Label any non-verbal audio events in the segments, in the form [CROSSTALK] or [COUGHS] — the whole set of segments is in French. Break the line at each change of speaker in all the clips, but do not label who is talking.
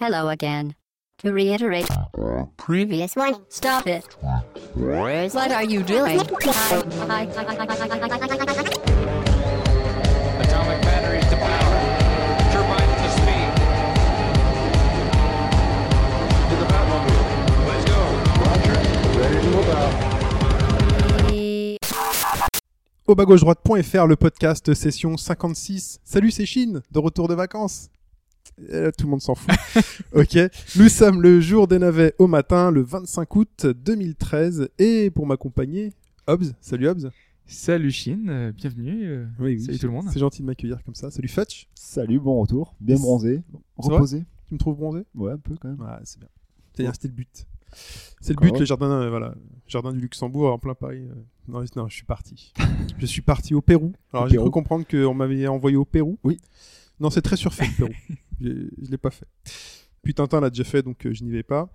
Hello again. To reiterate, previous one, stop it. What are you doing?
Atomic batteries to power. Turbines to speed. To the Batmobile. Let's go.
Au bas gauche droite.fr, le podcast session 56. Salut, c'est Chine, de retour de vacances. Euh, tout le monde s'en fout. ok. Nous sommes le jour des navets au matin, le 25 août 2013. Et pour m'accompagner, Hobbs. Salut Hobbs.
Salut Chine, euh, bienvenue. euh, Salut tout le monde.
C'est gentil de m'accueillir comme ça. Salut Fetch.
Salut, bon retour. Bien bronzé.
Ça va
Reposé.
Tu me trouves bronzé
Ouais, un peu quand même.
Ouais, c'est bien. C'est-à-dire, c'était le but. C'est le
Encore.
but, le jardin, euh, voilà, jardin du Luxembourg en plein Paris. euh. Non, non, je suis parti. [LAUGHS] je suis parti au Pérou. Alors
Au
j'ai
Pérou.
cru comprendre qu'on m'avait envoyé au Pérou.
Oui.
Non, c'est très surfait le [LAUGHS] Pérou. J'ai- je l'ai pas fait. Puis Tintin l'a déjà fait, donc euh, je n'y vais pas.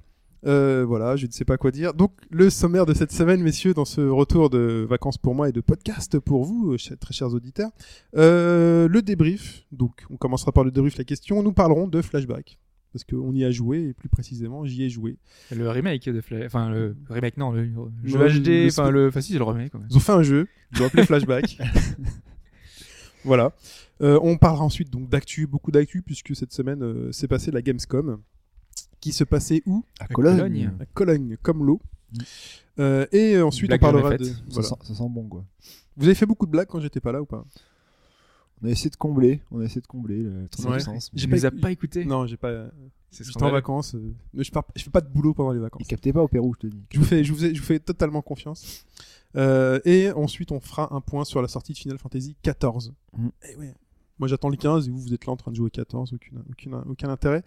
Euh, voilà, je ne sais pas quoi dire. Donc le sommaire de cette semaine, messieurs, dans ce retour de vacances pour moi et de podcast pour vous, euh, chers- très chers auditeurs. Euh, le débrief. Donc on commencera par le débrief, la question. Nous parlerons de flashback. Parce qu'on y a joué, et plus précisément, j'y ai joué.
Le remake de Flash. Enfin, le remake, non, le le jeu
Non, le-
HD.
le-
Enfin, le. Enfin, si, c'est le remake quand même.
Ils ont fait un jeu, ils l'ont
[LAUGHS]
appelé Flashback. voilà. Euh, on parlera ensuite donc d'actu, beaucoup d'actu, puisque cette semaine euh, s'est passée la Gamescom, qui se passait où
À
Cologne.
Cologne.
À Cologne, comme l'eau. Euh, et euh, ensuite,
Blague
on parlera
de
de.
la fête.
Ça,
voilà.
sent, ça sent bon quoi.
Vous avez fait beaucoup de blagues quand j'étais pas là ou pas
On a essayé de combler. On a essayé de combler le temps
Ouais.
d'absence, mais-
Je
pas
les ai
écou-
pas écoutés.
Non, j'ai pas.
C'est
J'étais en
scandaleux.
vacances. euh, mais je, pars- je fais pas de boulot pendant les vacances.
Il captait pas au Pérou, je te dis.
Je vous fais, je vous, ai- je vous fais totalement confiance. Euh, et ensuite, on fera un point sur la sortie de Final Fantasy 14.
Mm.
Eh ouais. Moi, j'attends le 15 et vous, vous êtes là en train de jouer au 14, aucune, aucune, aucun intérêt.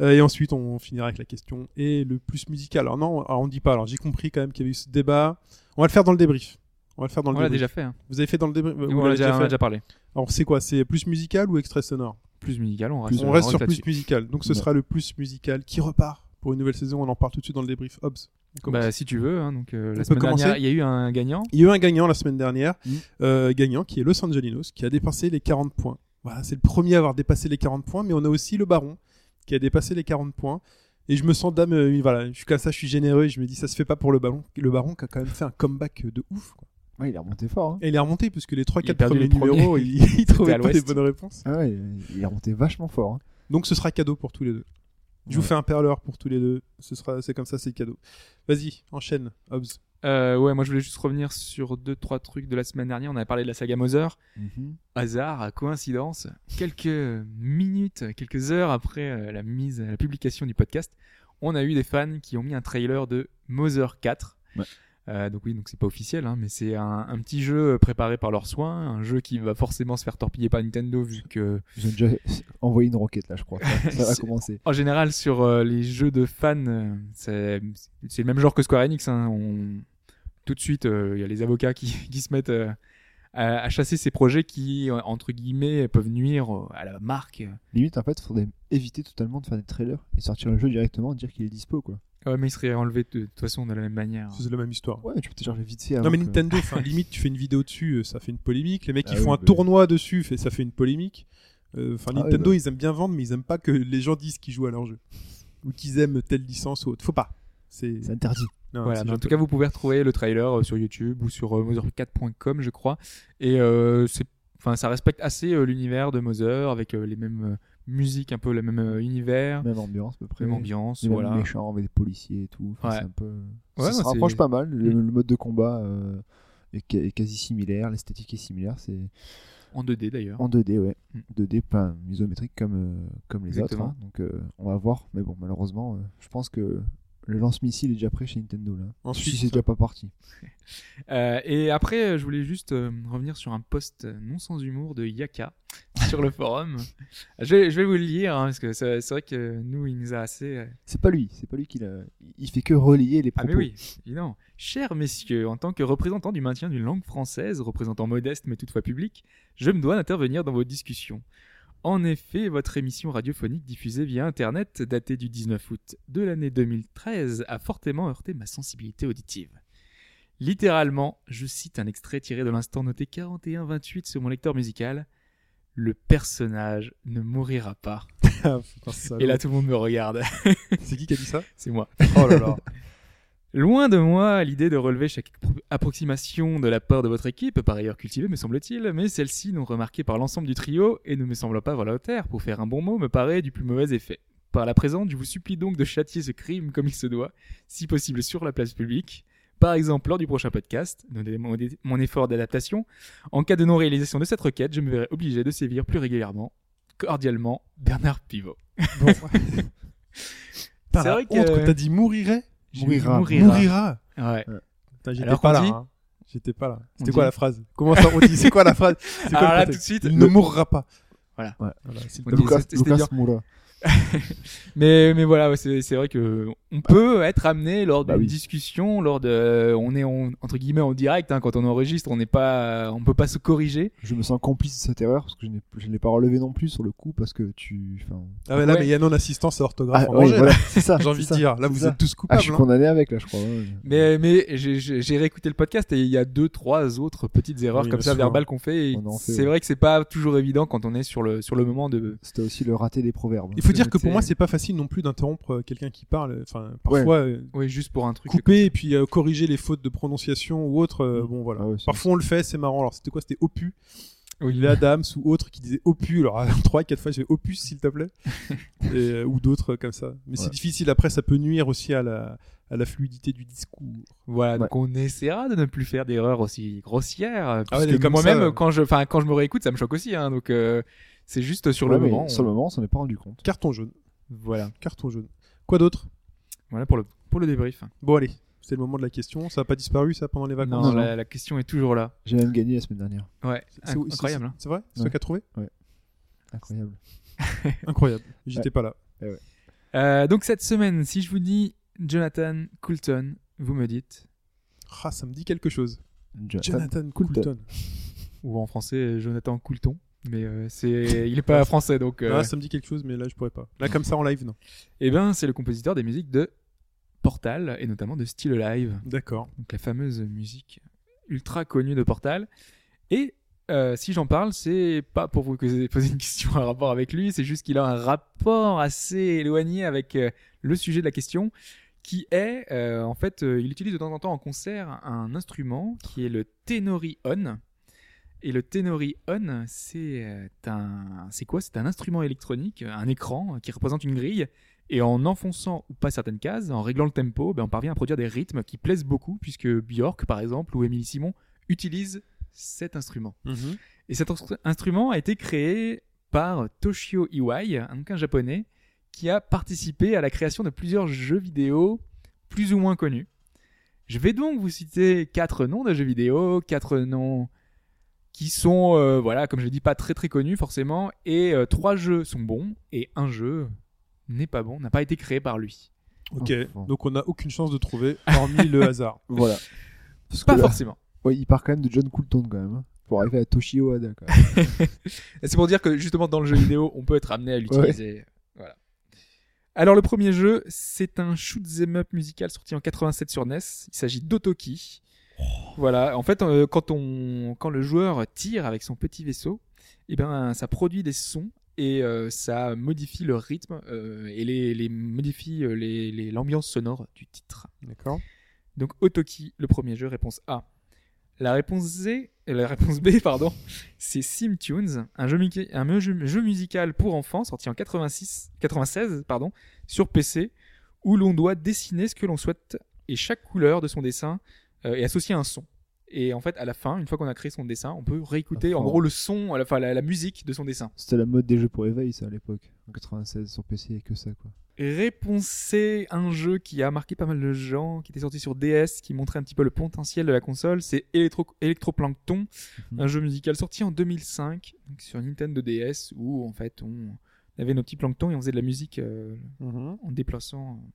Euh, et ensuite, on finira avec la question et le plus musical. Alors non, alors on dit pas. Alors j'ai compris quand même qu'il y avait eu ce débat. On va le faire dans le débrief. On va le faire dans le
On l'a
débrief.
déjà fait. hein.
Vous avez fait dans le débrief. vous
On
l'avez
l'a déjà, on
déjà
l'a
fait
déjà parlé.
Alors c'est quoi C'est plus musical ou extrait sonore
Plus musical, on
Plus-
reste,
On reste sur
là-dessus.
plus musical. Donc ce
Ouais.
sera le plus musical qui repart pour une nouvelle saison. On en parle tout de suite dans le débrief. Hobbs. on commence.
Bah, si tu veux. hein, donc, euh,
peut
la semaine dernière,
commencer
il y a eu un gagnant.
Il y a eu un gagnant la semaine dernière,
Mm.
euh, gagnant qui est Los Angelinos, qui a dépassé les 40 points. Voilà, c'est le premier à avoir dépassé les 40 points, mais on a aussi le Baron qui a dépassé les 40 points. Et je me sens dame, euh, voilà, je suis comme ça, je suis généreux, et je me dis ça se fait pas pour le Baron. Le Baron qui a quand même fait un comeback de ouf. quoi.
Ouais, il a remonté fort. hein.
Et il est remonté parce que les
Il a
3-4
perdu
premiers
les premiers.
numéros, il, [LAUGHS] il trouvait
à
pas les
l'ouest.
bonnes réponses.
Ah ouais, il est remonté vachement fort. hein.
Donc ce sera cadeau pour tous les deux. Je vous
Ouais.
fais un perleur pour tous les deux. Ce sera, c'est comme ça, c'est cadeau. Vas-y, enchaîne, Hobbs.
Euh, ouais, moi, je voulais juste revenir sur deux, trois trucs de la semaine dernière. On avait parlé de la saga Mother.
Mhm.
Hasard, coïncidence, quelques minutes, quelques heures après euh, la mise, la publication du podcast, on a eu des fans qui ont mis un trailer de Mother 4.
Ouais.
Euh, donc oui, donc c'est pas officiel, hein, mais c'est un, un petit jeu euh, préparé par leurs soins, un jeu qui va forcément se faire torpiller par Nintendo vu que
Ils ont déjà envoyé une roquette là, je crois. Ça, ça va
C'est-
commencer.
en général sur euh, les jeux de fans, euh, c'est c'est le même genre que Square Enix. hein, on- Tout de suite, euh, il y a les avocats qui, [LAUGHS] qui se mettent euh, à, à chasser ces projets qui euh, entre guillemets peuvent nuire euh, à la marque.
Limite, en fait, faudrait éviter totalement de faire des trailers et sortir le jeu directement et dire qu'il est dispo quoi.
Ah Ouais, mais il serait enlevé de, de toute façon de la même manière.
C'est la même histoire.
Ouais, tu peux te charger vite fait. avant
Non mais
que-
euh.
Nintendo, enfin, limite tu fais une vidéo dessus, euh, ça fait une polémique. Les mecs
Ah
ils
oui,
font un
bah.
tournoi dessus, fait- ça fait une polémique. Euh, Enfin
Ah oui,
Nintendo
bah.
ils aiment bien vendre, mais ils aiment pas que les gens disent qu'ils jouent à leur jeu ou qu'ils aiment telle licence ou autre. Faut pas. C'est
hein, C'est interdit.
non,
Voilà,
c'est
mais en
gentil.
tout cas, vous pouvez retrouver le trailer euh, sur YouTube ou sur euh, Mother4.com, je crois. Et euh, c'est, enfin, ça respecte assez euh, l'univers de Mother avec euh, les mêmes euh, musiques, un peu le même euh, univers,
Même ambiance à peu près.
même ambiance.
Les mêmes
Voilà.
méchants avec des policiers et tout. Enfin,
Ouais.
C'est un peu.
Ouais,
ça se
ouais,
rapproche
c'est-
pas mal. Le,
Mm.
le mode de combat euh, est, ca- est quasi similaire, l'esthétique est similaire. C'est
En 2D d'ailleurs.
en 2D, ouais.
Mm.
2D, pas isométrique comme euh, comme les
Exactement.
autres. hein. Donc euh, on va voir. Mais bon, malheureusement, euh, je pense que le lance-missile est déjà prêt chez Nintendo là.
Ensuite,
si c'est déjà pas parti.
Euh, et après, euh, je voulais juste euh, revenir sur un post euh, non sans humour de Yaka [LAUGHS] sur le forum. Je vais, je vais vous le lire hein, parce que c'est, c'est vrai que euh, nous, il nous a assez. euh,
C'est pas lui. C'est pas lui qui l'a. Il fait que relier les
Ah
propos.
mais oui, évidemment. Chers messieurs, en tant que représentant du maintien d'une langue française, représentant modeste mais toutefois public, je me dois d'intervenir dans vos discussions. En effet, votre émission radiophonique diffusée via Internet, datée du 19 août de l'année 2013, a fortement heurté ma sensibilité auditive. Littéralement, je cite un extrait tiré de l'instant noté 41-28 sur mon lecteur musical. le personnage ne mourra pas.
Ah, putain, salaud.
Et là, tout le monde me regarde.
[LAUGHS] c'est qui qui a
[LAUGHS]
dit ça
C'est moi.
Oh là là.
Loin de moi l'idée de relever chaque appro- approximation de la part de votre équipe, par ailleurs cultivée me semble-t-il, mais celle-ci non remarquée par l'ensemble du trio et ne me semblant pas volontaire pour faire un bon mot me paraît du plus mauvais effet. Par la présente, je vous supplie donc de châtier ce crime comme il se doit, si possible sur la place publique. Par exemple, lors du prochain podcast, donnez mon mon effort d'adaptation. En cas de non-réalisation de cette requête, je me verrai obligé de sévir plus régulièrement. Cordialement, Bernard Pivot.
Bon. Putain,
C'est
la
vrai que-
honte [LAUGHS] T'as dit mourirait
J'ai dit
Mourira.
Mourira.
Ouais.
Putain, J'étais
Alors
pas
qu'on
là.
dit-
hein. J'étais pas là. C'était
On
quoi
dit-
la phrase Comment ça on dit C'est quoi la
[LAUGHS]
phrase C'est quoi
Alors
le
là, tout de
contexte
suite,
Il ne
le-
mourra pas.
Voilà.
Ouais.
Voilà, c'est
On
le
dit-
Lucas.
Lucas,
c'était- c'était
Lucas Moura.
Mais, mais voilà, ouais, c'est c'est vrai que on peut être amené lors d'une
Bah oui.
discussion, lors de, on est en- entre guillemets en direct hein, quand on enregistre, on n'est pas, on peut pas se corriger.
Je me sens complice de cette erreur parce que je n'ai- je ne l'ai pas relevé non plus sur le coup parce que tu. enfin-
Ah ouais, là,
Ouais.
mais il y a non-assistance à
Ah,
orthographe en
ouais,
danger,
voilà,
là.
[LAUGHS]
c'est ça.
J'ai
c'est
envie de
ça.
dire. Là,
C'est
vous
ça.
êtes tous
Ah, je
coupables.
suis
hein.
condamné avec là, je crois. ouais.
Mais, mais j'ai- j'ai j'ai réécouté le podcast et il y a deux, trois autres petites erreurs
Oui,
comme
mais
ça
souvent,
verbales qu'on fait. et
on en fait,
C'est
ouais.
vrai que c'est pas toujours évident quand on est sur le sur le moment de.
C'était aussi le raté des proverbes.
Il faut
C'est
dire que
noté.
pour moi, c'est pas facile non plus d'interrompre euh, quelqu'un qui parle. Enfin, parfois, euh,
Oui, juste pour un truc.
couper et puis euh, corriger les fautes de prononciation ou autre. euh, Bon, voilà.
Ah ouais, c'est-
Parfois, on le fait, c'est marrant. Alors, c'était quoi C'était Opus.
Oui,
Lila Adams ou autre qui disait Opus. Alors, [LAUGHS] trois, quatre fois, j'ai fait Opus, s'il te
[LAUGHS]
plaît. Et, euh, ou d'autres euh, comme ça. Mais c'est
Ouais.
difficile. Après, ça peut nuire aussi à la, à la fluidité du discours.
Voilà,
Ouais.
donc on essaiera de ne plus faire d'erreurs aussi grossières.
Ah ouais,
parce
des
que
comme
moi-même,
ça,
euh,
ouais.
quand je, enfin, quand je me réécoute, ça me choque aussi. Hein, donc euh, c'est juste sur
Ouais,
le
mais
moment. euh.
Sur
on-
le moment, on s'en est pas rendu compte.
Carton jaune.
Voilà,
Carton jaune. Quoi d'autre
voilà pour le pour le débrief.
Bon, allez. C'est le moment de la question. Ça n'a pas disparu, ça, pendant les
Non,
vacances
non.
La, la question est toujours là.
J'ai même gagné la semaine dernière.
Ouais,
C'est-
inc-
c'est-
incroyable. hein.
c'est- C'est vrai C'est toi
Ouais.
qui as trouvé
Incroyable.
Incroyable. J'étais pas là.
Euh, donc cette semaine, si je vous dis Jonathan Coulton, vous me dites,
Ah, ça me dit quelque chose.
Jonathan.
Jonathan Coulton.
Coulton.
ou en français euh, Jonathan Coulton, mais euh, c'est, il
[LAUGHS]
est pas français donc. euh,
Ah, ça me dit quelque chose, mais là, je pourrais pas. Là, comme ça, en live, non.
Eh ben, c'est le compositeur des musiques de Portal et notamment de Still Alive,
D'accord.
donc la fameuse musique ultra connue de Portal. Et euh, si j'en parle, c'est pas pour vous poser [LAUGHS] poser une question en rapport avec lui, c'est juste qu'il a un rapport assez éloigné avec euh, le sujet de la question, qui est, euh, en fait, euh, il utilise de temps en temps en concert un instrument qui est le ténorion. Et le ténorion, c'est euh, un, c'est quoi C'est un instrument électronique, un écran euh, qui représente une grille. Et en enfonçant ou pas certaines cases, en réglant le tempo, ben, on parvient à produire des rythmes qui plaisent beaucoup, puisque Björk, par exemple, ou Émilie Simon utilisent cet instrument.
Mhm.
Et cet instru- instrument a été créé par Toshio Iwai, un, donc un japonais, qui a participé à la création de plusieurs jeux vidéo plus ou moins connus. Je vais donc vous citer quatre noms de jeux vidéo, quatre noms qui sont, euh, voilà, comme je l'ai dit, pas très très connus forcément, et euh, trois jeux sont bons, et un jeu n'est pas bon, n'a pas été créé par lui.
Ok.
Oh, Bon.
Donc, on n'a aucune chance de trouver, hormis le
[LAUGHS]
hasard.
Voilà. Parce que
Pas
là-
forcément.
Ouais, il part quand même de John Coulton quand même. hein, Pour arriver à Toshio Ada quand même.
Et C'est pour dire que justement dans le jeu vidéo, on peut être amené à l'utiliser. Voilà. Alors le premier jeu, c'est un shoot 'em up musical sorti en 87 sur NES. Il s'agit d'Otoki. Voilà. En fait, euh, quand on, quand le joueur tire avec son petit vaisseau, eh ben ça produit des sons et euh, ça modifie le rythme euh, et les, les modifie euh, les- les- l'ambiance sonore du titre.
D'accord.
Donc Otoki, le premier jeu, réponse A. La réponse Z, euh, la réponse B, pardon, [LAUGHS] c'est Simtunes, un jeu, mu- un mu- jeu, jeu musical pour enfants sorti en 86, 96 pardon, sur PC, où l'on doit dessiner ce que l'on souhaite et chaque couleur de son dessin euh, est associée à un son. Et en fait, à la fin, une fois qu'on a créé son dessin, on peut réécouter en
Enfin.
gros le son, à la- enfin la, la musique de son dessin.
C'était la mode des jeux pour éveil ça à l'époque. En 96 sur PC et que ça quoi.
Réponse C, un jeu qui a marqué pas mal de gens, qui était sorti sur DS, qui montrait un petit peu le potentiel de la console, c'est Electro Electroplankton,
Mhm.
un jeu musical sorti en 2005 donc sur Nintendo DS où en fait on avait nos petits planctons et on faisait de la musique euh, en déplaçant euh,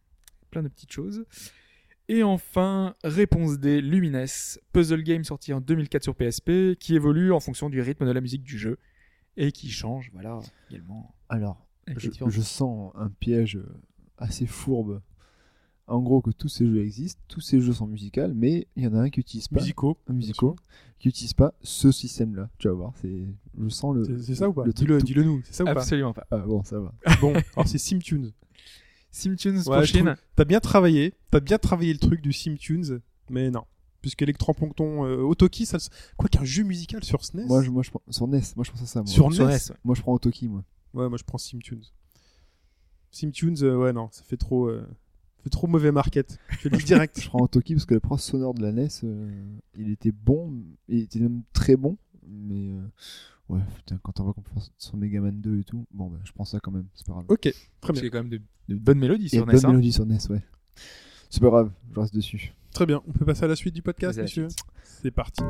plein de petites choses. Et enfin, réponse D, Lumines, puzzle game sorti en 2004 sur PSP, qui évolue en fonction du rythme de la musique du jeu et qui change, voilà, également.
Alors,
avec les
je,
différents-
je sens un piège euh, assez fourbe en gros que tous ces jeux existent, tous ces jeux sont musicaux, mais il y en a un qui utilise pas
Musicaux.
musicaux, qui utilise pas ce système-là. Tu vas voir, c'est je sens le.
C'est c'est ça ou pas
le truc
Dis-le
tout-
dis-le nous, c'est ça ou pas
Absolument pas.
Ah bon, ça va.
Bon, alors c'est Simtunes.
Simtunes
Ouais, je
prochaine.
trouve- T'as bien travaillé, t'as bien travaillé le truc du Simtunes, mais non. Puisque Electroplankton, euh, Otoki, ça, le- quoi qu'un jeu musical sur E SNES.
moi, je, moi, je prends- sur NES, moi, je pense à ça. Moi.
Sur
Sur
NES.
NES, ouais.
Moi, je prends Otoki, moi.
Ouais, moi je prends Simtunes. Simtunes, euh, ouais, non, ça fait trop, euh, ça fait trop mauvais market. Je le dis direct.
Je prends Otoki parce que le prof sonore de la NES, euh, il était bon, il était même très bon, mais euh, ouais, putain, quand on voit qu'on peut faire sur Megaman 2 et tout, bon, bah, je prends ça quand même, c'est pas grave.
ok, très bien.
Parce qu'il y a quand même de, de bonnes mélodies
Il y a
sur
bonne
NES. hein.
mélodie sur NES, ouais. C'est pas grave, je reste dessus.
Très bien, on peut passer à la suite du podcast,
Vas-y, à la
monsieur
suite.
C'est parti.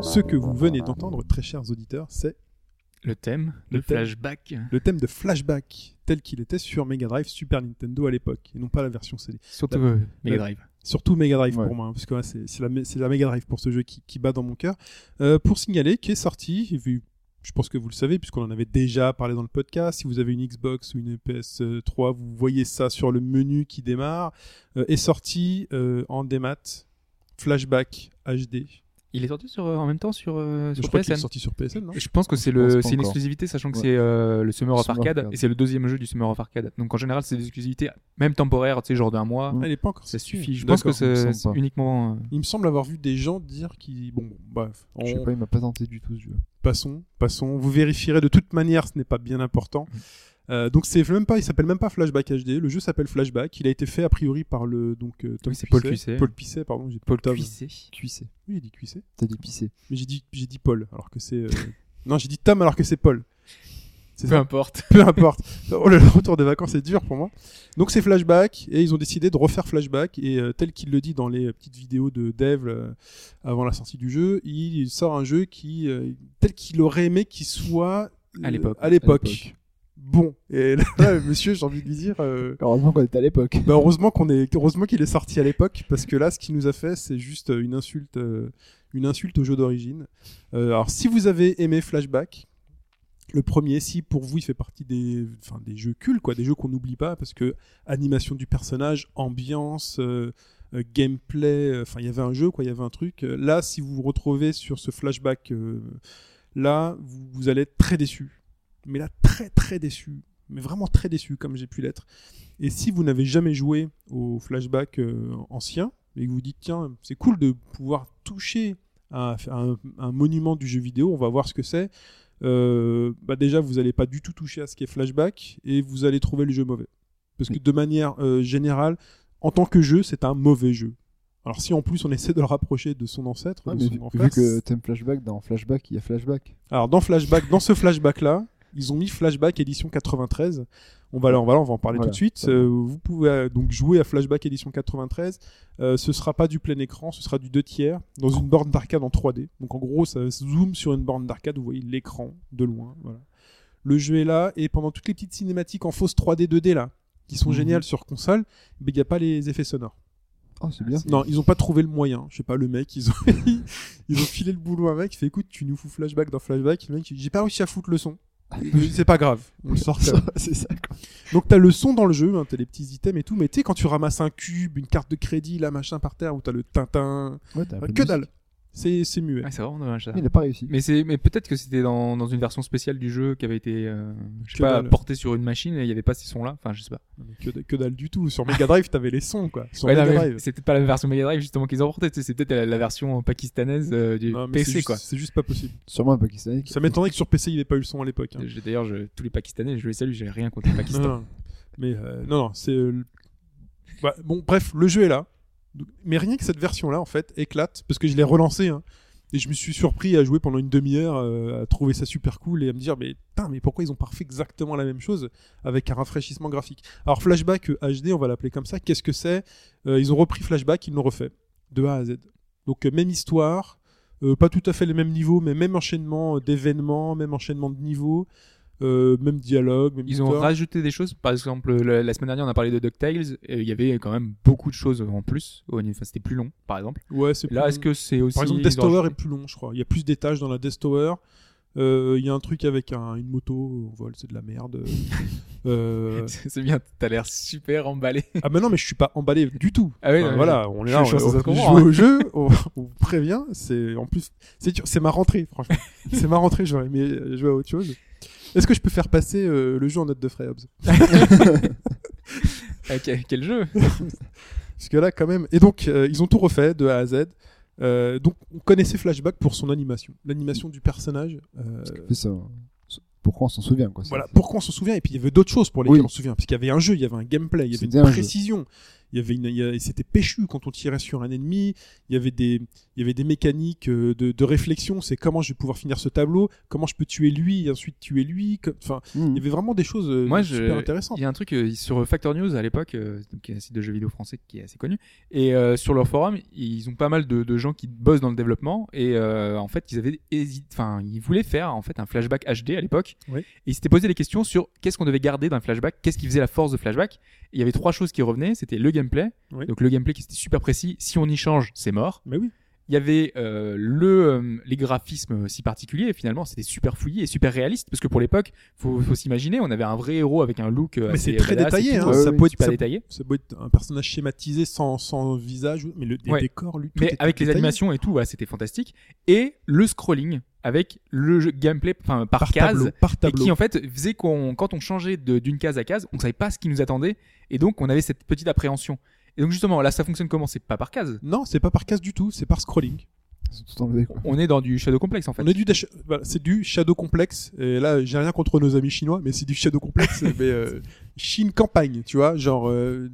Ce que vous venez d'entendre, très chers auditeurs, c'est
Le thème,
Le
le,
thème.
flashback
le thème de Flashback, tel qu'il était sur Mega Drive Super Nintendo à l'époque, et non pas la version CD.
surtout
La-
euh, Mega Drive.
Surtout Mega Drive
Ouais.
pour moi, hein, parce que ouais, c'est c'est la, mé- c'est la Mega Drive pour ce jeu qui, qui bat dans mon cœur. Euh, pour signaler qui est sorti, et vu- je pense que vous le savez, puisqu'on en avait déjà parlé dans le podcast, si vous avez une Xbox ou une PS3, vous voyez ça sur le menu qui démarre, euh, est sorti euh, en démat, Flashback HD.
Il est sorti sur, euh, en même temps sur, euh,
Je
sur
crois qu'il est
PSN.
sorti sur PSN, non
Et Je pense que c'est
Je
le,
pense pas
c'est une
encore.
exclusivité, sachant que
Ouais.
c'est euh, le Summer of
Summer of
Arcade,
Arcade.
et c'est le deuxième jeu du Summer of Arcade. Donc en général, c'est des exclusivités, même temporaires, tu sais, genre d'un mois.
Mm.
Elle n'est pas encore
Hein. Ça
sortie.
suffit. Je pense que
D'accord.
il me
c'est
semble
c'est
pas.
uniquement. euh,
Il me semble avoir vu des gens dire qui bon bref,
Je sais
on-
pas, il m'a pas tenté du tout ce jeu.
passons, passons. Vous vérifierez de toute manière, ce n'est pas bien important.
Mm.
Euh, donc c'est même pas, il s'appelle même pas Flashback HD. Le jeu s'appelle Flashback. Il a été fait a priori par le donc euh, Tom
Oui, c'est Paul
Cuisset.
Cuisset.
Paul Pisset, pardon, j'ai
Paul
Tom.
Cuisset.
Cuissé.
Oui, il dit Cuisset.
T'as dit pissé.
Mais j'ai dit, j'ai dit Paul alors que c'est. euh, [LAUGHS] non, j'ai dit Tom alors que c'est Paul. C'est
Peu
ça.
importe.
[LAUGHS] Peu importe. Oh, le retour des vacances est dur pour moi. Donc c'est Flashback et ils ont décidé de refaire Flashback et euh, tel qu'il le dit dans les euh, petites vidéos de Dev euh, avant la sortie du jeu, il sort un jeu qui euh, tel qu'il aurait aimé qu'il soit euh,
À l'époque.
À l'époque.
l'époque.
Bon et là, là, [LAUGHS] monsieur, j'ai envie de lui dire. euh,
Heureusement qu'on était à l'époque.
bah, heureusement qu'on est heureusement qu'il est sorti à l'époque parce que là ce qu'il nous a fait c'est juste euh, une insulte euh, une insulte au jeu d'origine. Euh, alors si vous avez aimé Flashback le premier si pour vous il fait partie des enfin des jeux cultes quoi des jeux qu'on n'oublie pas parce que animation du personnage ambiance euh, euh, gameplay euh, enfin il y avait un jeu quoi il y avait un truc Euh, là si vous vous retrouvez sur ce Flashback euh, là vous, vous allez être très déçu mais là très très déçu mais vraiment très déçu comme j'ai pu l'être et si vous n'avez jamais joué au flashback euh, ancien et que vous dites tiens c'est cool de pouvoir toucher à, à un, un monument du jeu vidéo, on va voir ce que c'est. Euh, bah déjà vous n'allez pas du tout toucher à ce qui est flashback et vous allez trouver le jeu mauvais. Parce que de manière euh, générale, en tant que jeu, c'est un mauvais jeu. Alors si en plus on essaie de le rapprocher de son ancêtre,
Ouais,
de
mais
son
vu,
grand
vu
frère,
que t'aimes flashback, dans flashback, il y a flashback.
alors dans flashback, dans ce flashback là, ils ont mis flashback édition 93. On va là, on va là, on va en parler
Voilà.
tout de suite. Euh, vous pouvez euh, donc jouer à flashback édition 93. Euh, ce sera pas du plein écran, ce sera du 2 tiers dans une borne d'arcade en 3D. Donc en gros, ça zoom sur une borne d'arcade, vous voyez l'écran de loin. Voilà. Le jeu est là et pendant toutes les petites cinématiques en fausse 3D 2D là, qui sont
Mhm.
géniales sur console, mais il n'y a pas les effets sonores.
Oh, c'est bien.
Ah, Non,
[LAUGHS]
ils ont pas trouvé le moyen. Je sais pas, le mec, ils ont, [LAUGHS] ils ont filé le boulot à un mec. Il fait écoute, tu nous fous flashback dans flashback. Le mec, il dit, j'ai pas réussi à foutre le son. Euh, C'est pas grave, on le sort. quand
[LAUGHS]
même.
c'est ça.
Donc t'as le son dans le jeu, hein, t'as les petits items et tout. Mais tu sais, quand tu ramasses un cube, une carte de crédit, là, machin par terre, ou t'as le tintin.
Ouais, t'as un peu
Ah, que
de musique.
dalle. C'est c'est muet.
Ah, c'est vraiment dommage ça.
Mais il a pas réussi.
Mais, c'est- mais peut-être que c'était dans, dans une version spéciale du jeu qui avait été euh, je sais
Que
pas,
dalle.
portée sur une machine et il n'y avait pas ces sons-là. Enfin, je sais pas.
Non, mais Que, que dalle du tout. Sur Mega Drive, t'avais les sons, quoi. Sur
Ouais, non,
Mega
mais
Drive.
c'est peut-être pas la version Mega Drive justement qu'ils ont portée. tu sais, C'est peut-être la, la version pakistanaise euh, du
Non, mais
PC
c'est juste,
quoi.
c'est juste pas possible.
Sûrement un Pakistanais. qui-
Ça m'étonnerait que sur PC, il n'y ait pas eu le son à l'époque. hein.
J'ai- D'ailleurs, je- tous les Pakistanais, je les salue, j'ai
[LAUGHS]
rien contre les
Non,
Pakistanais.
non. Mais euh, non, non, c'est. euh, le- Bah, bon, bref, le jeu est là. Donc, Mais rien que cette version-là, en fait, éclate, parce que je l'ai relancé. hein. Et je me suis surpris à jouer pendant une demi-heure, euh, à trouver ça super cool et à me dire, mais putain, mais pourquoi ils ont pas refait exactement la même chose avec un rafraîchissement graphique Alors, Flashback euh, HD, on va l'appeler comme ça, qu'est-ce que c'est Euh, Ils ont repris Flashback, ils l'ont refait, de A à Z. Donc, euh, même histoire, euh, pas tout à fait les mêmes niveaux, mais même enchaînement euh, d'événements, même enchaînement de niveaux, euh, même dialogue, même
Ils ont
histoire.
rajouté des choses. Par exemple, le- la semaine dernière, on a parlé de DuckTales. et Il y avait quand même beaucoup de choses en plus. au niveau- Enfin, c'était plus long, par exemple.
Ouais, c'est
Là,
plus-
est-ce que c'est aussi.
Par exemple,
ils
Death
ont
Tower
rajouté-
est plus long, je crois. Il y a plus d'étages dans la Death Tower. Euh, Il y a un truc avec un- une moto, on vole, c'est de la merde.
[LAUGHS]
Euh,
C'est bien, t'as l'air super emballé.
ah bah non, mais je suis pas emballé du tout.
Ah oui,
Enfin,
non, mais
voilà, on est
je-
là,
je-
on,
ça se
on
comprend,
joue
hein.
au jeu, on, on vous prévient. C'est en plus, c'est dur, c'est ma rentrée,
[LAUGHS]
franchement. c'est ma rentrée, j'aurais aimé euh, jouer à autre chose. Est-ce que je peux faire passer euh, le jeu en note de frais, Hobbs
Ah, quel, quel jeu
Parce que là, quand même. Et donc, euh, ils ont tout refait de A à Z. Euh, donc, on connaissait Flashback pour son animation, l'animation du personnage. euh,
Fais ça. Pourquoi on s'en souvient quoi ça.
Voilà, pourquoi on s'en souvient Et puis il y avait d'autres choses pour lesquelles
Oui.
on se souvient, parce qu'il y avait un jeu, il y avait un gameplay, il y avait
C'était
une
un jeu.
précision, il y avait une, il y a- et c'était péchu quand on tirait sur un ennemi. Il y avait des, il y avait des mécaniques euh, de, de réflexion. C'est comment je vais pouvoir finir ce tableau, comment je peux tuer lui et ensuite tuer lui. que- Enfin, il y
Mmh.
avait vraiment des choses euh,
Moi, je-
super intéressantes.
Il y a un truc euh, sur Factor News à l'époque, euh, donc, qui est un site de jeux vidéo français qui est assez connu. Et euh, sur leur forum, ils ont pas mal de, de gens qui bossent dans le développement. Et euh, en fait, ils avaient hési- enfin, ils voulaient faire en fait un flashback HD à l'époque.
Oui.
Et ils s'étaient posé des questions sur qu'est-ce qu'on devait garder d'un flashback, qu'est-ce qui faisait la force de flashback. Et il y avait trois choses qui revenaient. C'était le gameplay.
Oui.
Donc le gameplay qui était super précis. Si on y change, c'est mort.
Mais oui,
il y avait euh, le euh, les graphismes si particuliers finalement c'était super fouillé et super réaliste parce que pour l'époque faut faut s'imaginer on avait un vrai héros avec un look euh,
Mais
assez
c'est très
badass et
détaillé,
tout,
hein,
euh,
ça
oui,
peut être-
super
ça-
détaillé
ça peut être un personnage schématisé sans, sans visage, mais le
Ouais.
décor, lui, tout
mais
était
avec les
détaillé.
animations et tout voilà, c'était fantastique et le scrolling avec le jeu- gameplay enfin par,
par
case
tableau, par
et
tableau.
qui en fait faisait qu'on quand on changeait de- d'une case à case on savait pas ce qui nous attendait et donc on avait cette petite appréhension et donc justement là ça fonctionne comment c'est pas par case
Non, c'est pas par case du tout, c'est par scrolling.
Ils ont tout enlevé quoi.
on est dans du shadow complexe en fait
On est du dash- voilà, c'est du Shadow complexe et là j'ai rien contre nos amis chinois mais c'est du Shadow complexe mais euh, Chine campagne, tu vois, genre euh,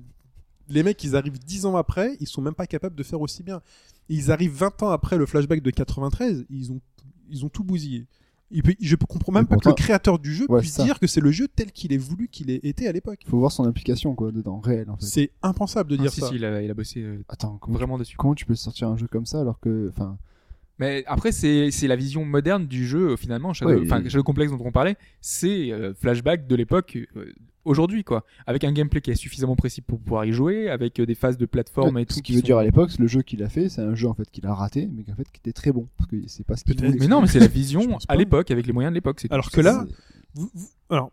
les mecs ils arrivent 10 ans après, ils sont même pas capables de faire aussi bien. Ils arrivent 20 ans après le flashback de 93, ils ont ils ont tout bousillé. Il peut- je comprends même
Mais
pas que
pourtant-
le créateur du jeu
Ouais,
puisse
ça.
dire que c'est le jeu tel qu'il est voulu qu'il ait été à l'époque.
Faut voir son implication quoi dedans, réel en fait.
C'est impensable de
Ah,
dire
si,
ça.
si, il a, il a bossé euh,
Attends, comment,
vraiment dessus
comment tu peux sortir un jeu comme ça alors que enfin
Mais après, c'est c'est la vision moderne du jeu, euh, finalement. Shadow,
Oui.
enfin, Shadow Complex dont on parlait, c'est euh, flashback de l'époque euh, aujourd'hui, quoi. Avec un gameplay qui est suffisamment précis pour pouvoir y jouer, avec euh, des phases de plateforme et tout.
ce qui
qui
veut
sont-
dire à l'époque, le jeu qu'il a fait, c'est un jeu en fait qu'il a raté, mais qu'en fait qui était très bon parce que c'est pas ce qu'il
Peut-être.
voulait.
Mais non, mais c'est la
[LAUGHS]
vision
pense pas.
à l'époque, avec les moyens de l'époque. c'est tout.
Alors que là, vous- vous- alors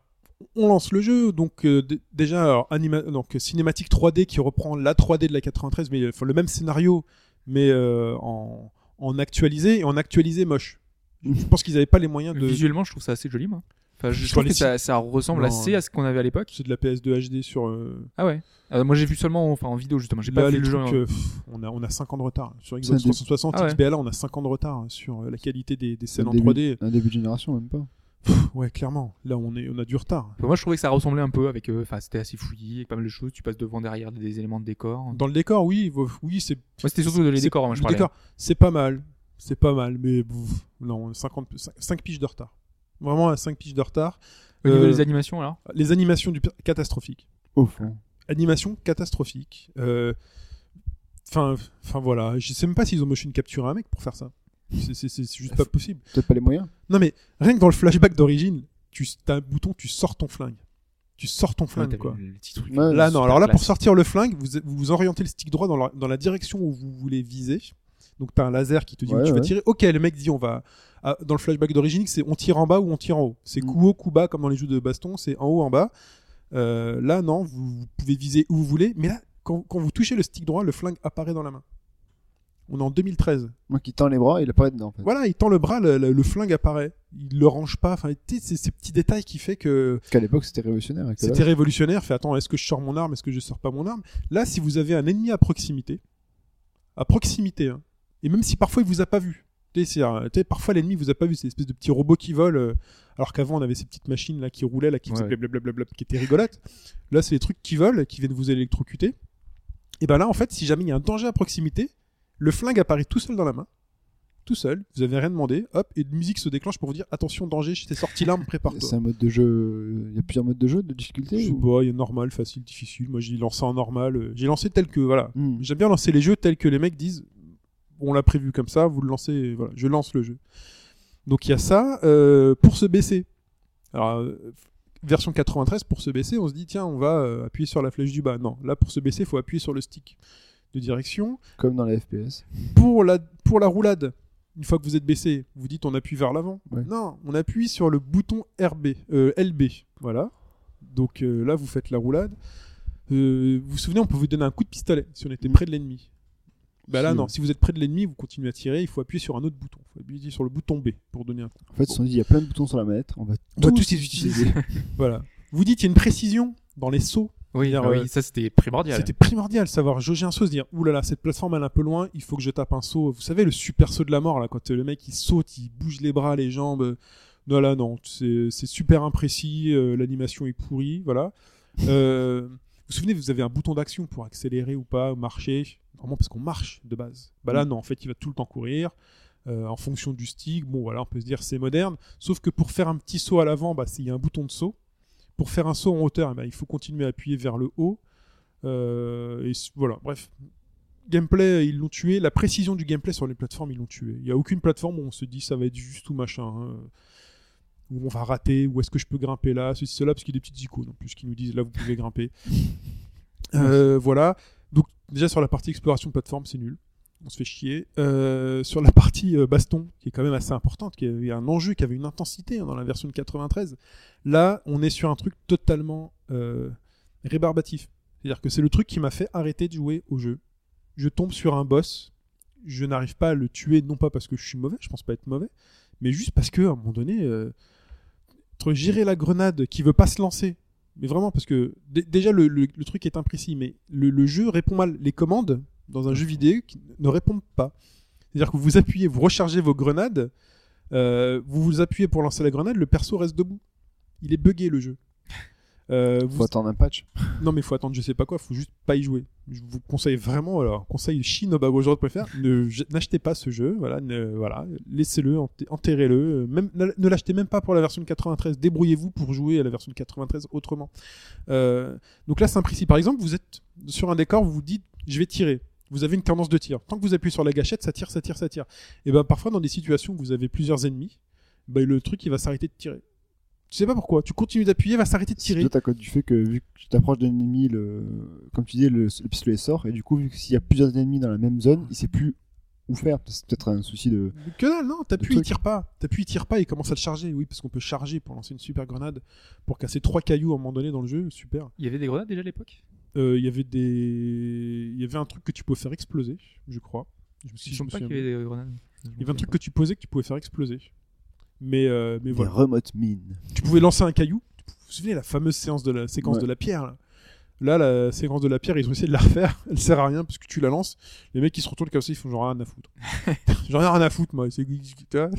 on lance le jeu donc euh, d- déjà alors, anima- donc euh, cinématique 3D qui reprend la 3D de la 93 mais euh, enfin, le même scénario mais euh, en, en actualisé et en actualisé moche.
[LAUGHS]
Je pense qu'ils n'avaient pas les moyens de
Visuellement, je trouve ça assez joli, moi. Enfin, je
Sur
trouve
les
que ça, ça ressemble
Non,
assez à ce qu'on avait à l'époque.
c'est de la PS2 HD sur euh,
Ah ouais. Euh, moi, j'ai vu seulement enfin, en vidéo, justement. J'ai
là,
pas vu
les
le jeu. hein.
trucs,
en-
euh, pff, on a on a 5 ans de retard sur Xbox
C'est un dé-
360
Ah ouais.
XBLA on a 5 ans de retard sur euh, la qualité des, des
c'est
scènes
un
en
début-
3D.
Un début de génération même pas.
Pff, Ouais, clairement. Là on est on a du retard.
Enfin, moi, je trouvais que ça ressemblait un peu avec. euh, Enfin, c'était assez fouillé, avec pas mal de choses. Tu passes devant, derrière des éléments de décor. Moi,
Dans le décor, oui, vo- oui, c'est
c'était surtout de les
C'est-
décors, hein, moi, je
le
parlais.
décor, c'est pas mal. C'est pas mal, mais bouf, non, 50, 5 piges de retard. Vraiment 5 piges de retard.
Au niveau
Euh,
des animations, alors
les animations du pire- catastrophiques.
Au fond.
Animation catastrophique. Euh, Enfin, enfin voilà, je sais même pas s'ils ont motion capturé un mec pour faire ça. C'est- C'est c'est juste pas possible.
Peut-être pas les moyens.
Non mais rien que dans le flashback d'origine, tu as un bouton, tu sors ton flingue. Tu sors ton
Ouais,
flingue
t'as
quoi.
vu le petit truc.
Ouais,
Là, non.
Super
Alors là, pour
classe.
sortir le flingue, vous vous vous orientez le stick droit dans la, dans la direction où vous voulez viser. Donc, t'as un laser qui te dit où
Ouais,
tu vas
ouais.
tirer. Ok, le mec dit on va. ah, dans le flashback d'origine, c'est on tire en bas ou on tire en haut. C'est
Mm.
coup haut, coup bas, comme dans les jeux de baston, c'est en haut, en bas. Euh, là, non, vous, vous pouvez viser où vous voulez. Mais là, quand, quand vous touchez le stick droit, le flingue apparaît dans la main. On est en 2013.
Moi qui tend les bras, il apparaît dedans en fait.
Voilà, il tend le bras, le, le- le flingue apparaît. Il le range pas. Enfin, tu sais, c'est ces petits détails qui fait que
Parce qu'à l'époque c'était révolutionnaire. avec
c'était révolutionnaire. Fait attends, est-ce que je sors mon arme, est-ce que je sors pas mon arme Là, si vous avez un ennemi à proximité, à proximité, hein, et même si parfois il vous a pas vu, tu sais, c'est un- tu sais, parfois l'ennemi vous a pas vu, c'est espèce de petit robot qui vole, euh, alors qu'avant on avait ces petites machines là qui roulaient, là qui
Ouais,
faisaient
ouais.
blablabla, qui étaient rigolotes. Là, c'est des trucs qui volent, qui viennent vous électrocuter. Et ben là, en fait, si jamais il y a un danger à proximité, le flingue apparaît tout seul dans la main, tout seul, vous avez rien demandé, hop, et de musique se déclenche pour vous dire attention, danger, c'est sorti l'arme,
C'est
prépare-toi.
un mode de jeu. euh, Il y a plusieurs modes de jeu de
Je
difficulté
sais
ou-
pas, il y a normal, facile, difficile. Moi j'ai lancé en normal, euh, j'ai lancé tel que, voilà.
Hmm.
J'aime bien lancer les jeux tels que les mecs disent on l'a prévu comme ça, vous le lancez, et voilà, je lance le jeu. Donc il y a ça. euh, pour se baisser, alors euh, version 93, pour se baisser, on se dit tiens, on va euh, appuyer sur la flèche du bas. Non, là pour se baisser, il faut appuyer sur le stick de direction.
Comme dans la FPS.
Pour la, pour la roulade, une fois que vous êtes baissé, vous dites on appuie vers l'avant.
Ouais.
Non, on appuie sur le bouton RB, euh, LB. Voilà. Donc euh, là, vous faites la roulade. Euh, vous vous souvenez, on peut vous donner un coup de pistolet si on était près de l'ennemi. Bah là,
Si,
non.
ouais.
Si vous êtes près de l'ennemi, vous continuez à tirer. Il faut appuyer sur un autre bouton. Il faut appuyer sur le bouton B pour donner un coup.
En fait, ils se sont dit, il y a plein de boutons sur la manette. On va
On va tous
tous
les
les utiliser.
[LAUGHS] Voilà. Vous dites, il y a une précision dans les sauts.
Oui,
Dire,
ah oui,
euh,
ça c'était primordial.
C'était primordial de savoir jauger un saut, se dire oulala, cette plateforme elle est un peu loin, il faut que je tape un saut. Vous savez, le super saut de la mort, là, quand euh, le mec il saute, il bouge les bras, les jambes. euh, Non, là, non, c'est c'est super imprécis, euh, l'animation est pourrie, voilà. Euh, vous vous souvenez, vous avez un bouton d'action pour accélérer ou pas, marcher, normalement parce qu'on marche de base. Bah là, non, en fait, il va tout le temps courir. euh, en fonction du stick, bon voilà, on peut se dire c'est moderne. Sauf que pour faire un petit saut à l'avant, bah, c'est- il y a un bouton de saut. Pour faire un saut en hauteur, eh ben, il faut continuer à appuyer vers le haut. Euh, et s- voilà, bref. Gameplay, ils l'ont tué. La précision du gameplay sur les plateformes, ils l'ont tué. Il n'y a aucune plateforme où on se dit ça va être juste ou machin. hein. Où on va rater, où est-ce que je peux grimper là, ceci, cela, parce qu'il y a des petites icônes en plus qui nous disent là vous pouvez grimper. Euh, voilà. Donc, déjà sur la partie exploration de plateforme, c'est nul. On se fait chier. Euh, sur la partie euh, baston, qui est quand même assez importante, qui est- il y a un enjeu qui avait une intensité hein, dans la version de 93, là, on est sur un truc totalement euh, rébarbatif. C'est-à-dire que c'est le truc qui m'a fait arrêter de jouer au jeu. Je tombe sur un boss, je n'arrive pas à le tuer, non pas parce que je suis mauvais, je pense pas être mauvais, mais juste parce que à un moment donné, euh, entre gérer la grenade qui veut pas se lancer, mais vraiment parce que dé- déjà le, le- le truc est imprécis, mais le, le jeu répond mal. Les commandes dans un jeu vidéo qui ne répondent pas. C'est-à-dire que vous appuyez, vous rechargez vos grenades, euh, vous vous appuyez pour lancer la grenade, le perso reste debout. Il est buggé le jeu. Euh, vous-
Faut attendre un patch.
non, mais faut attendre, je sais pas quoi, faut juste pas y jouer. Je vous conseille vraiment, alors, conseil Shinoba Gojira de préfère, ne- je- n'achetez pas ce jeu, voilà, ne- voilà laissez-le, enté- enterrez-le, euh, même, ne ne l'achetez même pas pour la version de 93, débrouillez-vous pour jouer à la version de 93 autrement. Euh, donc là, c'est imprécis. Par exemple, vous êtes sur un décor, vous vous dites, je vais tirer. Vous avez une tendance de tir. Tant que vous appuyez sur la gâchette, ça tire, ça tire, ça tire. Et ben parfois, dans des situations où vous avez plusieurs ennemis, ben, le truc, il va s'arrêter de tirer. Tu sais pas pourquoi, tu continues d'appuyer, il va s'arrêter de tirer.
C'est peut-être à cause du fait que vu que tu t'approches d'un ennemi, le... comme tu disais, le... le pistolet sort, et du coup, vu que s'il y a plusieurs ennemis dans la même zone, il sait plus où faire. C'est peut-être un souci de.
Que dalle, non, t'appuies, il
truc.
tire pas. T'appuies, il tire pas, il commence à le charger. Oui, parce qu'on peut charger pour lancer une super grenade, pour casser trois cailloux à un moment donné dans le jeu, super.
Il y avait des grenades déjà à l'époque
Euh, Il y avait des. Il y avait un truc que tu pouvais faire exploser, je crois. Je me
Je
suis,
ne
je me
pas
souviens
qu'il y
plus.
avait des grenades.
Il y avait un truc que tu posais que tu pouvais faire exploser. Mais, euh, mais
Des
voilà.
remote mines.
Tu pouvais lancer un caillou. Vous vous souvenez la fameuse séance de la séquence
Ouais.
de la pierre là, Là, la séquence de la pierre, ils ont essayé de la refaire. [LAUGHS] Elle sert à rien parce que tu la lances. Les mecs, ils se retournent comme ça, ils font genre rien à foutre. J'en ai rien à foutre, moi. C'est- tu vois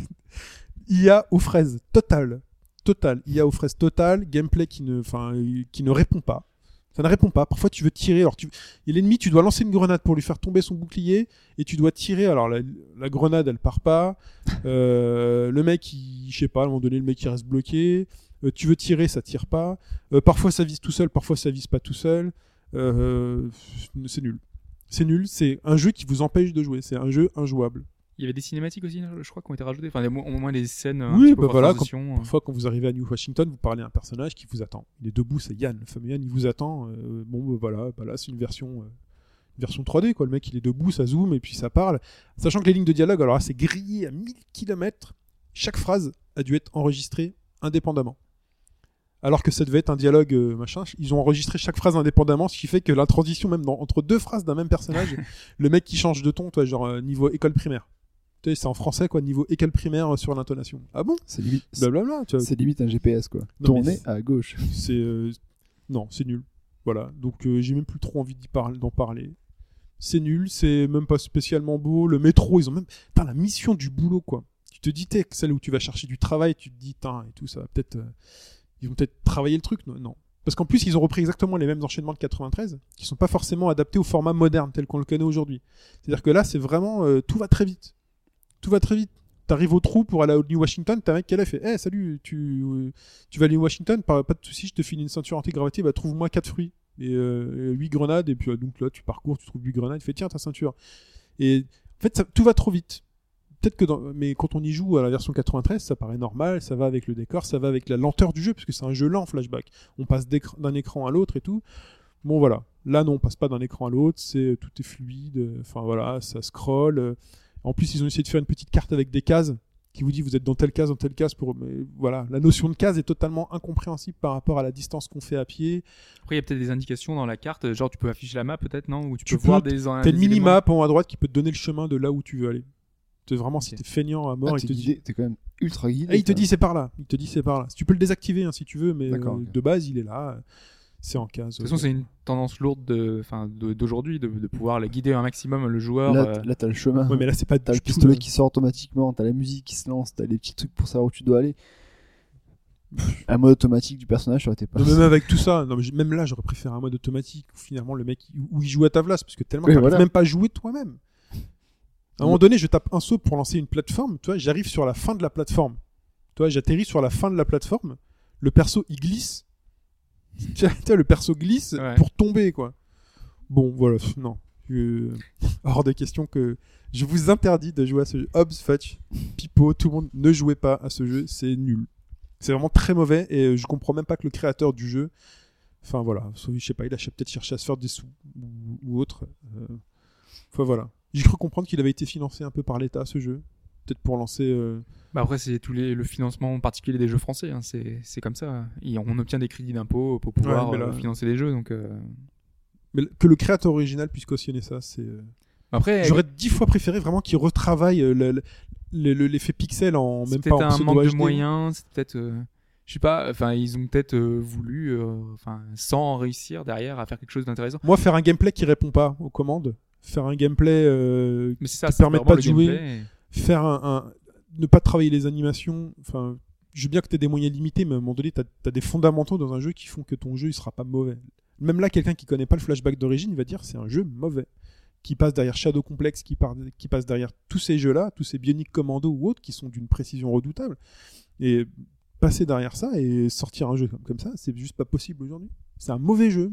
IA aux fraises, total. Total. IA aux fraises, total. Gameplay qui ne, enfin, euh, qui ne répond pas. Ça ne répond pas. Parfois, tu veux tirer. Alors, tu... Et l'ennemi, tu dois lancer une grenade pour lui faire tomber son bouclier. Et tu dois tirer. Alors, la, la grenade, elle part pas. Euh, le mec, il, je sais pas, à un moment donné, le mec, il reste bloqué. Euh, tu veux tirer, ça tire pas. Euh, parfois ça vise tout seul, parfois ça vise pas tout seul. Euh, euh, c'est nul. C'est nul, c'est un jeu qui vous empêche de jouer, c'est un jeu injouable.
Il y avait des cinématiques aussi, je crois, qui ont été rajoutées. Enfin, au moins- au moins les scènes. euh,
Oui,
un petit peu
bah
hors
voilà,
transition, euh.
Parfois quand vous arrivez à New Washington, vous parlez à un personnage qui vous attend. Il est debout, c'est Yann, le fameux Yann, il vous attend. Euh, bon bah, voilà, bah, là c'est une version euh, une version 3D quoi, le mec il est debout, ça zoome et puis ça parle. Sachant que les lignes de dialogue, alors là c'est grillé à 1000 km, chaque phrase a dû être enregistrée indépendamment. Alors que ça devait être un dialogue euh, machin, ils ont enregistré chaque phrase indépendamment, ce qui fait que la transition même dans- entre deux phrases d'un même personnage, le mec qui change de ton, toi genre euh, niveau école primaire. Tu sais, c'est en français quoi, niveau école primaire euh, sur l'intonation. Ah bon
C'est limite.
Blablabla, tu vois.
C'est limite un GPS quoi.
mais
Tourner
c'est-
à gauche.
C'est euh, non, c'est nul. Voilà. Donc euh, j'ai même plus trop envie d'y parler, d'en parler. C'est nul, c'est même pas spécialement beau. Le métro, ils ont même. Putain, la mission du boulot, quoi. Tu te dis, t'es celle où tu vas chercher du travail, tu te dis, Tain, et tout, ça va peut-être. euh, ils vont peut-être travailler le truc, non, non. Parce qu'en plus, ils ont repris exactement les mêmes enchaînements de 93, qui sont pas forcément adaptés au format moderne tel qu'on le connaît aujourd'hui. C'est-à-dire que là, c'est vraiment. euh, tout va très vite. tout va très vite. T'arrives au trou pour aller au New Washington, t'as un mec qui est là, il fait Eh, salut, tu, euh, tu vas aller au Washington, pas, pas de soucis, je te file une ceinture anti-gravité, bah trouve-moi 4 fruits et 8 grenades, et puis euh, donc là, tu parcours, tu trouves 8 grenades, il fait Tiens, ta ceinture. Et en fait, ça- tout va trop vite. Peut-être que dans- mais quand on y joue à la version 93, ça paraît normal, ça va avec le décor, ça va avec la lenteur du jeu, parce que c'est un jeu lent, flashback. On passe d'écr- d'un écran à l'autre et tout. Bon, voilà. Là, non, on passe pas d'un écran à l'autre, c'est tout est fluide, euh, enfin voilà, ça scroll. euh. En plus, ils ont essayé de faire une petite carte avec des cases qui vous dit vous êtes dans telle case, dans telle case. Pour... mais voilà, la notion de case est totalement incompréhensible par rapport à la distance qu'on fait à pied.
Après, il y a peut-être des indications dans la carte, genre tu peux afficher la map peut-être, non Ou tu,
Tu
peux, voir
peux,
des.
Ah,
un-
T'as une
des éléments.
mini-map en haut à droite qui peut te donner le chemin de là où tu veux aller. C'est vraiment si
Ok.
t'es feignant à
Ah,
mort, il
t'es
te dit
guidé, t'es quand même ultra guidé.
Eh, il te
quoi.
dit c'est par là. Il te dit c'est par là. Tu peux le désactiver hein, si tu veux, mais
D'accord,
euh,
ok.
de base il est là. C'est en case. euh,
De toute façon, c'est une tendance lourde de- enfin, de- d'aujourd'hui de, de, pouvoir la guider un maximum le joueur.
Là,
euh,
t- là, t'as le chemin.
Ouais, mais là c'est pas
T'as le
du tout- euh,
pistolet qui sort automatiquement, t'as la musique qui se lance, t'as les petits trucs pour savoir où tu dois aller. Un mode automatique du personnage, ça aurait été pas.
Non, mais même avec tout ça, non, mais j- même là, j'aurais préféré un mode automatique où finalement le mec il- où il joue à ta place, parce que tellement
Oui,
tu
voilà.
même pas à jouer toi-même. À un moment donné, je tape un saut pour lancer une plateforme, tu vois, j'arrive sur la fin de la plateforme. Tu vois, j'atterris sur la fin de la plateforme, le perso il glisse. [LAUGHS] Tu vois, tu vois, le perso glisse
Ouais.
pour tomber, quoi. Bon, voilà, pff, non. Je- Hors de question que je vous interdis de jouer à ce jeu. Hobbs, Fetch, Pipo, tout le monde, ne jouez pas à ce jeu, c'est nul. C'est vraiment très mauvais et euh, je comprends même pas que le créateur du jeu. Enfin voilà, sauf- je sais pas, il a ch- peut-être cherché à se faire des sous ou, ou autre. euh. Enfin voilà. J'ai cru comprendre qu'il avait été financé un peu par l'État ce jeu. Peut-être pour lancer. euh,
Bah après, c'est tous les, le financement particulier des jeux français, hein, c'est c'est comme ça. Et on obtient des crédits d'impôt pour pouvoir
Ouais, mais là-
euh, financer les jeux. Donc, euh,
Mais le- que le créateur original puisse cautionner ça, c'est. euh,
Après,
J'aurais dix fois préféré vraiment qu'il retravaille euh, le- le- le- le- l'effet pixel en
c'est
même pas
peut-être
en
un manque de
pseudo-HD.
moyens, c'est peut-être. euh, je sais pas, enfin, ils ont peut-être euh, voulu, euh, enfin, sans réussir derrière à faire quelque chose d'intéressant.
Moi, faire un gameplay qui répond pas aux commandes, faire un gameplay euh,
Mais c'est ça,
Qui
c'est
permet
vraiment
pas
le
de jouer.
gameplay.
faire un, un- ne pas travailler les animations enfin je veux bien que tu des moyens limités mais à un moment donné tu as, des fondamentaux dans un jeu qui font que ton jeu il sera pas mauvais même là quelqu'un qui connaît pas le flashback d'origine il va dire c'est un jeu mauvais qui passe derrière Shadow Complex qui, par- qui passe derrière tous ces jeux là tous ces Bionic Commando ou autres qui sont d'une précision redoutable et passer derrière ça et sortir un jeu comme, comme ça c'est juste pas possible aujourd'hui c'est un mauvais jeu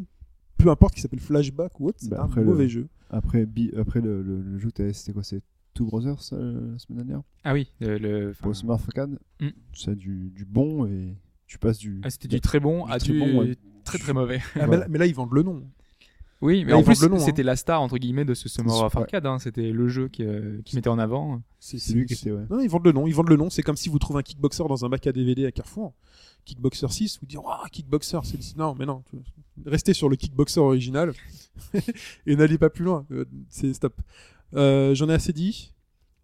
peu importe qu'il s'appelle flashback ou autre c'est
Bah,
un
après, le-
mauvais jeu
Après, bi- après le, le, le jeu, t'as- c'était quoi C'est Two Brothers ça, la semaine dernière
Ah oui, euh, le. enfin,
Pour le Smart Arcade.
Mm.
C'est du, du bon et tu passes du.
ah, c'était du très bon
du
à
très
du
bon, [LAUGHS] ouais.
très très mauvais.
Ah, mais, là, mais là, ils vendent le nom
Oui, mais
Là,
en
ils
plus,
vendent le nom, hein.
c'était la star entre guillemets de ce Summer of
Ouais.
Arcade. hein, C'était le jeu qui, euh, qui mettait en avant.
C'est lui qui était, ouais.
Non, ils vendent le nom, ils vendent le nom. C'est comme si vous trouvez un kickboxer dans un bac à DVD à Carrefour, kickboxer 6, vous dites ah kickboxer, c'est le- non mais non, tu- restez sur le kickboxer original [LAUGHS] et n'allez pas plus loin. Euh, C'est stop. Euh, J'en ai assez dit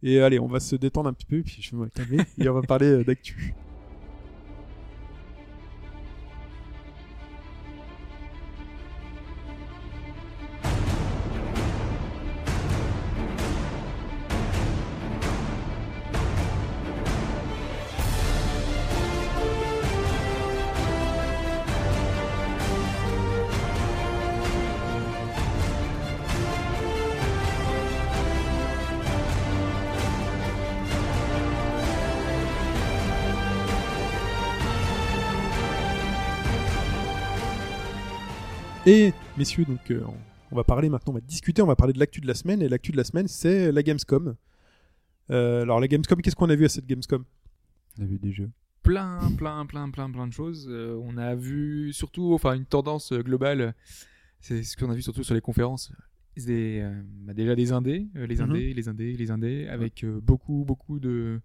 et allez, on va se détendre un petit peu puis je vais me calmer et on va parler euh, d'actu. Et messieurs, donc euh, on- on va parler maintenant, on va discuter, on va parler de l'actu de la semaine et l'actu de la semaine c'est la Gamescom. Euh, alors la Gamescom, qu'est-ce qu'on a vu à cette Gamescom
On a vu des jeux.
plein, plein, plein, plein, plein de choses. Euh, on a vu surtout, enfin, une tendance euh, globale. C'est ce qu'on a vu surtout sur les conférences. Des, euh, bah, déjà des indés, euh, les
Mhm.
indés, les indés, les indés, avec euh, beaucoup, beaucoup de,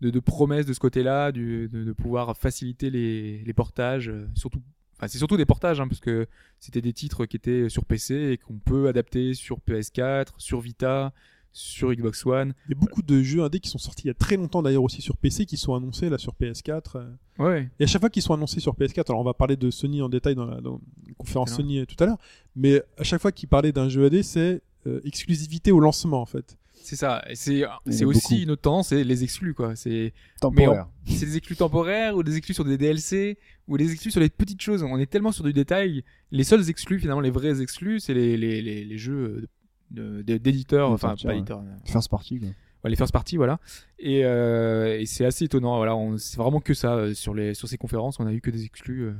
de, de promesses de ce côté-là, du- de, de pouvoir faciliter les, les portages, euh, surtout. Enfin, c'est surtout des portages, hein, parce que c'était des titres qui étaient sur PC et qu'on peut adapter sur PS4, sur Vita, sur Xbox One.
Il y a beaucoup de jeux indés qui sont sortis il y a très longtemps d'ailleurs aussi sur PC qui sont annoncés là sur PS4. euh,
Ouais.
Et à chaque fois qu'ils sont annoncés sur PS4, alors on va parler de Sony en détail dans la, dans la conférence
Tout à
Sony euh, tout à l'heure, mais à chaque fois qu'ils parlaient d'un jeu AD, c'est euh, exclusivité au lancement en fait.
C'est ça. Et C'est
Il y
c'est
en a
aussi
beaucoup.
une autre tendance, c'est les exclus, quoi. C'est
Temporaire.
c'est des exclus temporaires ou des exclus sur des DLC ou des exclus sur les petites choses. On est tellement sur du détail. Les seuls exclus, finalement, les vrais exclus, c'est les, les, les, les jeux de- de- d'éditeurs,
De
enfin,
sortir,
pas
ouais.
d'éditeurs. euh,
First party, quoi.
les first parties, voilà. Et, euh, et c'est assez étonnant. Voilà, on- c'est vraiment que ça euh, sur les sur ces conférences. On a eu que des exclus. euh.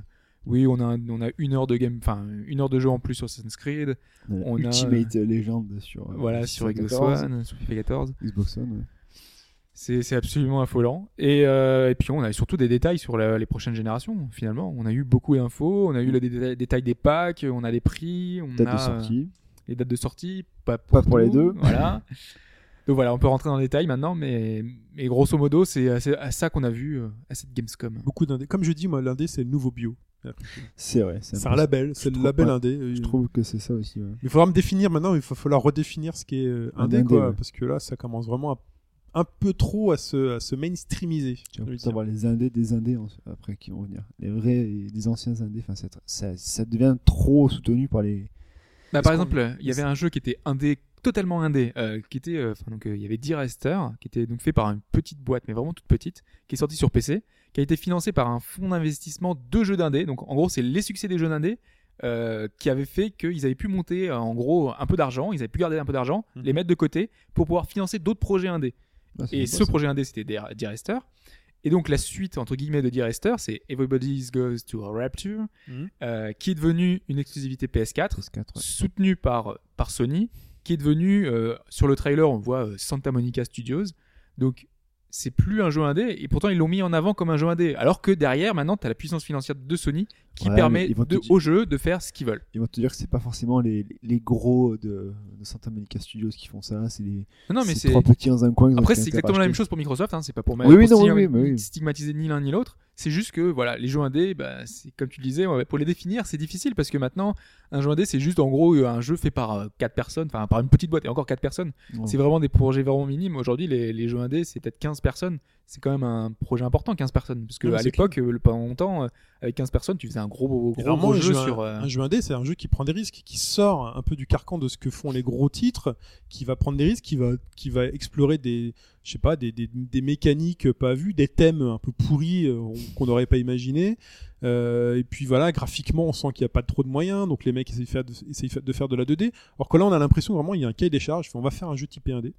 Oui, on a un- on a une heure de game, enfin une heure de jeu en plus sur Assassin's Creed. On a-
Euh, Ultimate Legend sur, euh,
voilà, sur Xbox
14,
One, sur FIFA 14.
Xbox One, ouais.
C'est c'est absolument affolant. Et, euh, et puis on a surtout des détails sur la- les prochaines générations. Finalement, on a eu beaucoup d'infos. On a eu les déta- détails des packs. On a les prix. On
Date
a
de
euh,
sortie.
les dates de sortie, pas
Pas
pour,
pour les
tout,
deux. [LAUGHS]
Voilà. Donc voilà, on peut rentrer dans le détail maintenant, mais, mais grosso modo, c'est à c'est à ça qu'on a vu euh, à cette Gamescom.
Beaucoup d'indés. Comme je dis, moi, l'indé, c'est le nouveau bio.
C'est vrai. C'est
C'est un
impressionnant.
label, c'est le
trouve,
label
ouais.
indé. euh,
Je trouve que c'est ça aussi. ouais.
Il faudra me définir maintenant, il va falloir redéfinir ce qui est euh,
Un
indé,
indé,
quoi,
ouais.
parce que là, ça commence vraiment à- un peu trop à se, à se mainstreamiser.
Tu vas
j'ai envie de
plus avoir les indés des indés en- après qui vont venir. Les vrais et les anciens indés. Enfin, c'est tr- ça, ça devient trop soutenu par les.
Bah, par
qu'on-
exemple, euh, il y avait un jeu qui était indé, totalement indé, euh, qui était, euh, enfin, donc, euh, il y avait D-Rester, qui était donc fait par une petite boîte, mais vraiment toute petite, qui est sortie sur PC, qui a été financé par un fonds d'investissement de jeux d'indé. Donc en gros, c'est les succès des jeux d'indé. euh, qui avaient fait qu'ils avaient pu monter euh, en gros un peu d'argent, ils avaient pu garder un peu d'argent,
Mhm.
les mettre de côté pour pouvoir financer d'autres projets indés.
Ah, c'est
Et
sympa,
ce
ça.
projet indé, c'était Dear Dear Esther. Et donc la suite, entre guillemets, de Dear Esther, c'est Everybody's Goes to Rapture,
Mhm.
euh, qui est devenu une exclusivité PS4,
PS4, ouais.
soutenue par, par Sony, qui est devenue, euh, sur le trailer, on voit euh, Santa Monica Studios. Donc c'est plus un jeu indé, et pourtant ils l'ont mis en avant comme un jeu indé. Alors que derrière, maintenant, tu as la puissance financière de Sony qui
Ouais, mais
permet
ils vont te
de,
dire-
aux jeux de faire ce qu'ils veulent.
Ils vont te dire que c'est pas forcément les, les gros de, de Santa Monica Studios qui font ça. C'est les
Non, non, mais
ces
c'est.
trois petits dans un coin. ils ont
Après,
été
c'est exactement la
rachetés.
même chose pour Microsoft, hein, c'est pas pour, ma-
Oui, oui,
pour
non,
stigma-
oui, oui, mais oui.
stigmatiser ni l'un ni l'autre. C'est juste que voilà, les jeux indés, bah, c'est- comme tu le disais, ouais, pour les définir, c'est difficile parce que maintenant, un jeu indé, c'est juste en gros un jeu fait par euh, quatre personnes, enfin par une petite boîte et encore quatre personnes.
Ouais.
C'est vraiment des projets vraiment minimes. Aujourd'hui, les, les jeux indés, c'est peut-être 15 personnes. C'est quand même un projet important, 15 personnes. Parce que
Non, mais
à
c'est
l'époque, euh, pendant longtemps, euh, avec 15 personnes, tu faisais un gros, gros,
Et
gros,
rarement,
gros
un
jeu
un-
sur. euh,
un jeu indé, c'est un jeu qui prend des risques, qui sort un peu du carcan de ce que font les gros titres, qui va prendre des risques, qui va, qui va explorer des, je sais pas, des, des, des mécaniques pas vues, des thèmes un peu pourris euh, qu'on n'aurait pas imaginé. Euh, et puis voilà, graphiquement, on sent qu'il n'y a pas trop de moyens, donc les mecs essayent de faire de, essayent de faire de la 2D. Alors que là, on a l'impression vraiment il y a un cahier des charges. On va faire un jeu typé 1D.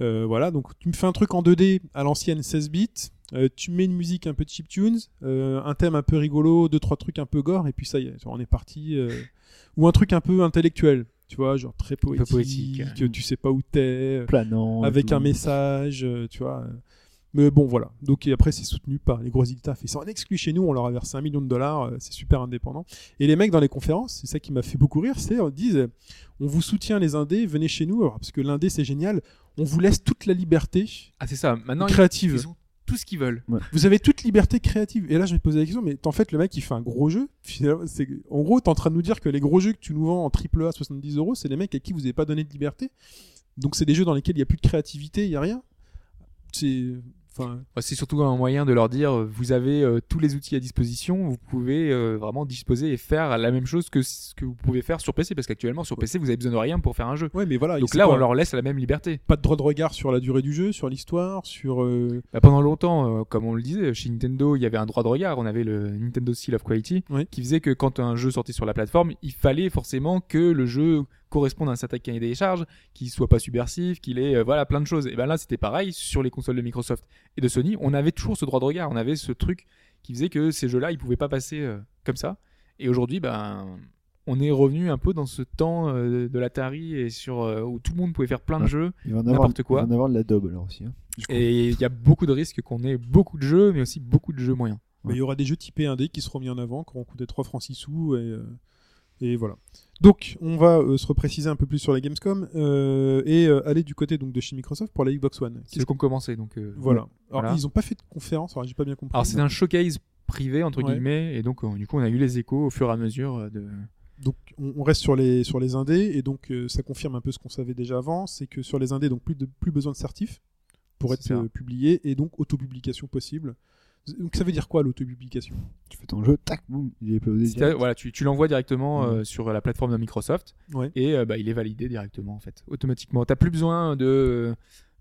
Euh, voilà, donc tu me fais un truc en 2D à l'ancienne 16 bits, euh, tu mets une musique un peu chiptunes, euh, un thème un peu rigolo, deux trois trucs un peu gore, et puis ça y est, genre, on est parti. euh, ou un truc un peu intellectuel, tu vois, genre très
peu
poétique,
poétique,
ouais.
tu sais pas où t'es, euh,
planant. et
avec
tout.
un message, euh, tu vois. euh. Mais bon, voilà. Donc et après, c'est soutenu par les gros éditeurs. Ils sont en exclu chez nous, on leur a versé un million de dollars, euh, c'est super indépendant. Et les mecs dans les conférences, c'est ça qui m'a fait beaucoup rire, c'est on disent euh, on vous soutient les indés, venez chez nous, alors, parce que l'indé c'est génial, on vous laisse toute la liberté
Ah, c'est ça. Maintenant, ils,
créative.
ils ont tout ce qu'ils veulent.
Vous avez toute liberté créative. Et là, je me posais la question, mais en fait, le mec, il fait un gros jeu. Finalement, c'est- En gros, t'es en train de nous dire que les gros jeux que tu nous vends en triple A 70 euros, c'est les mecs à qui vous avez pas donné de liberté. Donc, c'est des jeux dans lesquels il y a plus de créativité, il y a rien. C'est. Enfin,
Bah, C'est surtout un moyen de leur dire euh, vous avez euh, tous les outils à disposition, vous pouvez euh, vraiment disposer et faire la même chose que ce que vous pouvez faire sur PC, parce qu'actuellement sur PC vous avez besoin de rien pour faire un jeu.
ouais, mais voilà.
Donc
c'est
là,
Ah, pas,
on leur laisse la même liberté.
pas de droit de regard sur la durée du jeu, sur l'histoire, sur. euh,
Bah, pendant longtemps, euh, comme on le disait, chez Nintendo, il y avait un droit de regard. On avait le Nintendo Seal of Quality,
Oui.
qui faisait que quand un jeu sortait sur la plateforme, il fallait forcément que le jeu corresponde à un certain cahier des charges, qu'il soit pas subversif, qu'il ait euh, voilà plein de choses. Et ben là, c'était pareil sur les consoles de Microsoft et de Sony. On avait toujours ce droit de regard. On avait ce truc qui faisait que ces jeux-là, ils pouvaient pas passer euh, comme ça. Et aujourd'hui, ben on est revenu un peu dans ce temps euh, de l'Atari et sur euh, où tout le monde pouvait faire plein de
Ouais.
jeux.
Il va en avoir-
n'importe quoi.
Il va en avoir de la daube alors aussi. hein. Je crois.
Et il y a beaucoup de risques qu'on ait beaucoup de jeux, mais aussi beaucoup de jeux moyens.
mais il y aura des jeux typés indé qui seront mis en avant, qui auront coûté 3 francs 6 sous et. euh, Et voilà. Donc, on va euh, se repréciser un peu plus sur la Gamescom euh, et euh, aller du côté donc de chez Microsoft pour la Xbox One.
C'est qu'on commençait. Donc, euh,
Voilà. Alors,
Voilà.
ils ont pas fait de conférence, alors j'ai pas bien compris.
Alors, c'est un showcase privé, entre
Ouais.
guillemets, et donc, euh, du coup, on a eu les échos au fur et à mesure euh, de.
Donc, on on reste sur les, sur les indés, et donc euh, ça confirme un peu ce qu'on savait déjà avant c'est que sur les indés, donc plus, de, plus besoin de certif pour
C'est
être
ça.
euh, publié, et donc autopublication possible. Donc, ça veut dire quoi l'autopublication
Tu fais ton jeu, tac, boum, il est uploadé.
C'est-à-dire,
direct.
Voilà, tu, tu l'envoies directement
Mhm.
euh, sur la plateforme de Microsoft,
Mmh. Ouais.
et euh, bah, il est validé directement, en fait, automatiquement. T'as plus besoin de,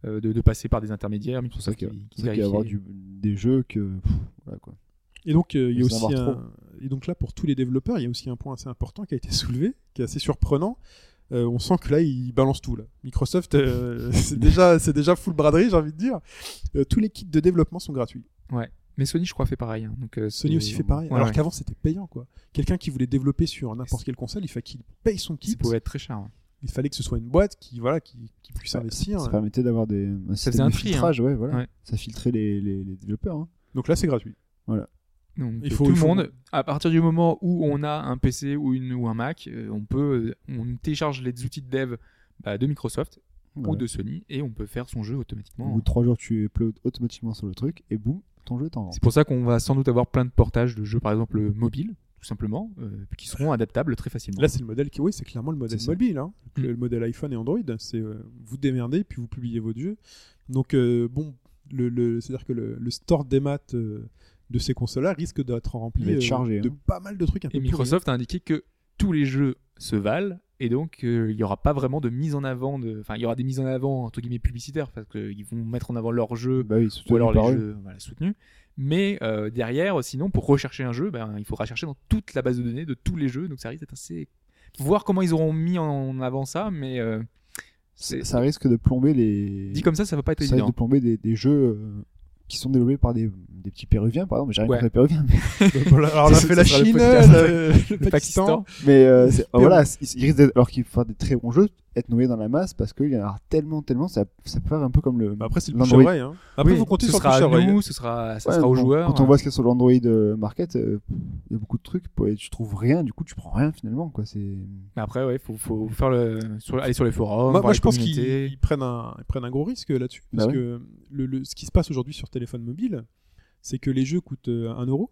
euh, de, de passer par des intermédiaires,
C'est
Microsoft
vrai
qui, qui
qu'il va y
vérifie.
avoir du- des jeux que. pff, voilà quoi.
Et donc, euh, il y a
Faut savoir
aussi un-
trop.
Et donc là, pour tous les développeurs, il y a aussi un point assez important qui a été soulevé, qui est assez surprenant. Euh, on sent que là, ils balancent tout. Là. Microsoft, euh, [LAUGHS] c'est déjà, c'est déjà full braderie, j'ai envie de dire. Euh, tous les kits de développement sont gratuits.
Mais Sony, je crois, fait pareil. hein. Donc, euh,
Sony
c'est-
aussi fait pareil.
Ouais,
alors
ouais.
qu'avant, c'était payant, quoi. Quelqu'un qui voulait développer sur n'importe quelle console, il fallait qu'il paye son kit.
Ça pouvait être très cher. hein. ouais.
Il fallait que ce soit une boîte qui, voilà, qui, qui puisse
Ouais,
investir.
Ça permettait d'avoir des un
faisait un
système de
tri, hein.
filtrage, ouais, voilà.
Ouais.
Ça filtrait les, les, les développeurs. hein.
Donc là, c'est gratuit.
Donc,
Il
euh,
faut-
tout
il
le
faut-
monde, à partir du moment où on a un PC ou, une, ou un Mac, euh, on peut, euh, on télécharge les outils de dev bah, de Microsoft ou
Voilà.
de Sony et on peut faire son jeu automatiquement.
Au bout de trois jours, tu uploads automatiquement sur le truc et boum, ton jeu est en vente.
C'est pour ça qu'on va sans doute avoir plein de portages de jeux, par exemple mobiles, tout simplement, euh, qui seront adaptables très facilement.
Là, c'est le modèle qui, oui, c'est clairement le modèle
C'est ça.
mobile. hein.
Mm.
Le, le modèle iPhone et Android, c'est euh, vous démerdez puis vous publiez votre jeu. Donc euh, bon, le, le- c'est-à-dire que le, le store des maths euh, de ces consoles-là risque d'être rempli euh,
Il va être chargé,
de
hein.
pas mal de trucs. Un peu
et Microsoft a indiqué que tous les jeux se valent et donc euh, il n'y aura pas vraiment de mise en avant, de... enfin il y aura des mises en avant entre guillemets publicitaires parce qu'ils vont mettre en avant leur jeu
Bah oui,
ou alors les
par eux.
jeux voilà, soutenus. Mais euh, derrière, sinon pour rechercher un jeu, ben, il faudra chercher dans toute la base de données de tous les jeux, donc ça risque d'être assez... Voir comment ils auront mis en avant ça, mais euh, c'est-
Ça risque de plomber les.
dit comme ça, ça va pas être
ça risque
évident.
de plomber des, des jeux euh, qui sont développés par des, des petits Péruviens, par exemple. J'ai rien
Ouais.
contre les Péruviens, mais,
Voilà, alors on a
[LAUGHS] Ce
fait la
sera le
Chine,
podcast.
le, le
[LAUGHS] Le
Pakistan.
mais, euh, c'est-
Pérou.
voilà, c'est- ils risquent d'être- alors qu'ils font des très bons jeux, être noyés dans la masse parce qu'il y en a tellement, tellement, ça, ça peut faire un peu comme le.
Bah Après, c'est le
l'Android.
bouche à oreille. hein. Après,
Oui,
vous comptez
ce
sur le
sera
bouche à
à
oreille.
nous, ce sera, ça
Ouais,
sera aux
bon,
joueurs.
Quand on
euh,
voit ce qu'il y a sur l'Android euh, Market, euh, il y a beaucoup de trucs et tu trouves rien, du coup tu prends rien finalement. Quoi. C'est...
Mais après, ouais, faut, faut faire le, sur- aller sur les
Moi,
forums. voir
moi,
les
je pense qu'ils
communautés.
ils prennent un, ils prennent un gros risque là-dessus.
Bah
Parce
ouais.
que le, le- ce qui se passe aujourd'hui sur téléphone mobile, c'est que les jeux coûtent euh, 1 euro.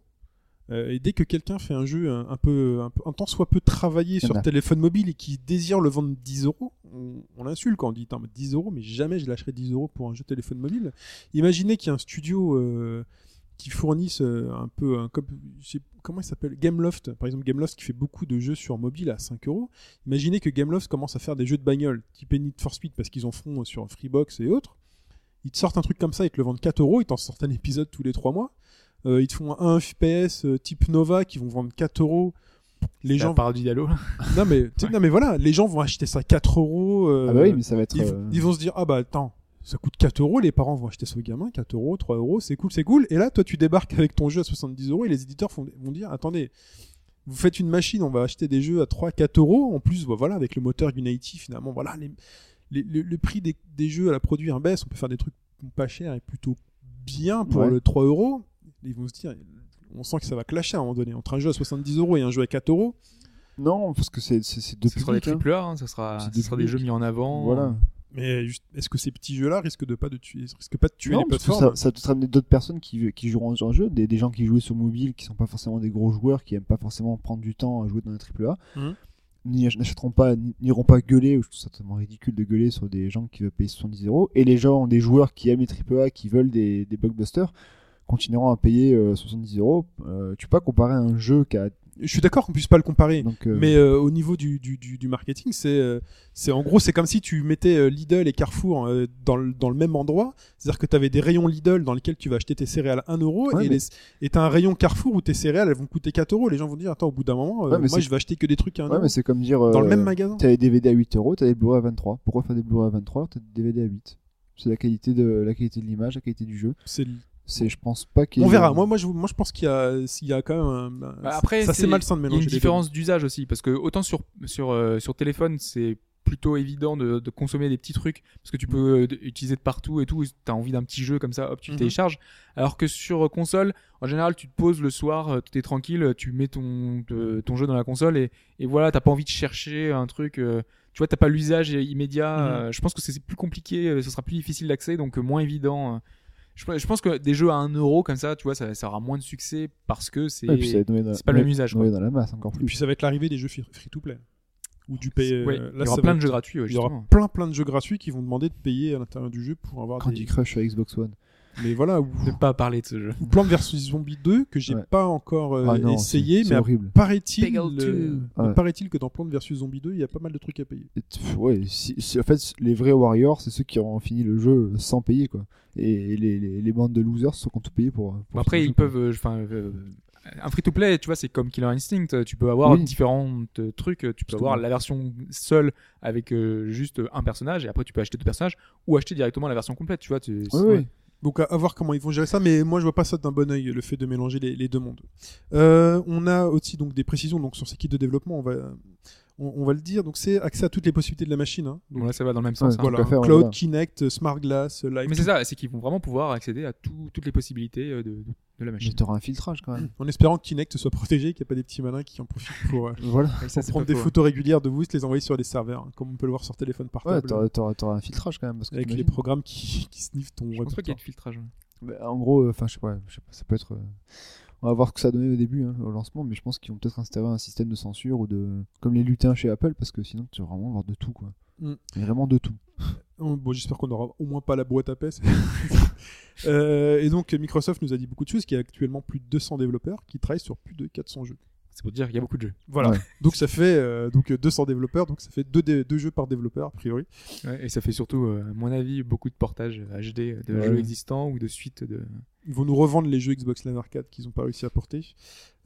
Euh, et dès que quelqu'un fait un jeu un, un peu, un peu, un tant soit peu travaillé
y en
sur
a.
téléphone mobile et qui désire le vendre 10 euros, on, on l'insulte quand on dit Tain, mais 10 euros, mais jamais je lâcherai 10 euros pour un jeu téléphone mobile. Imaginez qu'il y a un studio euh, qui fournisse euh, un peu un cop- je sais- comment il s'appelle Gameloft, par exemple Gameloft qui fait beaucoup de jeux sur mobile à 5 euros. Imaginez que Gameloft commence à faire des jeux de bagnole, type Need for Speed, parce qu'ils en feront sur Freebox et autres. Ils te sortent un truc comme ça, ils te le vendent 4 euros, ils t'en sortent un épisode tous les 3 mois. Euh, ils te font un FPS euh, type Nova qui vont vendre 4 euros. Les
Bah,
La
gens,
part du Diallo.
non mais,
[LAUGHS]
tu sais, non mais voilà, les gens vont acheter ça 4 euros. euh,
ah bah oui, mais ça va être.
ils,
euh,
ils vont se dire ah bah attends, ça coûte 4 euros, les parents vont acheter ça aux gamins, 4 euros, 3 euros, c'est cool, c'est cool. Et là, toi, tu débarques avec ton jeu à 70 euros et les éditeurs font- vont dire attendez, vous faites une machine, on va acheter des jeux à 3, 4 euros. En plus, bah, voilà, avec le moteur Unity, finalement, voilà, les, les- le, le prix des, des jeux à la produire baisse, on peut faire des trucs pas chers et plutôt bien pour
Ouais.
le 3 euros. Ils vont se dire. On sent que ça va clasher à un moment donné. Entre un jeu à 70 euros et un jeu à 4 euros,
Non, parce que c'est, c'est, c'est deux
Ce sera des
publics, hein.
triple A, hein, ça sera,
C'est
ça
des
sera des
publics.
jeux mis en avant.
Voilà.
mais juste- est-ce que ces petits jeux-là risquent de pas de tuer, risquent pas de tuer
Non,
les
parce que
plateformes
ça, ça peut te ramener d'autres personnes qui, qui joueront sur le jeu, des, des gens qui jouaient sur mobile, qui sont pas forcément des gros joueurs, qui aiment pas forcément prendre du temps à jouer dans un triple A,
Mhm.
n'y ach- n'achèteront pas, ni- n'iront pas gueuler, ou je trouve ça tellement ridicule de gueuler sur des gens qui veulent payer 70 euros, et les gens, des joueurs qui aiment les triple A, qui veulent des, des blockbusters, continueront à payer euh, 70 euros. Euh, tu peux pas comparer un jeu qui a.
Je suis d'accord qu'on puisse pas le comparer,
Donc, euh,
mais euh, au niveau du, du, du, du marketing, c'est euh, c'est en gros c'est comme si tu mettais euh, Lidl et Carrefour euh, dans, le, dans le même endroit, c'est-à-dire que tu avais des rayons Lidl dans lesquels tu vas acheter tes céréales à 1 euro
Ouais,
et
mais-
les- et t'as un rayon Carrefour où tes céréales elles vont coûter 4 euros. Les gens vont dire attends au bout d'un moment, euh,
Ouais, mais
moi
c'est-
je vais acheter que des trucs à 1
ouais, mais c'est comme dire.
dans le
euh,
même magasin.
T'as les DVD à 8 euros, t'as les Blu-ray à 23. Pourquoi faire des Blu-ray à 23 alors que t'as des DVD à 8 C'est la qualité de la qualité de l'image, la qualité du jeu.
C'est-
C'est, je pense pas qu'il. y
On
ait-
verra. Moi moi je moi je pense qu'il y a s'il y a quand même un- un-
Bah, après,
ça c'est
c'est-
malsain de
Il y a
mélanger
une
les deux.
différence d'usage aussi, parce que autant sur, sur, euh, sur téléphone, c'est plutôt évident de, de consommer des petits trucs, parce que tu peux euh, d- utiliser de partout et tout, t'as envie d'un petit jeu comme ça, hop, tu
Mhm.
télécharges. Alors que sur euh, console, en général, tu te poses le soir, euh, t'es tranquille, tu mets ton, te- ton jeu dans la console et, et voilà, t'as pas envie de chercher un truc. euh, tu vois, t'as pas l'usage immédiat.
Mhm.
euh, je pense que c'est c'est plus compliqué, euh, ce sera plus difficile d'accès, donc euh, moins évident. euh. Je, je pense que des jeux à 1 euro comme ça, tu vois, ça, ça aura moins de succès parce que c'est
Ouais, puis ça va être noyé dans-
c'est pas le même usage,
noyé dans la masse encore
Et
plus.
puis ça va être l'arrivée des jeux free to play ou du pay. euh,
Ouais,
là,
il y aura
ça
plein
va
de
être-
jeux gratuits, ouais,
Il y aura
Bah, justement.
plein plein de jeux gratuits qui vont demander de payer à l'intérieur du jeu pour avoir
Candy
des...
Crush sur Xbox One.
[LAUGHS] Mais voilà, ou,
Ne pas parler de ce jeu.
ou Plants vs Zombies 2 que j'ai
Ouais.
pas encore euh,
Ah non,
essayé,
c'est, c'est
mais
horrible.
paraît-il,
Peggle
euh,
two.
mais
Ouais.
paraît-il que dans Plants vs Zombies 2, il y a pas mal de trucs à payer.
Et t- pff, Ouais, si- si- en fait, les vrais warriors, c'est ceux qui auront fini le jeu sans payer quoi. Et les, les, les bandes de losers sont qu'on tout payé pour. pour
Bon, après,
ce jeu,
ils
quoi.
peuvent euh, enfin, euh, un free-to-play, tu vois, c'est comme Killer Instinct. euh, Tu peux avoir
Oui.
différents euh, trucs. Tu peux
Justement.
avoir la version seule avec euh, juste un personnage et après tu peux acheter deux personnages ou acheter directement la version complète. Tu vois, tu-
Oui,
c'est-
oui.
Donc à, à voir comment ils vont gérer ça, mais moi je vois pas ça d'un bon oeil, le fait de mélanger les, les deux mondes. Euh, on a aussi donc des précisions donc sur ces kits de développement, on va, on, on va le dire. Donc c'est accès à toutes les possibilités de la machine. hein.
Bon, là, ça va dans le même sens.
Ouais,
hein.
Voilà,
à fait,
hein,
ouais,
Cloud,
voilà.
Kinect, Smart Glass, euh, Live.
Mais c'est ça, c'est qu'ils vont vraiment pouvoir accéder à tout- toutes les possibilités euh, de, de la
Mais
machine.
t'auras un filtrage quand même.
En espérant que Kinect soit protégé, qu'il n'y a pas des petits malins qui en profitent pour, euh,
Voilà.
Et ça,
pour
c'est
prendre
pas
des
faux, hein.
photos régulières de vous et se les envoyer sur des serveurs, hein, comme on peut le voir sur téléphone
Ouais,
portable,
t'auras- t'auras t'auras un filtrage quand même. Parce que
avec les
t'imagines.
programmes qui, [LAUGHS] qui sniffent ton
Je pense pas qu'il y ait
répertoire.
de filtrage. hein.
Bah, en gros, enfin, je sais pas, je sais pas, ça peut être. euh, On va voir ce que ça donnait au début, hein, au lancement, mais je pense qu'ils vont peut-être installer un système de censure ou de. Comme les lutins chez Apple, parce que sinon, tu vas vraiment avoir de tout, quoi.
Mm.
Mais vraiment de tout.
Oh, Bon, j'espère qu'on n'aura au moins pas la boîte à paix. [LAUGHS] Euh, et donc Microsoft nous a dit beaucoup de choses, qu'il y a actuellement plus de 200 développeurs qui travaillent sur plus de 400 jeux.
C'est pour dire qu'il y a beaucoup de jeux.
Voilà.
Ouais.
Donc ça fait euh, donc euh, 200 développeurs, donc ça fait deux, dé- deux jeux par développeur a priori.
Ouais, et ça fait surtout, euh, à mon avis, beaucoup de portages euh, HD de
Ouais.
jeux existants ou de suites de.
Ils vont nous revendre les jeux Xbox Live Arcade qu'ils n'ont pas réussi à porter.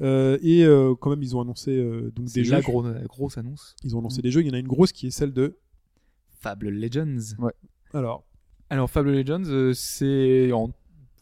Euh, et euh, quand même ils ont annoncé euh, donc
C'est
des
la
jeux.
gros- la grosse annonce.
Ils ont annoncé des jeux. Il y en a une grosse qui est celle de.
Fable Legends.
Alors
Alors Fable Legends, euh, c'est en-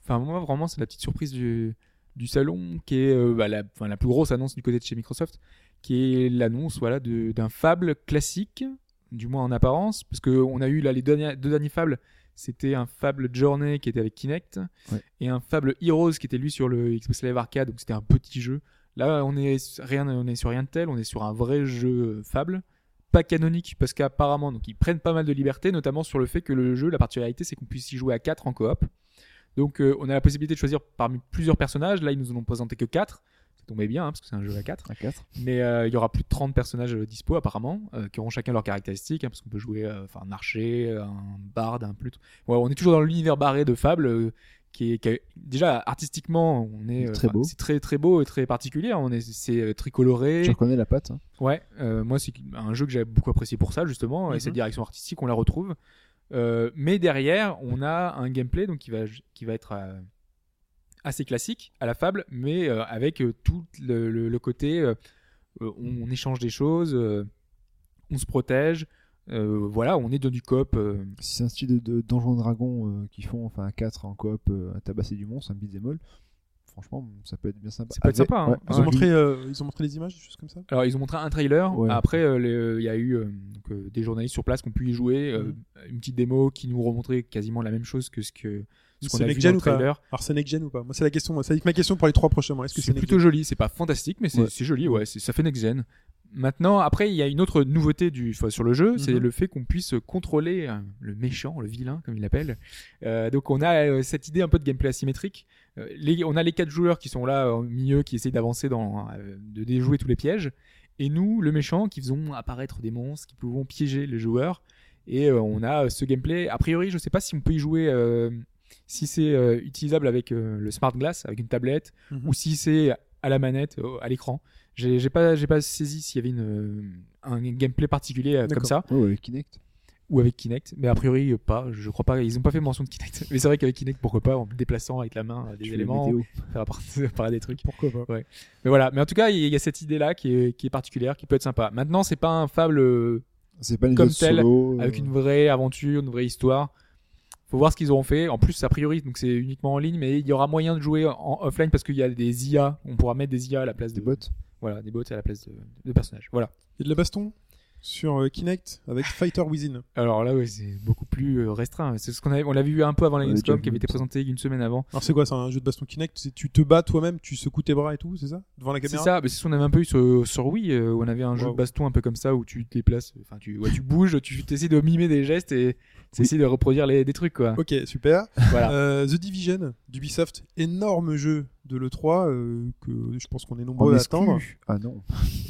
enfin moi vraiment c'est la petite surprise du, du salon qui est euh, bah, la, enfin, la plus grosse annonce du côté de chez Microsoft, qui est l'annonce voilà de- d'un Fable classique, du moins en apparence, parce que on a eu là les derniers- deux derniers Fables, c'était un Fable Journey qui était avec Kinect
Ouais.
et un Fable Heroes qui était lui sur le Xbox Live Arcade, donc c'était un petit jeu. Là on est rien, on est sur rien de tel, on est sur un vrai jeu euh, Fable pas canonique parce qu'apparemment donc ils prennent pas mal de liberté notamment sur le fait que le jeu la particularité c'est qu'on puisse y jouer à 4 en coop donc euh, on a la possibilité de choisir parmi plusieurs personnages là ils nous en ont présenté que 4 ça tombait bien hein, parce que c'est un jeu à 4
À 4.
mais euh, il y aura plus de 30 personnages euh, dispo apparemment, euh, qui auront chacun leurs caractéristiques, hein, parce qu'on peut jouer euh, enfin, un archer, un barde, un plutôt. Ouais, on est toujours dans l'univers barré de Fable, euh, qui est qui est- déjà artistiquement, on est euh,
Très
enfin,
beau.
c'est très très beau et très particulier. hein, On est c'est euh, très coloré.
Tu reconnais la patte. hein.
Ouais, euh, moi c'est un jeu que j'avais beaucoup apprécié pour ça justement, et
Mhm.
cette direction artistique on la retrouve. Euh, mais derrière, on a un gameplay donc qui va qui va être euh, assez classique à la fable, mais euh, avec euh, tout le, le- le côté euh, euh, on, on échange des choses, euh, on se protège, euh, voilà, on est dans du coop. euh,
Si c'est un style de, de Donjon Dragon euh, qui font enfin à 4 en coop euh, à tabasser du monstre, un beat'em all, franchement, ça peut être bien sympa.
Ça peut être
Avec-
sympa, hein.
ouais,
ils
Ah,
ont
avec-
montré euh, ils ont montré des images, des choses comme ça.
Alors ils ont montré un trailer.
Ouais.
Après, euh, les- euh, il y a eu euh, donc, euh, des journalistes sur place qui ont pu y jouer, euh,
Mhm.
une petite démo qui nous remontrait quasiment la même chose que ce que ce qu'on
C'est
a vu
next
dans
gen
le
ou pas
trailer.
Alors c'est next gen ou pas Moi c'est la question. moi. Ça va être ma question pour les trois prochains mois. Est-ce que
C'est
c'est next
plutôt joli, c'est pas fantastique, mais c'est
Ouais.
c'est joli, ouais, c'est- ça fait next-gen. Maintenant, après, il y a une autre nouveauté du, enfin, sur le jeu, c'est
Mhm.
le fait qu'on puisse contrôler euh, le méchant, le vilain, comme il l'appelle. Euh, donc, on a euh, cette idée un peu de gameplay asymétrique. Euh, les- on a les quatre joueurs qui sont là euh, au milieu, qui essayent d'avancer, dans, euh, de déjouer tous les pièges. Et nous, le méchant, qui faisons apparaître des monstres, qui pouvons piéger les joueurs. Et euh, on a euh, ce gameplay. A priori, je sais pas si on peut y jouer, euh, si c'est euh, utilisable avec euh, le smart glass, avec une tablette
Mhm.
ou si c'est à la manette, au- à l'écran. J'ai j'ai pas, j'ai pas saisi s'il y avait une, euh, un gameplay particulier euh, comme
D'accord.
ça
Ouais, ouais, avec Kinect.
ou avec Kinect, mais a priori euh, pas. Je crois pas. Ils ont pas fait mention de Kinect. [LAUGHS] Mais c'est vrai qu'avec Kinect, pourquoi pas en déplaçant avec la main euh, des
Tu fais la
éléments,
météo.
faire appara- apparaître [LAUGHS] des trucs.
Pourquoi pas
Mais voilà. Mais en tout cas, il y, a cette idée là qui est, qui est particulière, qui peut être sympa. Maintenant, c'est pas un fable euh,
C'est pas une
Comme
jeu
tel,
solo, euh,
avec une vraie aventure, une vraie histoire. Faut voir ce qu'ils auront fait. En plus, a priori, donc c'est uniquement en ligne, mais il y aura moyen de jouer en offline parce qu'il y a des IA. On pourra mettre des IA à la place
des
de,
bots.
voilà, des bots à la place de, de personnages. Voilà.
Il y a de la baston sur euh, Kinect avec Fighter Within.
Alors là, ouais, c'est beaucoup plus euh, restreint. C'est ce qu'on avait, on l'avait vu un peu avant la
On l'a
Gamescom,
déjà
qui
vu,
avait été
ça.
présenté une semaine avant.
Alors c'est quoi C'est un jeu de baston Kinect c'est- Tu te bats toi-même, tu secoues tes bras et tout, c'est ça Devant la
C'est
caméra
ça, mais c'est ce qu'on avait un peu eu sur, sur Wii, euh, où on avait un jeu
Wow.
de baston un peu comme ça, où tu te déplaces, enfin tu, ouais, tu bouges, tu essaies de mimer des gestes et tu essaies de reproduire les, des trucs, quoi.
Ok, super.
Voilà.
Euh, The Division d'Ubisoft, énorme jeu de l'E3 euh, que je pense qu'on est
En
nombreux à
exclu.
attendre.
Ah non.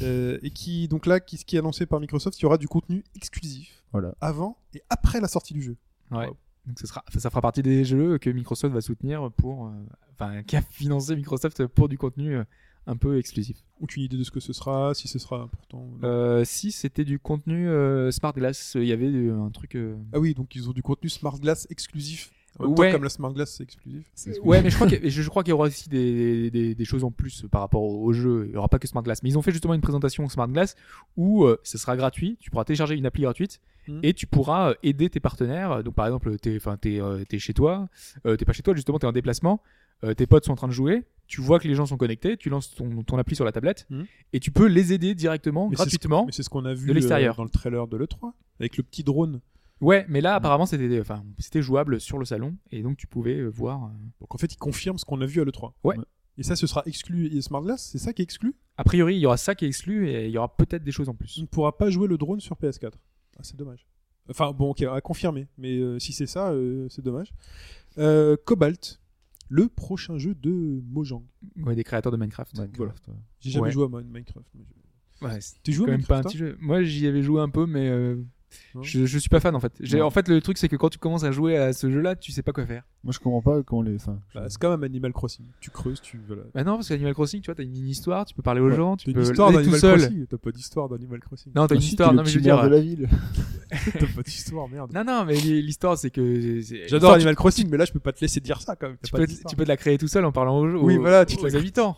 Euh, et qui, donc là, qui, ce qui est annoncé par Microsoft, il y aura du contenu exclusif
Voilà.
avant et après la sortie du jeu.
Ouais. Donc ça, sera, ça fera partie des jeux que Microsoft va soutenir pour. euh, Enfin, [LAUGHS] qui a financé Microsoft pour du contenu euh, un peu exclusif.
Aucune idée de ce que ce sera, si ce sera important. Non.
Euh, si c'était du contenu euh, Smart Glass, il y avait euh, un truc. euh,
Ah oui, donc ils ont du contenu Smart Glass exclusif En même temps,
Ouais.
comme la Smart Glass, c'est exclusif.
Ouais, mais je crois qu'il y a- je- je crois qu'il y aura aussi des, des- des choses en plus par rapport au, au jeu. Il n'y aura pas que Smart Glass. Mais ils ont fait justement une présentation Smart Glass où euh, ce sera gratuit. Tu pourras télécharger une appli gratuite
Mhm.
et tu pourras euh, aider tes partenaires. Donc, par exemple, t'es enfin, t'es, euh, t'es chez toi, euh, t'es pas chez toi, justement, t'es en déplacement, euh, tes potes sont en train de jouer. Tu vois que les gens sont connectés, tu lances ton, ton appli sur la tablette
Mhm.
et tu peux les aider directement,
Mais c'est ce-
gratuitement.
Mais c'est ce qu'on a vu
De l'extérieur.
euh, dans le trailer de l'E3, avec le petit drone.
Ouais, mais
Hmm.
là, apparemment, c'était enfin, c'était jouable sur le salon et donc tu pouvais euh, voir. euh,
Donc en fait, il confirme ce qu'on a vu à l'E3.
Ouais.
Et ça, ce sera exclu. Et Smart Glass, c'est ça qui est exclu
A priori, il y aura ça qui est exclu et il y aura peut-être des choses en plus.
On ne pourra pas jouer le drone sur PS4. Ah, c'est dommage. Enfin, bon, ok, à confirmer. Mais euh, si c'est ça, euh, c'est dommage. Euh, Cobalt, le prochain jeu de Mojang.
Ouais, des créateurs de Minecraft.
Minecraft, ouais.
J'ai jamais
Ouais.
joué à Mon- Minecraft. mais je-
Ouais, c'est
Tu joues
quand
à
même pas un
Minecraft
petit jeu. Moi, j'y avais joué un peu, mais euh,
Non.
je, je suis pas fan en fait. J'ai-
Non.
En fait, le truc, c'est que quand tu commences à jouer à ce jeu-là, tu sais pas quoi faire.
Moi, je comprends pas comment les. Enfin,
toi Bah, C'est quand même Animal Crossing. Tu creuses, tu. Voilà.
Bah non, parce qu'Animal Crossing, tu vois, t'as une mini histoire, tu peux parler aux
Ouais,
gens, tu
T'as
peux
une histoire
aller tout
d'Animal
seul.
Crossing. T'as pas d'histoire d'Animal
[LAUGHS]
Crossing.
Non, t'as une
Ah si, t'es
histoire,
le
non mais je
petit
veux
maire
dire. euh,
de la ville.
T'as pas d'histoire, merde.
Non, non, mais l'histoire, c'est que. c'est-
J'adore
Enfin,
Animal Crossing, mais là, je peux pas te laisser dire ça quand même. T'as
Tu, tu
pas
peux,
d'histoire.
tu peux te la créer tout seul en parlant aux,
Oui,
aux-
voilà, tu te la
aux
crées.
habitants.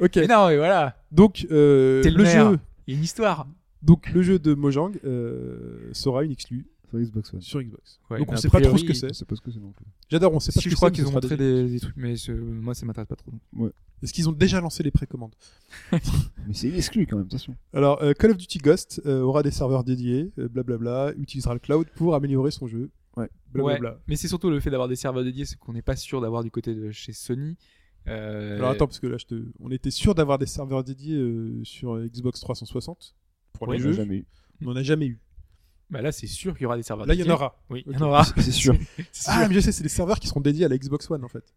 Ok.
Mais non, mais voilà,
Donc, euh,
T'es le
le
maire.
jeu.
il y a une histoire.
Donc le jeu de Mojang euh, sera une exclu
Sur Xbox One.
sur Xbox.
Ouais,
Donc on
mais a
sait pas trop
priori,
ce que
Je
c'est.
sais pas ce que c'est non plus.
J'adore, on sait pas
Si,
ce
je
que
crois
c'est,
qu'ils
mais
ont
ce sera
montré
des-
des, des trucs, mais ce- moi, ça m'intéresse pas trop.
Est-ce qu'ils ont déjà lancé les précommandes
Mais c'est exclu quand même, attention.
Alors euh, Call of Duty Ghost euh, aura des serveurs dédiés, euh, blablabla, utilisera le cloud pour améliorer son jeu.
Ouais.
Blablabla.
Mais c'est surtout le fait d'avoir des serveurs dédiés, ce qu'on n'est pas sûr d'avoir du côté de chez Sony. Euh,
Alors attends parce que là je te on était sûr d'avoir des serveurs dédiés euh, sur Xbox 360 pour
Oui,
les
On l'a
jeux,
jamais eu.
on en a jamais eu.
Bah là, c'est sûr qu'il y aura des serveurs
Là il y en
dédiés.
aura.
Oui, il
Ok.
y en aura.
[LAUGHS] C'est sûr.
C'est sûr.
Ah mais je sais, [LAUGHS] c'est les serveurs qui seront dédiés à la Xbox One en fait.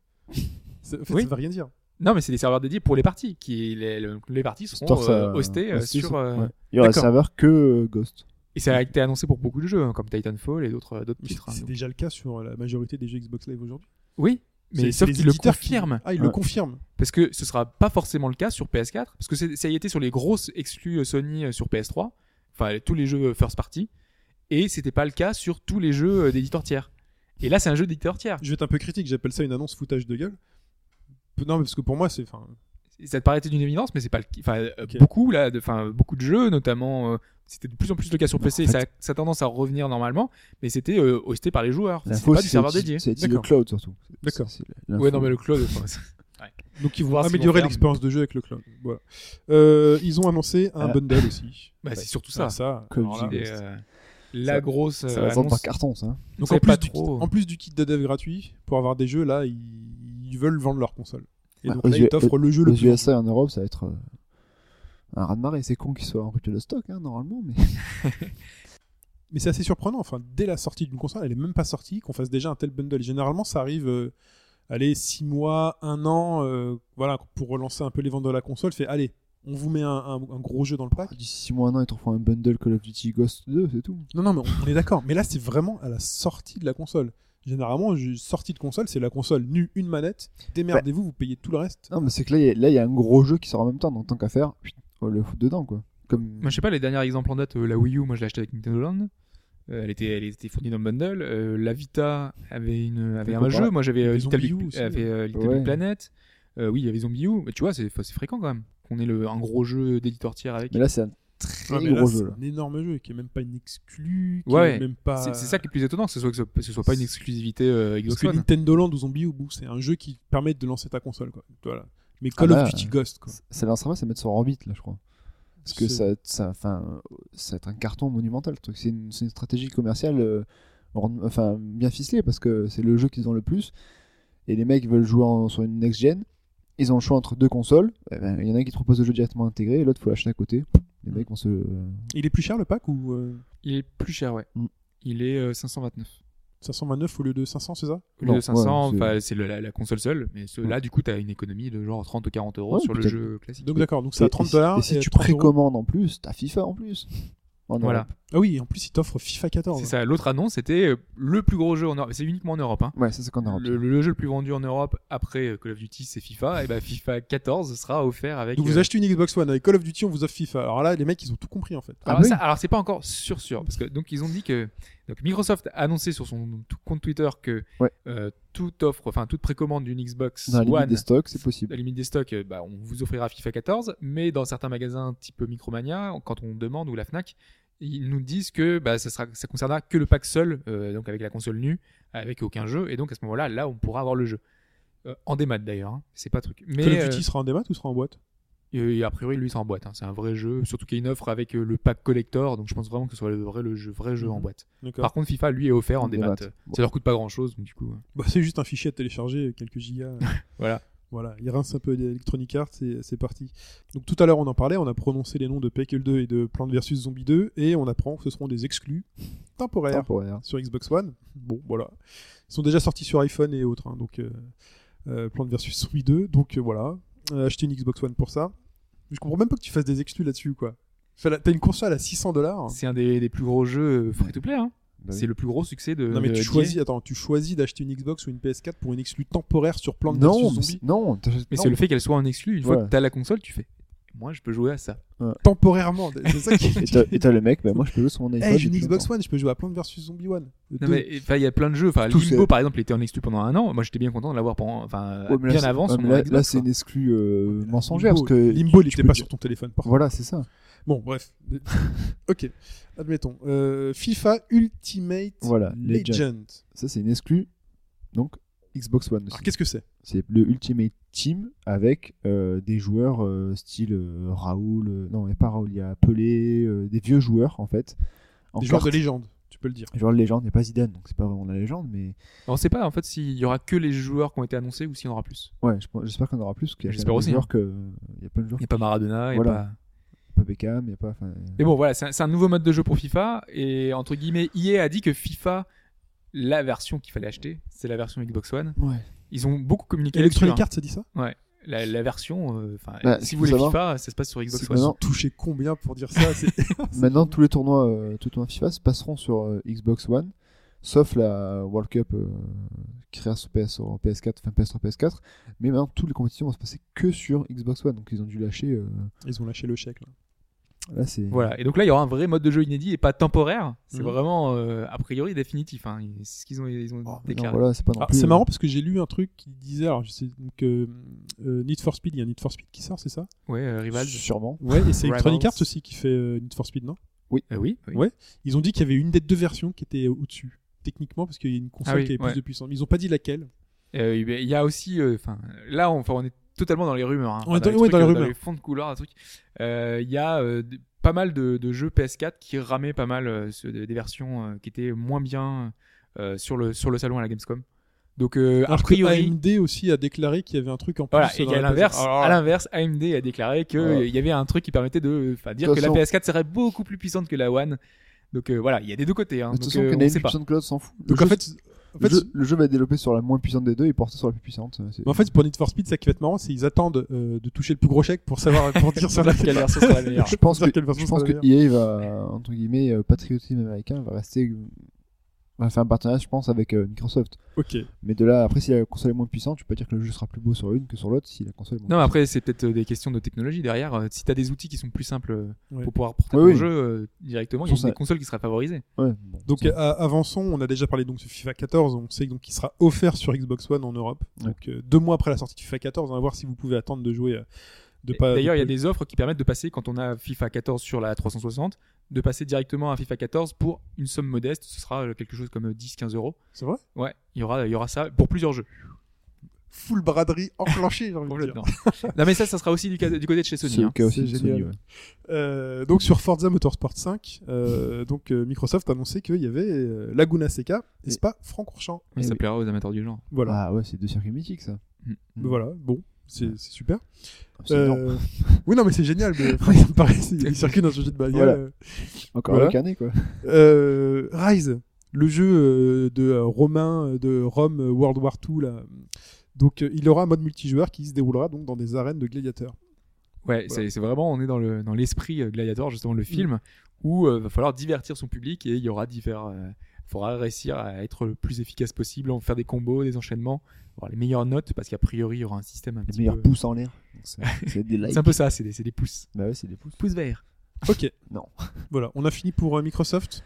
C'est- En fait,
Oui.
ça veut rien dire.
Non, mais c'est des serveurs dédiés pour les parties. Qui, les, le- les parties seront
Store, ça-
euh, hostées euh,
hosté
sur. euh,
ouais. Il y aura un
D'accord.
serveur que euh, Ghost.
Et ça a été annoncé pour beaucoup de jeux, hein, comme Titanfall et d'autres d'autres
Mais
titres.
C'est
hein,
c'est
donc.
déjà le cas sur la majorité des jeux Xbox Live aujourd'hui.
Oui, mais
C'est-
sauf
c'est les
qu'ils le
éditeurs qui-
confirment.
Ah, ils
Ouais.
le confirment.
Parce que ce sera pas forcément le cas sur PS4, parce que c'est- ça y était sur les grosses exclus euh, Sony euh, sur PS3, enfin tous les jeux euh, first party, et c'était pas le cas sur tous les jeux euh, d'éditeurs tiers. Et là, c'est un jeu d'éditeur tiers.
Je vais être un peu critique, j'appelle ça une annonce foutage de gueule. Peu- Non, mais parce que pour moi, c'est. enfin,
Ça te paraît être d'une évidence, mais c'est pas le. Enfin, euh,
Ok.
beaucoup là, de- enfin beaucoup de jeux, notamment. euh, c'était de plus en plus le cas sur PC,
Bah, en fait-
ça, ça a tendance à revenir normalement, mais c'était euh, hosté par les joueurs. C'est
L'info,
pas du
c'est
serveur
c'est-
dédié.
C'est c'est le
D'accord.
cloud surtout.
D'accord.
C'est- c'est l'info.
Ouais, non, mais le cloud. enfin, c'est-
Donc, ils vont
Voir ce qu'ils vont
améliorer
faire,
l'expérience de jeu avec le cloud. Voilà. Euh, ils ont annoncé un
Ah.
bundle aussi.
[LAUGHS] bah, c'est surtout
Ah,
ça.
ça.
Call of
alors là.
Duty.
C'est, euh, la
Ça-
grosse.
Ça
euh,
va vendre par
annonce.
carton, ça. hein.
On
Donc,
savait
en
pas
plus, du kit,
trop.
en plus du kit de dev gratuit, pour avoir des jeux, là, ils, ils veulent vendre leur console. Et
Bah,
donc,
aux
là,
U-
ils t'offrent le jeu le
Aux
plus.
USA et en Europe, ça va être euh, un raz de marée. C'est con qu'ils soient en rupture de stock, hein, normalement. [LAUGHS] Mais
Mais c'est assez surprenant. Enfin, dès la sortie d'une console, elle est même pas sortie, qu'on fasse déjà un tel bundle. Généralement, ça arrive. euh, Allez, 6 mois, 1 an, euh, voilà, pour relancer un peu les ventes de la console, fait allez, on vous met un, un- un gros jeu dans le pack.
d'ici 6 mois, 1 an, ils te refont un bundle Call of Duty Ghost 2, c'est tout.
Non, non, mais on- on est d'accord. Mais là, c'est vraiment à la sortie de la console. Généralement, ju- sortie de console, c'est la console nue, une manette. Démerdez-vous, vous payez tout le reste.
Non, mais c'est que là, il y a- là, il y a un gros jeu qui sort en même temps. Donc, tant qu'à faire, on va le foutre dedans, quoi. Comme...
Moi, je sais pas, les derniers exemples en date, euh, la Wii U, moi je l'ai achetée avec Nintendo Land. Euh, elle, était, elle était fournie dans le bundle. Euh, la Vita avait, une, avait
Fait
un
comparer.
jeu. Moi j'avais euh,
Les
Little,
Zombie
Big,
U aussi,
avait, euh, Little
Ouais.
Big Planet. Euh, oui, il y avait Zombie U. Mais tu vois, c'est enfin, c'est fréquent quand même qu'on ait le, un gros jeu d'éditeur tiers avec.
Mais là, c'est un très
Ouais, mais là,
gros
c'est
jeu. Là.
un énorme jeu qui est même pas une exclue. Qui
Ouais,
est
ouais.
même pas.
C'est c'est ça qui est plus étonnant, que ce soit, que ce, ce soit pas une exclusivité euh,
Parce
Xbox
que
One.
Nintendo Land ou Zombie au bout, c'est un jeu qui permet de lancer ta console, quoi. Voilà. Mais
Ah
Call
bah,
of Duty Ghost, quoi.
Ça lance pas, ça va mettre sur orbite, là, je crois. Parce que ça,
C'est-
ça, enfin, euh, ça va être un carton monumental. le truc. C'est une, c'est une stratégie commerciale euh, rend- enfin, bien ficelée parce que c'est le jeu qu'ils ont le plus. Et les mecs veulent jouer en- sur une next-gen. Ils ont le choix entre deux consoles. Eh ben, Il y en a qui te proposent le jeu directement intégré et l'autre, faut l'acheter à côté. Les
Mm.
mecs vont se. euh,
Il est plus cher le pack ou euh,
Il est plus cher, ouais.
Mm.
Il est euh, 529.
529 au lieu de 500, c'est ça
Au
Non,
lieu de 500,
ouais, c'est-
enfin, c'est le- la, la console seule. Mais ce- là, du coup, t'as une économie de genre 30 ou 40 euros
Ouais,
sur le
puis
jeu classique.
Donc d'accord, donc c'est à
et- et
30
si-
dollars.
Et si tu
30 euros.
précommandes en plus, t'as FIFA en plus. en
Voilà.
Europe.
Ah oui, en plus, il t'offre FIFA 14.
C'est ça. L'autre annonce était euh, le plus gros jeu en Europe. C'est uniquement en Europe. hein.
Ouais, ça, c'est qu'en Europe.
Le, le jeu le plus vendu en Europe après euh, Call of Duty, c'est FIFA. Et bah FIFA 14 sera offert avec.
Donc
euh,
vous achetez une Xbox One avec Call of Duty, on vous offre FIFA. Alors là, les mecs, ils ont tout compris en fait.
Ah
alors,
oui.
ça- alors, c'est pas encore sûr sûr parce que donc ils ont dit que donc Microsoft a annoncé sur son t- compte Twitter que
Ouais.
euh, toute offre, enfin toute précommande d'une Xbox
Dans la limite
One
des stocks, c'est possible.
la limite des stocks, euh, bah, on vous offrira FIFA 14, mais dans certains magasins type Micromania, quand on demande ou la Fnac, ils nous disent que bah, ça, sera, ça concernera que le pack seul, euh, donc avec la console nue, avec aucun jeu, et donc à ce moment-là, là, on pourra avoir le jeu. Euh, en démat d'ailleurs, hein, c'est pas un truc. Mais
Call of Duty sera en démat ou sera en boîte
euh, et a priori, lui, c'est en boîte, hein, c'est un vrai jeu, surtout qu'il y a une offre avec euh, le pack collector, donc je pense vraiment que ce soit le vrai, le jeu, vrai jeu en
Mhm.
boîte.
D'accord.
Par contre, FIFA, lui, est offert en
En
démat.
démat. Bon.
Ça leur coûte pas grand-chose, donc du coup. euh,
Bah, c'est juste un fichier à télécharger, quelques gigas.
[LAUGHS] Voilà.
Voilà, il rince un peu l'Electronic Arts et c'est parti. Donc tout à l'heure on en parlait, on a prononcé les noms de Pekl 2 et de Plants vs Zombie 2 et on apprend que ce seront des exclus
hein.
temporaires
Temporaire.
sur Xbox One. Bon voilà, ils sont déjà sortis sur iPhone et autres, hein, donc euh, euh, Plants vs Zombie 2, donc euh, voilà, Euh, acheter une Xbox One pour ça. Je comprends même pas que tu fasses des exclus là-dessus quoi. Fais la- T'as une console à 600 dollars.
C'est un des, des plus gros jeux euh, free-to-play, hein.
Bah oui.
c'est le plus gros succès de.
Non mais
de
tu
EA.
choisis, attends, tu choisis d'acheter une Xbox ou une PS4 pour une exclue temporaire sur Plants vs
Non, mais
Zombie.
c'est- non, t'achètes-
Mais
non.
c'est le fait qu'elle soit en exclu. Une fois
Voilà.
que t'as la console, tu fais. Moi, je peux jouer à ça.
Temporairement, c'est ça
[LAUGHS]
qui.
Et t'as- Et t'as le mec, bah moi je peux jouer sur mon iPhone.
Hey, j'ai une
depuis
Xbox
longtemps.
One, je peux jouer à Plants vs Zombie One. Le
Non,
deux.
mais enfin, il y a plein de jeux. Enfin,
Tout
Limbo,
c'est-
par exemple, était en exclu pendant un an. Moi, j'étais bien content de l'avoir pendant, enfin,
Ouais, mais là,
bien
c'est-
avant.
ouais,
son
mais là,
Xbox,
là, c'est
quoi.
une exclue euh, mensongère
Limbo,
parce que
Limbo, il
tu
était
peux
pas
dire-
sur ton téléphone. Par contre.
Voilà, c'est ça.
Bon, bref. ok, admettons. Euh, FIFA Ultimate
Voilà,
Legend.
Legend. Ça c'est une exclue. Donc Xbox One aussi.
Alors, qu'est-ce que c'est
C'est le Ultimate Team avec euh, des joueurs euh, style euh, Raoul, euh, non, mais pas Raoul, il y a Pelé, euh, des vieux joueurs en fait. En
Des joueurs de
cartes.
légende, tu peux le dire.
Des joueurs de légende, il n'y a pas Zidane, donc c'est pas vraiment de la légende, mais
On sait pas, en fait, s'il y aura que les joueurs qui ont été annoncés ou s'il y en aura plus.
ouais, je pense- j'espère qu'on en aura plus. parce qu'il y a
J'espère
plein de
aussi,
joueurs
hein.
que... Il y a plein de joueurs
Il n'y a pas Maradona. il y a
Voilà.
pas-
qui pas Beckham, il y a pas. enfin,
Mais bon, voilà, c'est un, c'est un nouveau mode de jeu pour FIFA. Et entre guillemets, EA a dit que FIFA, la version qu'il fallait acheter, c'est la version Xbox One.
Ouais.
Ils ont beaucoup communiqué là-dessus,
Electronic
hein.
Arts, ça dit ça
La, la version, euh, enfin,
Bah, ce
si
qu'il
vous voulez
faut savoir,
FIFA, ça se passe sur Xbox
c'est
One.
maintenant-
Toucher combien pour dire ça c'est-
Maintenant, tous les tournois, euh, tous les tournois FIFA se passeront sur euh, Xbox One, sauf la World Cup euh, qui reste sur PS, sur PS4, enfin PS3, PS4. Mais maintenant, toutes les compétitions vont se passer que sur Xbox One, donc ils ont dû lâcher. euh,
[LAUGHS] Ils ont lâché le chèque. Là.
là, c'est.
Voilà, et donc là, il y aura un vrai mode de jeu inédit et pas temporaire. C'est
Mhm.
vraiment, euh, a priori, définitif. hein. Ils- C'est ce qu'ils ont, ils ont
Non,
déclaré.
voilà, c'est pas non
Oh, Ah,
plus,
c'est
euh,
marrant parce que j'ai lu un truc qui disait alors je sais donc euh, euh, Need for Speed, il y a Need for Speed qui sort, c'est ça
Ouais, euh, Rivals.
Sûrement.
Ouais, et c'est Electronic
Rivals.
Arts aussi qui fait euh, Need for Speed, non
Euh, oui, oui.
Ouais. Ils ont dit qu'il y avait une des deux versions qui était euh, au-dessus, techniquement, parce qu'il y a une console
Ah oui,
qui avait
ouais.
plus de puissance. Mais ils ont pas dit laquelle.
Euh, Il y a aussi, euh, enfin, là, on, enfin, on est totalement dans les rumeurs. hein.
On est dans-
Enfin,
ouais,
trucs,
dans les
euh,
rumeurs.
les fonds de couloir, un truc. Euh, Il y a euh, d- pas mal de, de jeux PS4 qui ramaient pas mal euh, ceux de- des versions euh, qui étaient moins bien euh, sur le sur le salon à la Gamescom. Donc, euh, a
Alors que
priori.
AMD aussi a déclaré qu'il y avait un truc en plus. euh,
Voilà, et
dans
à
la
l'inverse,
Oh
PS4. Alors,
à l'inverse, AMD a déclaré qu'il
Voilà.
y avait un truc qui permettait de enfin, dire
De
que la
toute
PS4 serait beaucoup plus puissante que la One. Donc euh, voilà, il y a des deux côtés. Hein.
De toute
Donc,
façon,
euh,
qu'il y en
on
ait
sait
une
pas.
puissante que l'autre s'en fout. Le
Donc
jeu-
en fait, en
le
fait,
jeu, le jeu va être développé sur la moins puissante des deux et porté sur la plus puissante. c'est-
en fait, pour Need for Speed, c'est qui va être marrant, c'est qu'ils attendent euh, de toucher le plus gros chèque pour savoir pour
[LAUGHS]
dire sur la
Quelle version sera la meilleure
je pense
Dire
que,
quelle version
je pense
sera
que EA va, entre guillemets, euh, patriotisme américain, va rester. va faire un partenariat, je pense, avec euh, Microsoft.
Ok.
Mais de là, après, si la console est moins puissante, tu peux pas dire que le jeu sera plus beau sur une que sur l'autre si la console est moins
Non, mais
puissante.
après, c'est peut-être euh, des questions de technologie derrière. Euh, Si t'as des outils qui sont plus simples euh,
Ouais.
pour pouvoir porter
Oui,
ton
oui.
jeu euh, directement, il y
Sur
a des
ça.
consoles qui seraient favorisées.
Ouais, bon,
Donc
c'est-
euh,
à- avançons, on a déjà parlé donc de FIFA 14, on sait donc qu'il sera offert sur Xbox One en Europe.
Ouais.
Donc euh, deux mois après la sortie de FIFA 14, on va voir si vous pouvez attendre de jouer. euh, De
Et
pas,
D'ailleurs, il y a
de-
des offres qui permettent de passer, quand on a FIFA 14 sur la 360, de passer directement à FIFA 14 pour une somme modeste. Ce sera euh, quelque chose comme 10-15 euros.
C'est vrai
Ouais, il y aura, il y aura ça pour plusieurs jeux.
Full braderie enclenchée, j'ai envie de dire.
Complètement. non, mais ça, ça sera aussi du, cas- du côté de chez Sony.
c'est le
hein.
cas aussi
C'est
de Sony,
génial.
ouais.
Euh, donc sur Forza Motorsport 5,
[LAUGHS]
euh, donc euh, Microsoft a annoncé qu'il y avait euh, Laguna Seca et
Et-
Spa Francorchamps.
Mais
Eh
ça
oui.
plaira aux amateurs du genre.
Voilà,
Ah ouais, c'est deux circuits mythiques ça. Mm.
voilà, bon, c'est c'est super.
C'est
Euh,
énorme.
oui, non, mais c'est génial. Mais, enfin, ça me paraît, c'est il circule dans ce jeu de
Voilà.
bagnole.
Encore
voilà.
avec un nez, quoi.
Euh, Rise, le jeu euh, de euh, Romain euh, de Rome euh, World War II là. Donc euh, il aura un mode multijoueur qui se déroulera donc dans des arènes de gladiateurs.
Ouais, c'est- c'est vraiment, on est dans le dans l'esprit euh, Gladiator, justement,
Mm.
le film, où euh, va falloir divertir son public et il y aura divers. euh, faudra réussir à être le plus efficace possible, en faire des combos, des enchaînements, avoir les meilleures notes, parce qu'a priori, il y aura un système un
Les
petit
meilleurs
peu.
pouces en l'air. Donc,
[LAUGHS]
C'est c'est des likes.
C'est un peu ça, c'est des, c'est des pouces.
Bah ouais, c'est des pouces.
Pouces verts.
Ok.
Non.
Voilà, on a fini pour euh, Microsoft.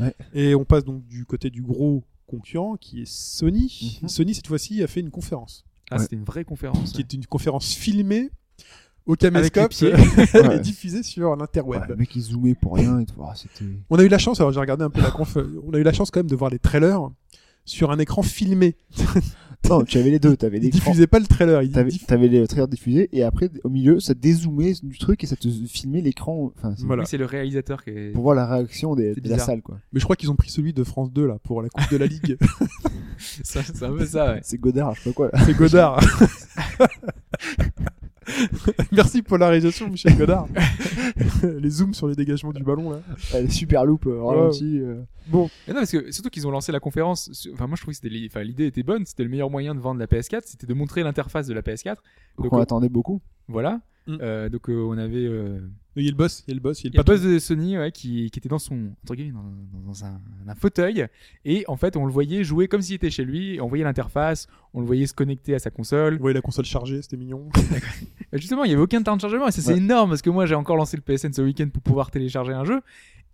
Ouais.
Et on passe donc du côté du gros concurrent qui est Sony.
Mhm.
Sony, cette fois-ci, a fait une conférence
Ah,
Ouais.
c'était une vraie conférence.
qui est une conférence filmée au
[LAUGHS] Avec les
caméscope
pieds.
euh,
[LAUGHS] Elle est
Ouais.
diffusée sur
Ouais,
l'interweb.
le mec il zoomait pour rien et tout.
[LAUGHS]
Ah, c'était.
On a eu la chance, alors j'ai regardé un peu la conf, euh, on a eu la chance quand même de voir les trailers sur un écran filmé.
Non, tu avais les deux. T'avais
Ils
les grands-
diffusaient pas le trailer, ils
T'avais
diff-
t'avais les trailers diffusés et après au milieu ça dézoomait du truc et ça te filmait l'écran. Enfin, c'est-
Voilà.
Oui, c'est le réalisateur qui est.
pour voir la réaction des,
C'est
de la
bizarre.
salle quoi.
Mais je crois qu'ils ont pris celui de France 2 là pour la Coupe de la Ligue.
[LAUGHS]
[LAUGHS]
Ça- C'est un peu ça,
[LAUGHS]
ouais.
C'est Godard, je sais pas quoi.
[LAUGHS]
C'est Godard. [LAUGHS] Merci pour la réalisation, Michel
[LAUGHS]
Godard. les zooms sur les dégagements du ballon là.
Elle est super loupe, euh, ralenti. euh.
Mais non, parce que surtout qu'ils ont lancé la conférence. sur- Enfin, moi, je trouvais que c'était li- enfin, l'idée était bonne. C'était le meilleur moyen de vendre la PS4. C'était de montrer l'interface de la PS4.
Donc,
Donc,
on
euh,
attendait beaucoup.
Voilà.
Mm.
Euh, donc, euh, on avait. euh,
Il y a le boss, il y a le boss, il y a
Il
le
y a le
patron.
boss de Sony ouais, qui, qui était dans son entre guillemets, dans, dans- dans un, un fauteuil et en fait on le voyait jouer comme s'il était chez lui on voyait l'interface on le voyait se connecter à sa console
Vous voyez la console chargée, c'était mignon.
Et justement il n'y avait aucun temps de chargement et ça c'est
Ouais.
énorme parce que moi j'ai encore lancé le PSN ce week-end pour pouvoir télécharger un jeu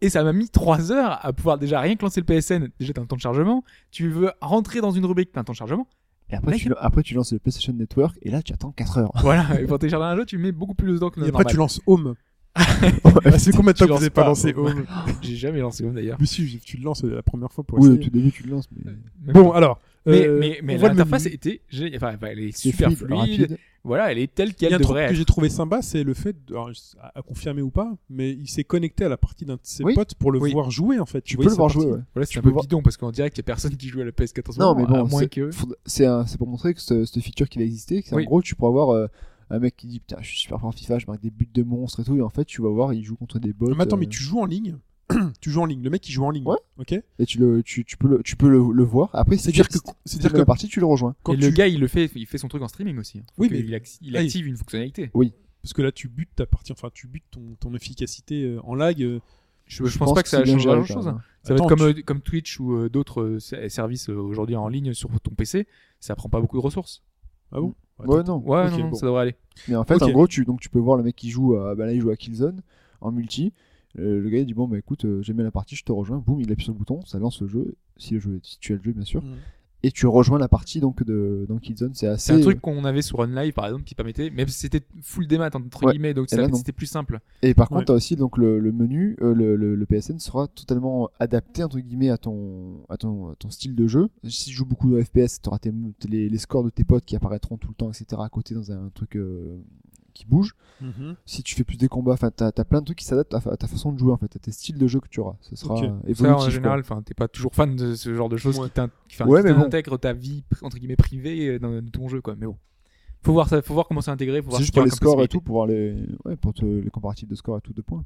et ça m'a mis 3 heures à pouvoir déjà rien que lancer le PSN déjà t'as un temps de chargement tu veux rentrer dans une rubrique t'as un temps de [LAUGHS] chargement
Et après,
Là,
tu, après tu lances le PlayStation Network et là tu attends 4 heures.
voilà et pour télécharger un jeu tu mets beaucoup plus de temps que
Et
le
après tu
normal
lances
[LAUGHS]
Home. Ah, c'est combien de temps
Tu
que vous n'avez
lances
pas
pas,
lancé
Home.
Home
j'ai jamais lancé Home d'ailleurs
Mais si, tu le lances la première fois pour
oui, au
essayer.
tout début tu le lances, mais
Bon, alors.
mais,
euh,
mais, mais
on voit le menu.
l'interface était géniale. Enfin, enfin, elle est
c'est
super fluide,
rapide.
voilà elle est telle
Il y a
qu'elle
un truc
devrait
que
être
j'ai trouvé sympa, c'est le fait, de- alors, à à confirmer ou pas, mais il s'est connecté à la partie d'un de ses
Oui.
potes pour le
Oui.
voir jouer en fait.
Tu peux le voir jouer. ouais.
Voilà, c'est
Tu
un
peux
peu
voir-
bidon parce qu'en direct, il n'y a personne qui joue à la PS4 en ce
Non, mais
moment,
bon,
à moins
c'est-
que.
faudra- c'est un- c'est pour montrer que ce- cette feature qui va exister, que c'est
Oui.
en gros tu pourras voir euh, un mec qui dit putain je suis super fort en FIFA, je marque des buts de monstres et tout, et en fait tu vas voir il joue contre des bots.
Ah, Mais attends, mais
euh,
tu joues en ligne. [CLEARS THROAT] tu joues en ligne. Le mec, il joue en ligne.
Ouais.
Ok.
et tu le tu, tu peux le tu peux le, le voir. Après si
C'est-à-dire
tu-
que
si
c'est
t'aimes
dire que
la partie tu le rejoins.
quand
et
tu
le gars, il le fait, il fait son truc en streaming aussi. hein. Faut
Oui,
que
mais-
il, ac- il
Ah, il-
active une fonctionnalité.
parce que là, tu butes ta partie, enfin, tu butes ton, ton efficacité euh, en lag. euh,
Je, je pense pas que ça
c'est bien
changera
géré,
grand chose.
quand
hein.
même.
Ça va
Attends,
être comme,
tu-
euh, comme Twitch ou euh, d'autres euh, ser- services euh, aujourd'hui en ligne sur ton PC. Ça prend pas beaucoup de ressources.
Ah bon Attends,
Ouais non.
Ouais,
Ok,
non, non,
bon.
ça devrait aller.
Mais en fait,
Ok.
en gros, tu, donc, tu peux voir le mec qui joue à, bah là, il joue à Killzone en multi. Euh, le gars il dit bon bah écoute euh, j'aime bien la partie je te rejoins boum il appuie sur le bouton ça lance le jeu si le jeu si tu as le jeu bien sûr
Mhm.
et tu rejoins la partie donc de dans Killzone c'est assez euh,
C'est un truc qu'on avait sur OnLive par exemple qui permettait, mais c'était full démat entre
Ouais.
guillemets, donc
Et
ça-
là, non.
c'était plus simple.
Et par
Ouais.
contre, t'as aussi donc le, le menu, euh, le, le, le PSN sera totalement adapté entre guillemets à ton à ton, à ton style de jeu. Si tu joues beaucoup de FPS, t'auras tes, tes- les, les scores de tes potes qui apparaîtront tout le temps, etc. à côté dans un truc euh, qui bouge.
Mm. Mm-hmm.
Si tu fais plus des combats, enfin t'as, t'as plein de trucs qui s'adaptent à, fa- à ta façon de jouer en fait, à tes styles de jeu que tu auras. Ce sera
Ok.
euh,
Ça,
évolutif.
en
quoi.
général, enfin, t'es pas toujours fan de ce genre de choses
Ouais.
qui t'in- qui
Ouais, mais bon.
t'intègrent ta vie pri- entre guillemets privée euh, dans ton jeu, quoi. Mais bon, faut voir ça, faut voir comment c'est intégré, faut voir
c'est
ce
juste
qu'il y
pour
a
les
comme
scores et
possibilité.
tout, pour voir les, ouais, pour te- les comparatifs de scores et tout de points.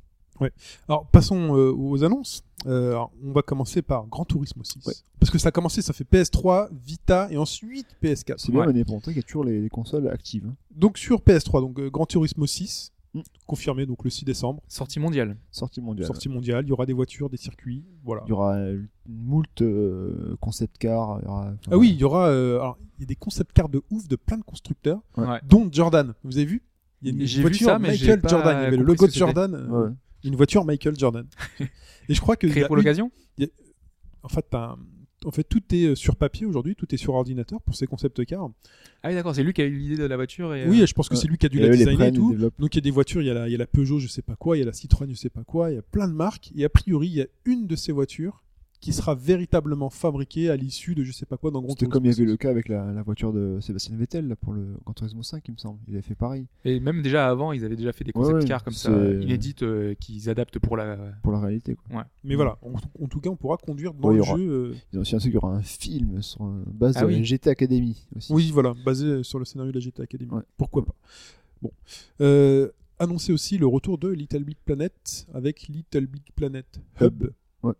Alors, passons euh, aux annonces. Euh, alors, on va commencer par Grand Turismo 6.
Ouais.
Parce que ça a commencé, ça fait PS3, Vita et ensuite PS4.
C'est bien,
Ouais.
mais on est pour montrer qu'il y a toujours les, les consoles actives. hein.
Donc sur PS3, donc euh, Gran Turismo 6,
Mm.
confirmé donc le 6 décembre,
Sortie mondiale.
Sortie mondiale.
sortie mondiale, il y aura des voitures, des circuits, voilà.
Il y aura euh, moult euh, concept car. il y aura-
Ah oui, il y aura euh, alors, il y a des concept cars de ouf de plein de constructeurs,
Ouais.
Ouais.
dont Jordan. Vous avez vu Il y a une
J'ai vu
voiture
ça, mais j'ai
Michael
pas
Jordan, il y avait le
compris
logo
ce
de
que c'était.
Jordan, euh,
Ouais.
une voiture Michael
[LAUGHS]
Jordan. et je crois que il y
Créée
a
pour
une-
l'occasion.
en fait, t'as un- en fait tout est euh, sur papier aujourd'hui, tout est sur ordinateur pour ces concept cars.
Ah oui, d'accord, c'est lui qui a eu l'idée de la voiture. Et,
Oui,
euh,
et je pense que
ouais.
c'est lui qui a dû
Et eux,
la
les
designer et
prennent,
tout.
ils développent.
Donc il y a des voitures, il y a la, il y a la Peugeot, je sais pas quoi, il y a la Citroën, je sais pas quoi, il y a plein de marques. Et a priori, il y a une de ces voitures qui sera véritablement fabriquée à l'issue de je sais pas quoi dans Grand
C'était
Turismo.
comme il y avait le cas avec la, la voiture de Sébastien Vettel là, pour le Gran Turismo 5, il me semble. Il avait fait pareil
euh, et même déjà avant, ils avaient déjà fait des
Ouais,
concept
ouais,
cars comme ça,
c'est-
inédites, euh, qu'ils adaptent pour la.
pour la réalité. Quoi.
Mais voilà, en, en tout cas, on pourra conduire dans
Ouais,
le
il y aura-
jeu. euh,
Ils ont aussi annoncé qu'il y aura un film sur euh, base
Ah
de
oui.
la GT Academy aussi.
Oui, voilà, basé sur le scénario de la GTA Academy.
Ouais.
Pourquoi pas Bon, Euh, annoncé aussi le retour de Little Big Planet avec Little Big Planet Hub.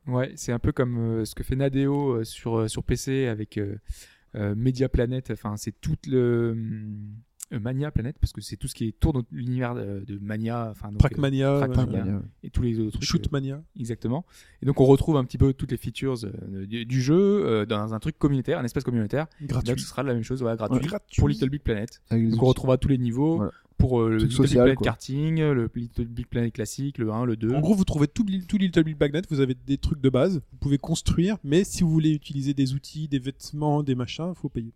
Ouais, c'est un peu comme euh, ce que fait Nadeo euh, sur, euh, sur PC avec euh, euh, Media Planet. Enfin, c'est tout le. hum, euh, Mania Planet, parce que c'est tout ce qui tourne autour de l'univers euh, de Mania, enfin donc, euh,
Trackmania,
Trackmania,
euh,
Trackmania, ouais.
et tous les autres trucs. euh,
Shootmania.
Exactement. Et donc on retrouve un petit peu toutes les features euh, du, du jeu euh, dans un truc communautaire, un espace communautaire. Donc
Gratuit.
ce sera la même chose, ouais, gratuit,
Ouais.
pour Little Big Planet.
Avec les
Donc on
outils.
retrouvera tous les niveaux
Voilà.
pour euh, le
Truc
Little
social,
Big Planet
quoi.
karting, le Little Big Planet classique, le 1, le 2.
En gros, vous trouvez tout, li- tout Little Big Magnet, vous avez des trucs de base, vous pouvez construire, mais si vous voulez utiliser des outils, des vêtements, des machins, faut payer.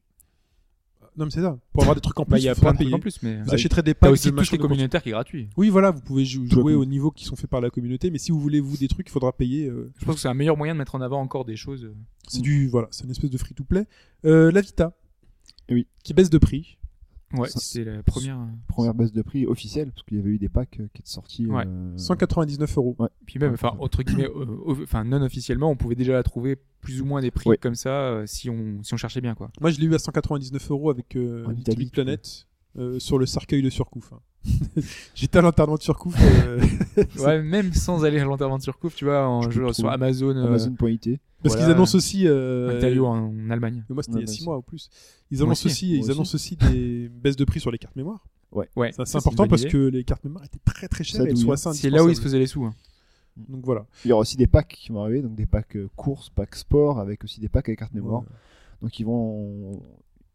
Euh, Non, mais c'est ça. Pour avoir des trucs en
Bah,
plus,
il y a
faudra
plein de trucs
payer.
en plus, mais
Vous achèterez des
t'as
packs
aussi
de
tout ce
machins
qui est
de
communautaire qui est gratuit.
construction. Oui, voilà, vous pouvez jou-
Tout à
jouer
coup.
aux niveaux qui sont faits par la communauté, mais si vous voulez vous des trucs, il faudra payer. euh,
Je pense que c'est un meilleur moyen de mettre en avant encore des choses. euh,
c'est
Mm.
du voilà, c'est une espèce de free to play. Euh, la Vita,
Eh oui.
qui baisse de prix.
Ouais,
Ça-
c'était la première. euh,
Première baisse de prix officielle, parce qu'il y avait eu des packs euh, qui étaient sortis.
Ouais.
euh,
199 euros.
Puis même, enfin,
Ouais.
entre guillemets, euh, off- enfin, non officiellement, on pouvait déjà la trouver plus ou moins à des prix
Ouais.
comme ça euh, si on si on cherchait bien quoi.
Moi, je l'ai eu à 199 euros avec euh,
Oh,
En
Little
Italie,
Big Planet euh, sur le cercueil de Surcouf. hein. [LAUGHS] J'étais à l'internat de Surcouf. euh,
Ouais, même sans aller à l'enterrement de Surcouf, tu vois, en
Je peux
jeu
le
sur
trouver.
Amazon, euh,
Amazon.it.
Parce
Voilà.
qu'ils annoncent aussi. euh,
Ontario en, en Allemagne.
mais moi, c'était il y a
Ouais,
6
bah,
mois ou plus. Ils
Moi
annoncent
aussi,
aussi,
moi
ils
aussi.
annoncent aussi des baisses de prix sur les cartes mémoire.
Ouais,
Ça, c'est
ça,
important
une bonne
parce
idée.
que les cartes mémoire étaient très très chères.
Ça
et Elles
douille,
sont
hein.
assez
c'est là où ils se
indispensables.
faisaient les sous. hein.
Donc voilà.
Il y aura aussi des packs qui vont arriver, donc des packs euh, courses, packs sport, avec aussi des packs avec carte mémoire.
Ouais.
Donc ils vont,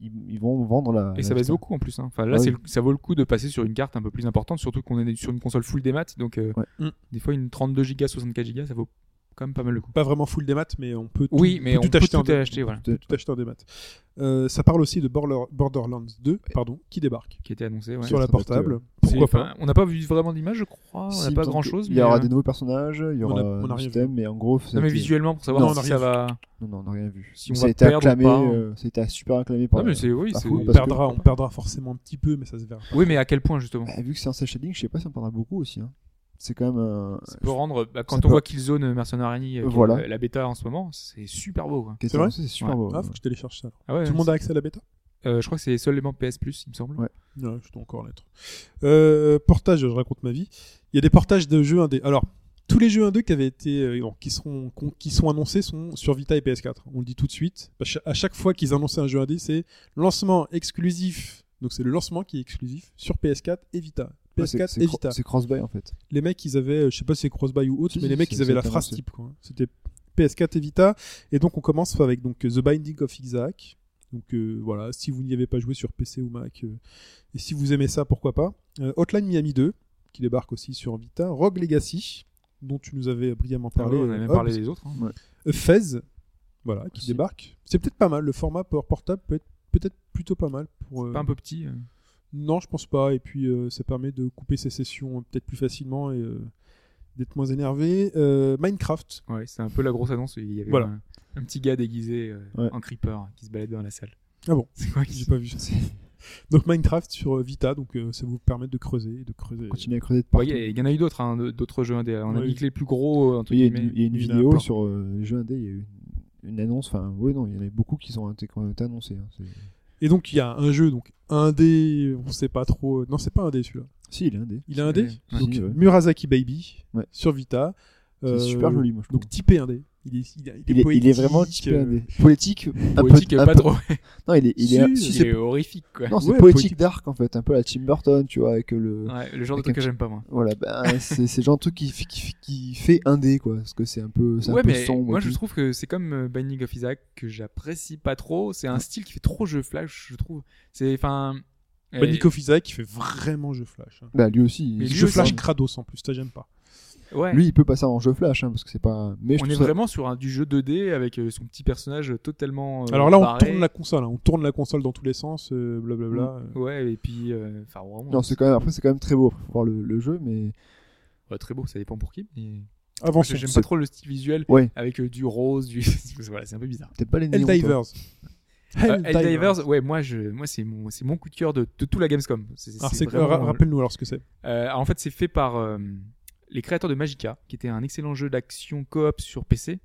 ils, ils vont vendre la.
Et
la
ça baisse
Vita.
beaucoup en plus. hein. Enfin, là,
Ah
c'est
oui.
le- ça vaut le coup de passer sur une carte un peu plus importante, surtout qu'on est sur une console full des maths. Donc, euh,
Ouais.
Mm.
des fois, une 32 Go, 64 Go, ça vaut quand même pas mal le coup.
Pas vraiment full des maths, mais on peut tout,
Oui, mais
on peut
on
tout
peut
acheter en
tout
des-
acheter, voilà,
on peut tout acheter en des maths. Euh, ça parle aussi de Border- Borderlands 2, pardon, qui débarque
qui était annoncé. ouais.
sur la
ça doit être,
portable.
euh, C'est-
Pourquoi pas
enfin, On n'a pas vu vraiment d'image, je crois.
Si,
Ah, on n'a
il
pas
me semble
grand
que-
chose.
Il
mais,
y aura
euh,
des nouveaux personnages, il y
On
aura
a- on a rien
un
vu.
système, mais en gros. ça
Non,
a
mais
été-
visuellement, pour
Non,
savoir
on a
si
rien
ça va.
Non, non, on n'a rien vu.
Si on
ça
va
a été
perdre ou
acclamé,
pas.
euh, ça a été super acclamé par.
Non, mais c'est oui,
par
c'est-
contre,
on
parce que-
perdra, on perdra forcément un petit peu, mais ça se verra.
oui, mais à quel point justement
Ah, vu que c'est un cel shading, je sais pas si on perdra beaucoup aussi. hein. C'est quand même un.
Ça peut rendre. bah, quand
ça
on
peut-
voit Killzone euh, Mercenary, euh, qui est,
Voilà.
euh, la bêta en ce moment, c'est super beau. quoi.
Qu'est-ce
C'est vrai
que C'est super
Ouais.
beau.
Ah, faut que je télécharge ça.
Ah ouais,
Tout le monde a accès à la bêta
euh, je crois que c'est seulement PS Plus, il me semble.
Ouais.
Ouais, je dois encore l'être. Euh, portage, je raconte ma vie. Il y a des portages de jeux indés. Alors, tous les jeux indés qui avaient été, euh, non, qui seront, qu'on- qui sont annoncés sont sur Vita et PS4. On le dit tout de suite. À cha- À chaque fois qu'ils annoncent un jeu indé, c'est lancement exclusif. Donc c'est le lancement qui est exclusif sur PS4 et Vita.
Ouais, Ah, c'est-
PS4
c'est
et
cro-
Vita.
C'est cross-buy en fait.
Les mecs, ils avaient, euh, je sais pas si c'est Crossbuy ou autre,
Si,
mais
si,
les mecs,
c'est-
ils avaient la
c'est
phrase
annoncé.
type. quoi. C'était PS4 et Vita. Et donc on commence avec donc The Binding of Isaac. Donc euh, voilà, si vous n'y avez pas joué sur PC ou Mac, euh, et si vous aimez ça, pourquoi pas. Euh, Hotline Miami 2, qui débarque aussi sur Vita. Rogue Legacy, dont tu nous avais brillamment
Ah ouais,
parlé.
on a
euh,
même
Hobbs.
parlé des autres. hein.
Euh, Fez, voilà, qui
Aussi.
débarque. C'est peut-être pas mal, le format Power Portable peut être peut-être plutôt pas mal pour euh,
Pas un peu petit. euh.
non je pense pas et puis euh, ça permet de couper ses sessions euh, peut-être plus facilement et euh, d'être moins énervé Euh, Minecraft
Ouais, c'est un peu la grosse annonce. Il y avait
Voilà.
un, un petit gars déguisé euh,
Ouais.
en creeper qui se baladait dans la salle.
Ah bon
C'est quoi
j'ai
qui...
pas vu
[LAUGHS]
donc Minecraft sur euh, Vita donc euh, ça vous permet de creuser de creuser
Continuez à creuser de
Euh, Ouais,
partout.
Il y a- il y en a eu d'autres, hein, de- d'autres jeux indés. On a
Oui.
dit que les plus gros, euh, entre
Il y a
guillemets.
une, il y a une
il y en a
vidéo
plein.
sur euh, les jeux indés, il y a eu une, une annonce, enfin, oui, non, il y en a eu beaucoup qui, sont, qui ont été annoncés. hein, c'est-
et donc il y a un jeu donc un dé on sait pas trop euh, non c'est pas un dé celui-là
Si, il est indé.
il a un dé
Si,
donc
ouais.
Murasaki Baby
Ouais.
sur Vita
C'est
Euh,
super joli, moi, je trouve.
donc typé un dé il est, il, est
Il est, il est vraiment
poétique,
typé
euh, [LAUGHS]
indé. Poétique, un peu-
Poétique,
un
pas
peu-
trop.
Non, il est, il est,
Si,
si,
Il
c'est-
est horrifique, quoi.
non, c'est
Ouais,
poétique,
poétique.
dark en fait, un peu la Tim Burton, tu vois, avec le.
Ouais, le genre de
Avec un
truc que j'aime pas, moi.
Voilà, ben, c'est c'est le genre de truc qui, qui, qui fait indé, quoi, parce que c'est un peu, c'est un
Ouais,
peu
mais
sombre.
moi
et
je
tout.
trouve que c'est comme euh, Binding of Isaac que j'apprécie pas trop. C'est un style qui fait trop jeu flash, je trouve. C'est enfin. euh,
bah, Nico Isaac qui fait vraiment jeu flash hein.
Bah, lui aussi,
Mais
il-
lui
jeu
aussi.
flash Kratos en plus ça j'aime pas
Ouais.
lui, il peut passer en jeu flash, hein, parce que c'est pas. Mais je
on est
trouve ça-
vraiment sur un, du jeu 2D avec euh, son petit personnage totalement. euh,
Alors là, on
barré.
tourne la console, hein. on tourne la console dans tous les sens, euh,
Mm.
blablabla. euh.
Ouais, et puis. euh, Enfin, vraiment.
Non, c'est quand même, après, c'est quand même très beau, faut voir le, le jeu, mais.
ouais, très beau, ça dépend pour qui. mais- Parce
Avançons.
que J'aime
Ah, c'est-
pas trop le style visuel
Ouais.
avec euh, du rose, du. [LAUGHS] voilà, c'est un peu bizarre.
Peut-être pas les néons, toi.
Helldivers.
Euh, Helldivers, ouais, moi, je, moi c'est mon, c'est mon coup de cœur de, de tout la Gamescom. C'est,
Alors,
c'est
c'est
vraiment,
ra-
euh,
rappelle-nous alors ce que c'est.
Euh, alors, en fait, c'est fait par euh, les créateurs de Magica, qui était un excellent jeu d'action coop sur PC,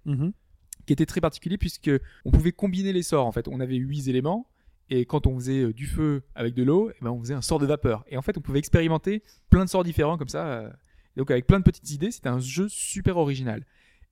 qui était très particulier puisque on pouvait combiner les sorts. En fait, on avait huit éléments et quand on faisait euh, du feu avec de l'eau, eh ben, on faisait un sort de vapeur. Et en fait, on pouvait expérimenter plein de sorts différents comme ça. euh, donc avec plein de petites idées, c'était un jeu super original.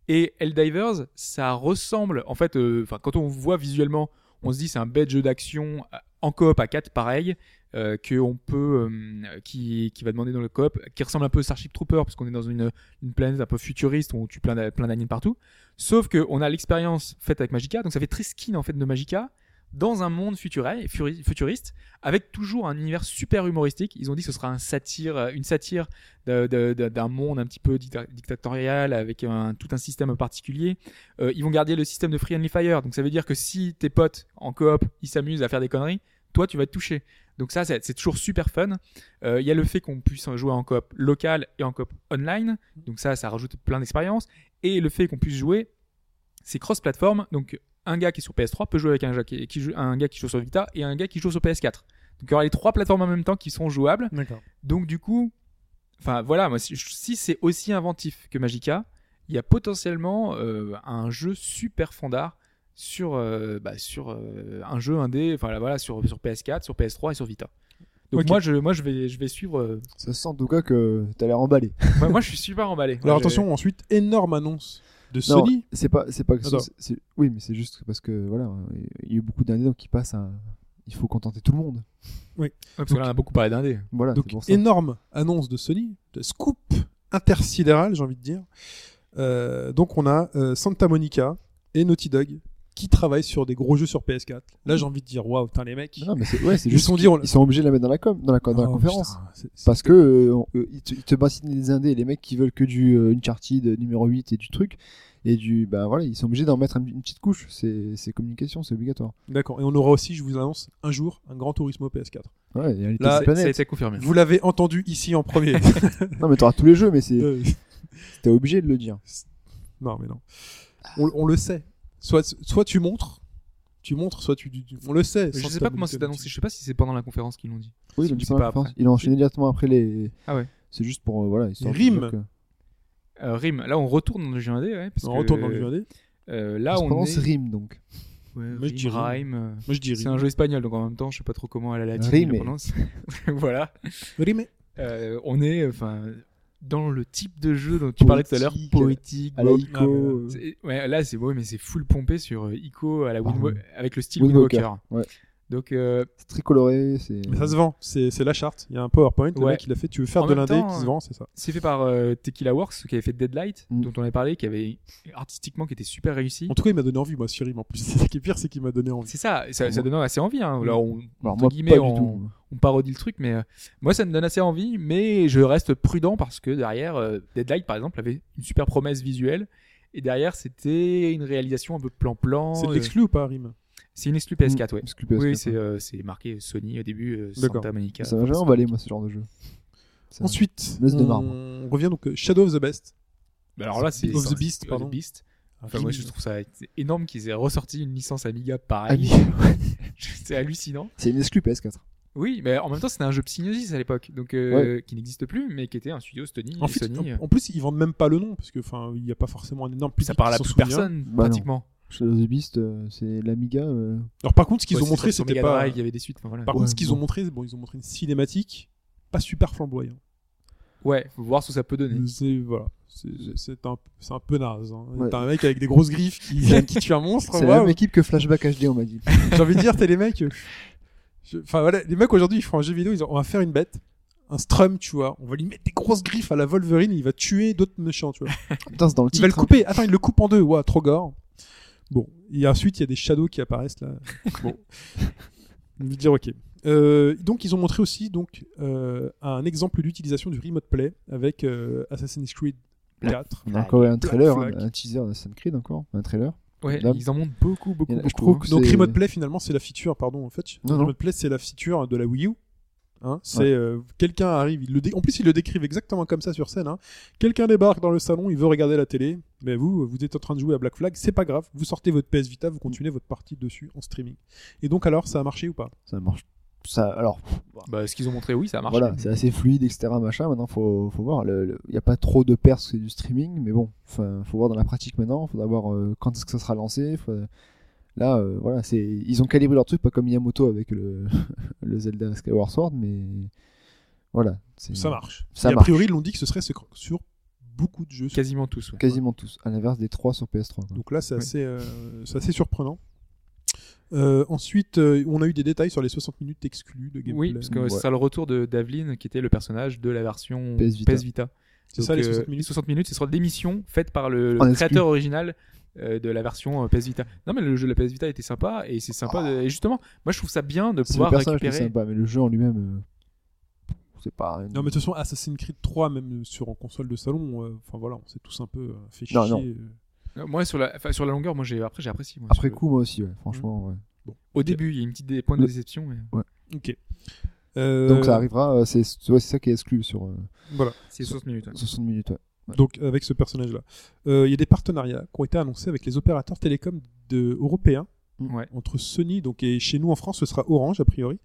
Et Helldivers, ça ressemble, en fait, euh, enfin, quand on voit visuellement, on se dit c'est un bête jeu d'action euh, en coop à 4 pareil, euh, que on peut, euh, qui, qui va demander dans le coop, qui ressemble un peu à Starship Trooper, parce qu'on est dans une, une planète un peu futuriste où on tue plein d'a- plein d'aliens partout. Sauf que on a l'expérience faite avec Magica, donc ça fait très skin en fait de Magica dans un monde futurel- furi- futuriste, avec toujours un univers super humoristique. Ils ont dit que ce sera un satire, euh, une satire de- de- de- d'un monde un petit peu dicta- dictatorial, avec un, tout un système particulier. Euh, ils vont garder le système de Free Only Fire, donc ça veut dire que si tes potes en coop, ils s'amusent à faire des conneries, toi tu vas te toucher. Donc ça, c'est c'est toujours super fun. Euh, Il y a le fait qu'on puisse jouer en coop local et en coop online, donc ça, ça rajoute plein d'expériences. Et le fait qu'on puisse jouer, c'est cross-platform, donc un gars qui est sur PS3 peut jouer avec un, gars qui, qui joue, un gars qui joue sur Vita et un gars qui joue sur PS4. Donc il y aura les trois plateformes en même temps qui sont jouables.
D'accord.
Donc du coup, enfin voilà, moi, si, si c'est aussi inventif que Magica, il y a potentiellement euh, un jeu super fandard sur, euh, bah, sur euh, un jeu indé, enfin voilà, sur, sur PS4, sur PS3 et sur Vita. Donc
Ok.
moi, je, moi je, vais, je vais suivre. euh, [LAUGHS]
Ça sent en tout cas que t'as l'air emballé.
moi, moi, je suis super emballé.
Alors
Moi, j'ai-
attention, ensuite, énorme annonce de
Non,
Sony.
c'est pas, c'est pas que
Attends.
c'est- c'est- Oui, mais c'est juste parce que voilà, il y a eu beaucoup d'années donc qui passent. à- Il faut contenter tout le monde.
Ouais, parce qu'on a beaucoup parlé d'indé.
Voilà,
Donc
ah, c'est pour ça.
énorme annonce de Sony, de scoop intersidéral, j'ai envie de dire. Euh, donc on a euh, Santa Monica et Naughty Dog qui travaillent sur des gros jeux sur PS4. Là j'ai envie de dire waouh, putain les mecs.
Non, mais c'est- ouais, c'est
Ils
juste
sont dit,
qu'ils-
on l'a-
ils sont obligés de la mettre dans la com, dans la, dans la
Oh,
conférence.
putain, c'est- c'est-
Parce que euh, on- euh, ils te, ils te bassinent les indés, les mecs qui veulent que du euh, Uncharted euh, numéro 8 et du truc, et du bah voilà, ils sont obligés d'en mettre un- une petite couche. C'est c'est communication, c'est obligatoire.
D'accord. Et on aura aussi, je vous annonce, un jour un Grand Turismo PS4.
Ouais, il y a une
Là,
petite
Ça a
planète.
été confirmé.
Vous l'avez entendu ici en
[LAUGHS]
premier. [LAUGHS]
Non, mais t'auras tous les jeux, mais c'est
Euh,
t'es obligé de le dire.
non mais non. On, on le sait. Soit, soit tu montres, tu montres, soit tu, tu- on le sait.
Je
Santa
sais pas comment
Monica,
c'est
Naughty
annoncé. Je sais pas si c'est pendant la conférence qu'ils l'ont dit.
Oui,
C'est-
donc,
c'est
pendant la
pas
conférence,
après.
il enchaîné directement après les.
Ah ouais.
C'est juste pour euh, voilà. histoire de
rimes.
dire que-
Euh, Rim, là on retourne dans le jeu indé, ouais, parce
Dog. On
que,
retourne dans le jeu indé.
euh,
Ça
là
se
on
prononce
est.
rime donc.
Ouais,
Moi, je
Rim,
dis Rim.
Rime, euh,
Moi je dis
C'est un jeu espagnol, donc en même temps, je sais pas trop comment elle a la latine
Rim.
je le prononce. [LAUGHS] voilà.
Rimé.
Euh, on est, enfin, dans le type de jeu dont tu parlais tout à l'heure, poétique.
Poétique, À la
woke.
ah,
Ico.
mais là,
euh,
C'est- ouais, là, c'est beau, mais c'est full pompé sur euh, Ico à la Wind
Pardon.
Wa- avec le style
Wind
Windwalker.
Walker, ouais.
Donc, euh,
C'est très coloré, c'est.
Mais ça se vend, c'est c'est la charte. Il y a un PowerPoint, le
Ouais.
mec il a fait, tu veux faire
En
de
même
l'indé
temps, euh,
qui se vend, c'est ça.
c'est fait par euh, Tequila Works, qui avait fait Deadlight,
Mm.
dont on avait parlé, qui avait artistiquement qui était super réussi.
En tout cas, il m'a donné envie, moi, sur Rim en plus. [LAUGHS] Ce qui est pire, c'est qu'il m'a donné envie.
C'est ça, ça, ça donne assez envie.
Mm.
Hein. Alors, on,
Alors
entre
moi,
guillemets,
pas
on-
du tout.
on parodie le truc, mais euh, moi ça me donne assez envie, mais je reste prudent parce que derrière, euh, Deadlight par exemple avait une super promesse visuelle, et derrière c'était une réalisation un peu plan-plan.
C'est de
euh,
l'exclu Mm. ou pas, Rim
c'est une exclu PS4, ouais.
Parce que PS4,
Oui, c'est euh, c'est marqué Sony au début, euh,
D'accord.
Santa Monica.
hein. Ça m'a jamais emballé moi ce genre de jeu. Ça-
Ensuite,
Laisse de
on-
marbre.
on revient donc euh, Shadow of the Best.
Bah alors là, c'est
Of the
c'est-
Beast,
of
pardon.
Beast. Enfin, moi, je trouve ça énorme qu'ils aient ressorti une licence Amiga
Ah,
pareil.
oui.
[LAUGHS] c'est hallucinant.
C'est une exclu PS4.
Oui, mais en même temps, c'était un jeu Psygnosis à l'époque, donc euh, qui n'existe plus, mais qui était un studio Sony.
En,
et
fait,
Sony. euh,
en, en plus, ils vendent même pas le nom, parce que, enfin, il n'y a pas forcément un énorme
Puis
public.
ça parle
qui
à
s'en
plus
souvient.
personne,
Bah non.
pratiquement.
Shadow of the Beast, euh, c'est l'Amiga. euh,
Alors, par contre, ce qu'ils
Ouais,
ont
c'est
montré,
sur
c'était
Mega
pas.
Drive, il y avait des suites. Enfin, voilà.
Par
Ouais,
contre, ce qu'ils
bon.
ont montré, c'est- bon, ils ont montré une cinématique pas super flamboyante.
Ouais, faut voir ce que ça peut
Mmh.
donner.
C'est voilà, c'est- c'est un, c'est un peu naze. hein.
Ouais.
T'as un mec avec des grosses griffes qui, qui tue un monstre.
C'est
waouh.
la même équipe que Flashback HD, on
[LAUGHS]
m'a dit.
J'ai envie de dire, t'es les mecs. euh, je- Enfin voilà, les mecs aujourd'hui, ils font un jeu vidéo, ils ont- on va faire une bête, un strum, tu vois. On va lui mettre des grosses griffes à la Wolverine, il va tuer d'autres méchants, tu vois.
Putain, c'est dans le
Il va le
titre. hein.
couper. Attends, il le coupe en deux. Ouah, trop gore. Bon, et ensuite, il y a des shadows qui apparaissent là. Bon, je veux dire, ok. Euh, donc, ils ont montré aussi donc euh, un exemple d'utilisation du remote play avec euh, Assassin's Creed 4.
On a encore un trailer,
Black
hein,
Flag.
un teaser d'Assassin's Creed encore, un trailer.
Ouais,
Là-
ils en montrent beaucoup, beaucoup,
Il y en a-
beaucoup.
je trouve que
Donc
c'est-
Remote Play finalement c'est la feature, pardon en fait.
Non, non.
Remote Play c'est la feature de la Wii U. Hein, c'est
Ouais.
euh, quelqu'un arrive, il le dé- en plus ils le décrivent exactement comme ça sur scène. hein. Quelqu'un débarque dans le salon, il veut regarder la télé, mais vous, vous êtes en train de jouer à Black Flag, c'est pas grave, vous sortez votre PS Vita, vous continuez votre partie dessus en streaming. Et donc alors ça a marché ou pas
Ça marche. Ça, alors,
Bah, ce qu'ils ont montré, oui, ça a marché.
voilà, c'est assez fluide, etc. Machin. Maintenant, faut, faut voir. Il n'y a pas trop de pertes, c'est du streaming, mais bon, enfin, faut voir dans la pratique maintenant. Faut d'abord euh, quand est-ce que ça sera lancé. faut- Là, euh, voilà, c'est ils ont calibré leur truc, pas comme Miyamoto avec le, [LAUGHS] le Zelda Skyward Sword, mais voilà. c'est-
Ça marche.
Ça
Et a
marche.
priori ils l'ont dit que ce serait sur- sur beaucoup de jeux. sur-
Mmh. Quasiment tous. ouais.
Quasiment tous, à l'inverse des trois sur PS3. quoi.
Donc là c'est
Ouais.
assez, euh, c'est assez surprenant. Euh, ensuite, euh, on a eu des détails sur les 60 minutes exclues de gameplay.
Oui, parce que
Ouais.
c'est ça le retour de d'Aveline, qui était le personnage de la version
PS Vita.
C'est
Donc,
ça, les
euh,
60 minutes.
ce sera l'émission faite par le, le
En exclu.
créateur original euh, de la version euh, PS Vita. Non, mais le jeu de la PS Vita était sympa, et c'est sympa. de- et justement, moi je trouve ça bien de
Ah. C'est le
pouvoir
personnage qui est
récupérer.
sympa, mais le jeu en lui-même, euh, c'est pas. une-
Non, mais de toute façon, Assassin's Creed 3, même sur en console de salon, euh, enfin voilà, on s'est tous un peu euh, fait chier.
Non, non.
euh.
Euh, Moi, sur la, enfin, sur la longueur, moi j'ai après j'ai apprécié. moi,
Après
sur le-
coup, moi aussi, ouais, franchement. ouais.
Au début, il y a une petite dé- point de
Le-
déception. mais
Ok. Euh,
Donc ça arrivera, euh, c'est tu vois, c'est ça qui est exclu sur euh,
Voilà.
C'est 60 minutes. ouais.
60 minutes. ouais.
Donc avec ce personnage-là, Euh, il y a des partenariats qui ont été annoncés avec les opérateurs télécoms de- européens.
Mm. Ouais.
Entre Sony donc et chez nous en France, ce sera Orange a priori.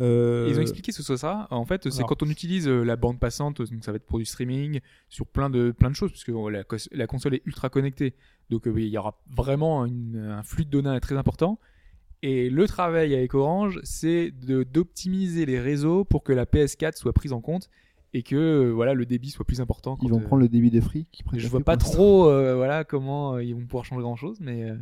Euh,
Ils ont expliqué ce que ce sera. En fait, c'est
alors.
quand on utilise euh, la bande passante, donc ça va être pour du streaming, sur plein de, plein de choses, puisque euh, la, cos- la console est ultra connectée. Donc euh, il y aura vraiment une- un flux de données très important. Et le travail avec Orange, c'est de- d'optimiser les réseaux pour que la PS4 soit prise en compte et que euh, voilà, le débit soit plus important.
Ils
quand,
vont
euh,
prendre le débit des frics. qui
je
préfèrent
vois
plus
pas
pour
trop euh, voilà, comment euh, ils vont pouvoir changer grand-chose, mais euh,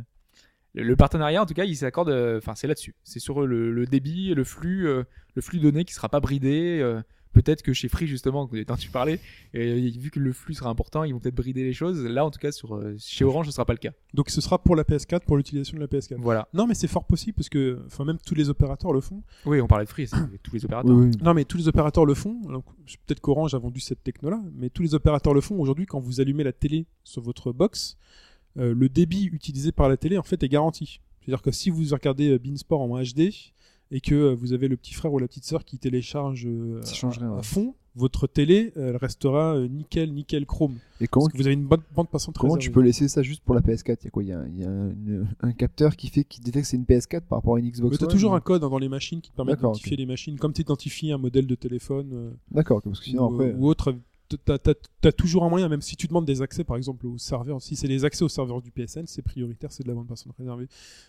le, le partenariat, en tout cas, il s'accorde, euh, enfin c'est là-dessus. C'est sur euh, le, le débit, le flux, euh, le flux donné qui sera pas bridé. euh, peut-être que chez Free, justement, dont tu parlais, et, euh, vu que le flux sera important, ils vont peut-être brider les choses. Là, en tout cas, sur, euh, chez Orange, ce sera pas le cas.
Donc ce sera pour la PS4, pour l'utilisation de la PS4.
Voilà.
Non mais c'est fort possible parce que enfin même tous les opérateurs le font.
Oui, on parlait de Free, c'est
[COUGHS]
tous les
l'instant.
opérateurs.
Oui, oui.
Non mais tous les opérateurs le font. Donc, je- Peut-être qu'Orange a vendu cette techno-là, mais tous les opérateurs le font aujourd'hui quand vous allumez la télé sur votre box, euh, le débit utilisé par la télé en fait est garanti. C'est-à-dire que si vous regardez euh, Beansport en HD et que euh, vous avez le petit frère ou la petite sœur qui télécharge euh,
Ça changerait,
à
ouais.
fond, votre télé elle restera euh, nickel, nickel chrome.
Et
Parce
comment,
que vous avez une bonne bande passante.
comment tu peux
réservée.
laisser ça juste pour la PS4 Il y a quoi Il y a, il y a une- un capteur qui fait qui détecte que c'est une PS4 par rapport à une Xbox.
Mais t'as
One,
toujours
ou-
un code hein, dans les machines qui te permet
D'accord,
d'identifier les machines, comme t'identifies un modèle de téléphone. euh,
D'accord, parce que sinon
ou, euh,
après.
ou autre, t'as as, toujours un moyen, même si tu demandes des accès, par exemple, au serveur. Si c'est les accès au serveur du PSN, c'est prioritaire, c'est de la bande passante réservée.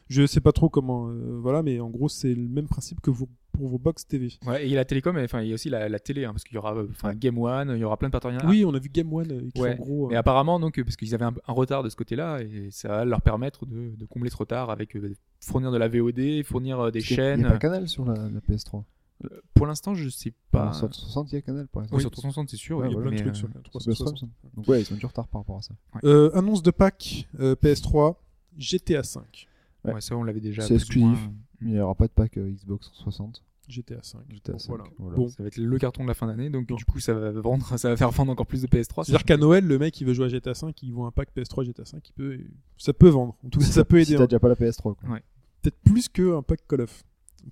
Je sais pas trop comment, euh, voilà, mais en gros, c'est le même principe que vous, pour vos box TV.
Ouais, et la télécom, et- enfin, il y a aussi la, la télé, hein, parce qu'il y aura euh, enfin, Game One, il y aura plein de partenariats.
Oui, on a vu Game One euh, écrit
Ah. Ouais,
en gros.
Mais
euh,
apparemment, donc, euh, parce qu'ils avaient un, un retard de ce côté-là, et ça va leur permettre de, de combler ce retard avec euh, fournir de la VOD, fournir euh, des
parce qu'il y a- Il
chaînes.
n'y a pas Canal sur la, la PS3.
Pour l'instant, je sais pas.
Pas... Sur 60, il y a Canal par exemple.
Oui, sur 360, c'est sûr.
Ouais,
oui,
il y a plein de
mais,
trucs
euh,
sur
Sur PS3,
360.
il me semble. Donc ouais, ils ont du retard par rapport à ça.
Euh, annonce de pack euh, PS3, GTA 5.
euh, Ouais.
ouais, ça, on l'avait déjà.
C'est
plus ou
exclusif.
moins.
Mais il n'y aura pas de pack euh, Xbox 360.
GTA 5.
Oh,
GTA
Bon,
5,
voilà.
voilà.
Bon.
Ça va être le carton de la fin d'année, donc du coup, ça va vendre, [LAUGHS] ça va faire vendre encore plus de PS3.
C'est-à-dire qu'à Noël, le mec, il veut jouer à GTA 5, il voit un pack PS3 GTA 5, il peut, ça peut vendre. En tout cas, ça peut
Si
aider.
t'as
hein.
déjà pas la PS3. Quoi.
Peut-être plus qu'un pack Call of.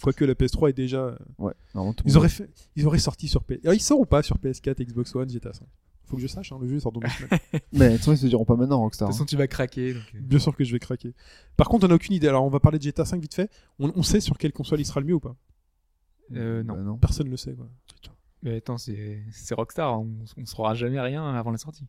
Quoique la PS3 est déjà euh,
Ouais. Normalement, tout le
Ils
monde-
auraient, fait- ils auraient sorti sur PS. Alors, ils sortent ou pas sur PS4, Xbox One, GTA 5 Faut que je sache, hein, le jeu sort dans deux
[LAUGHS]
semaines.
Mais de toute façon, ils se diront pas maintenant
de
Rockstar. hein.
toute façon, tu vas craquer. donc, euh,
Bien sûr que je vais craquer. Par contre, on n'a aucune idée. Alors, on va parler de GTA 5 vite fait. On, on sait sur quelle console il sera le mieux ou pas
hein.
Euh,
Bah,
non.
non.
Personne ne le sait. Quoi.
Mais attends, c'est c'est Rockstar, hein. on, on saura jamais rien avant la sortie.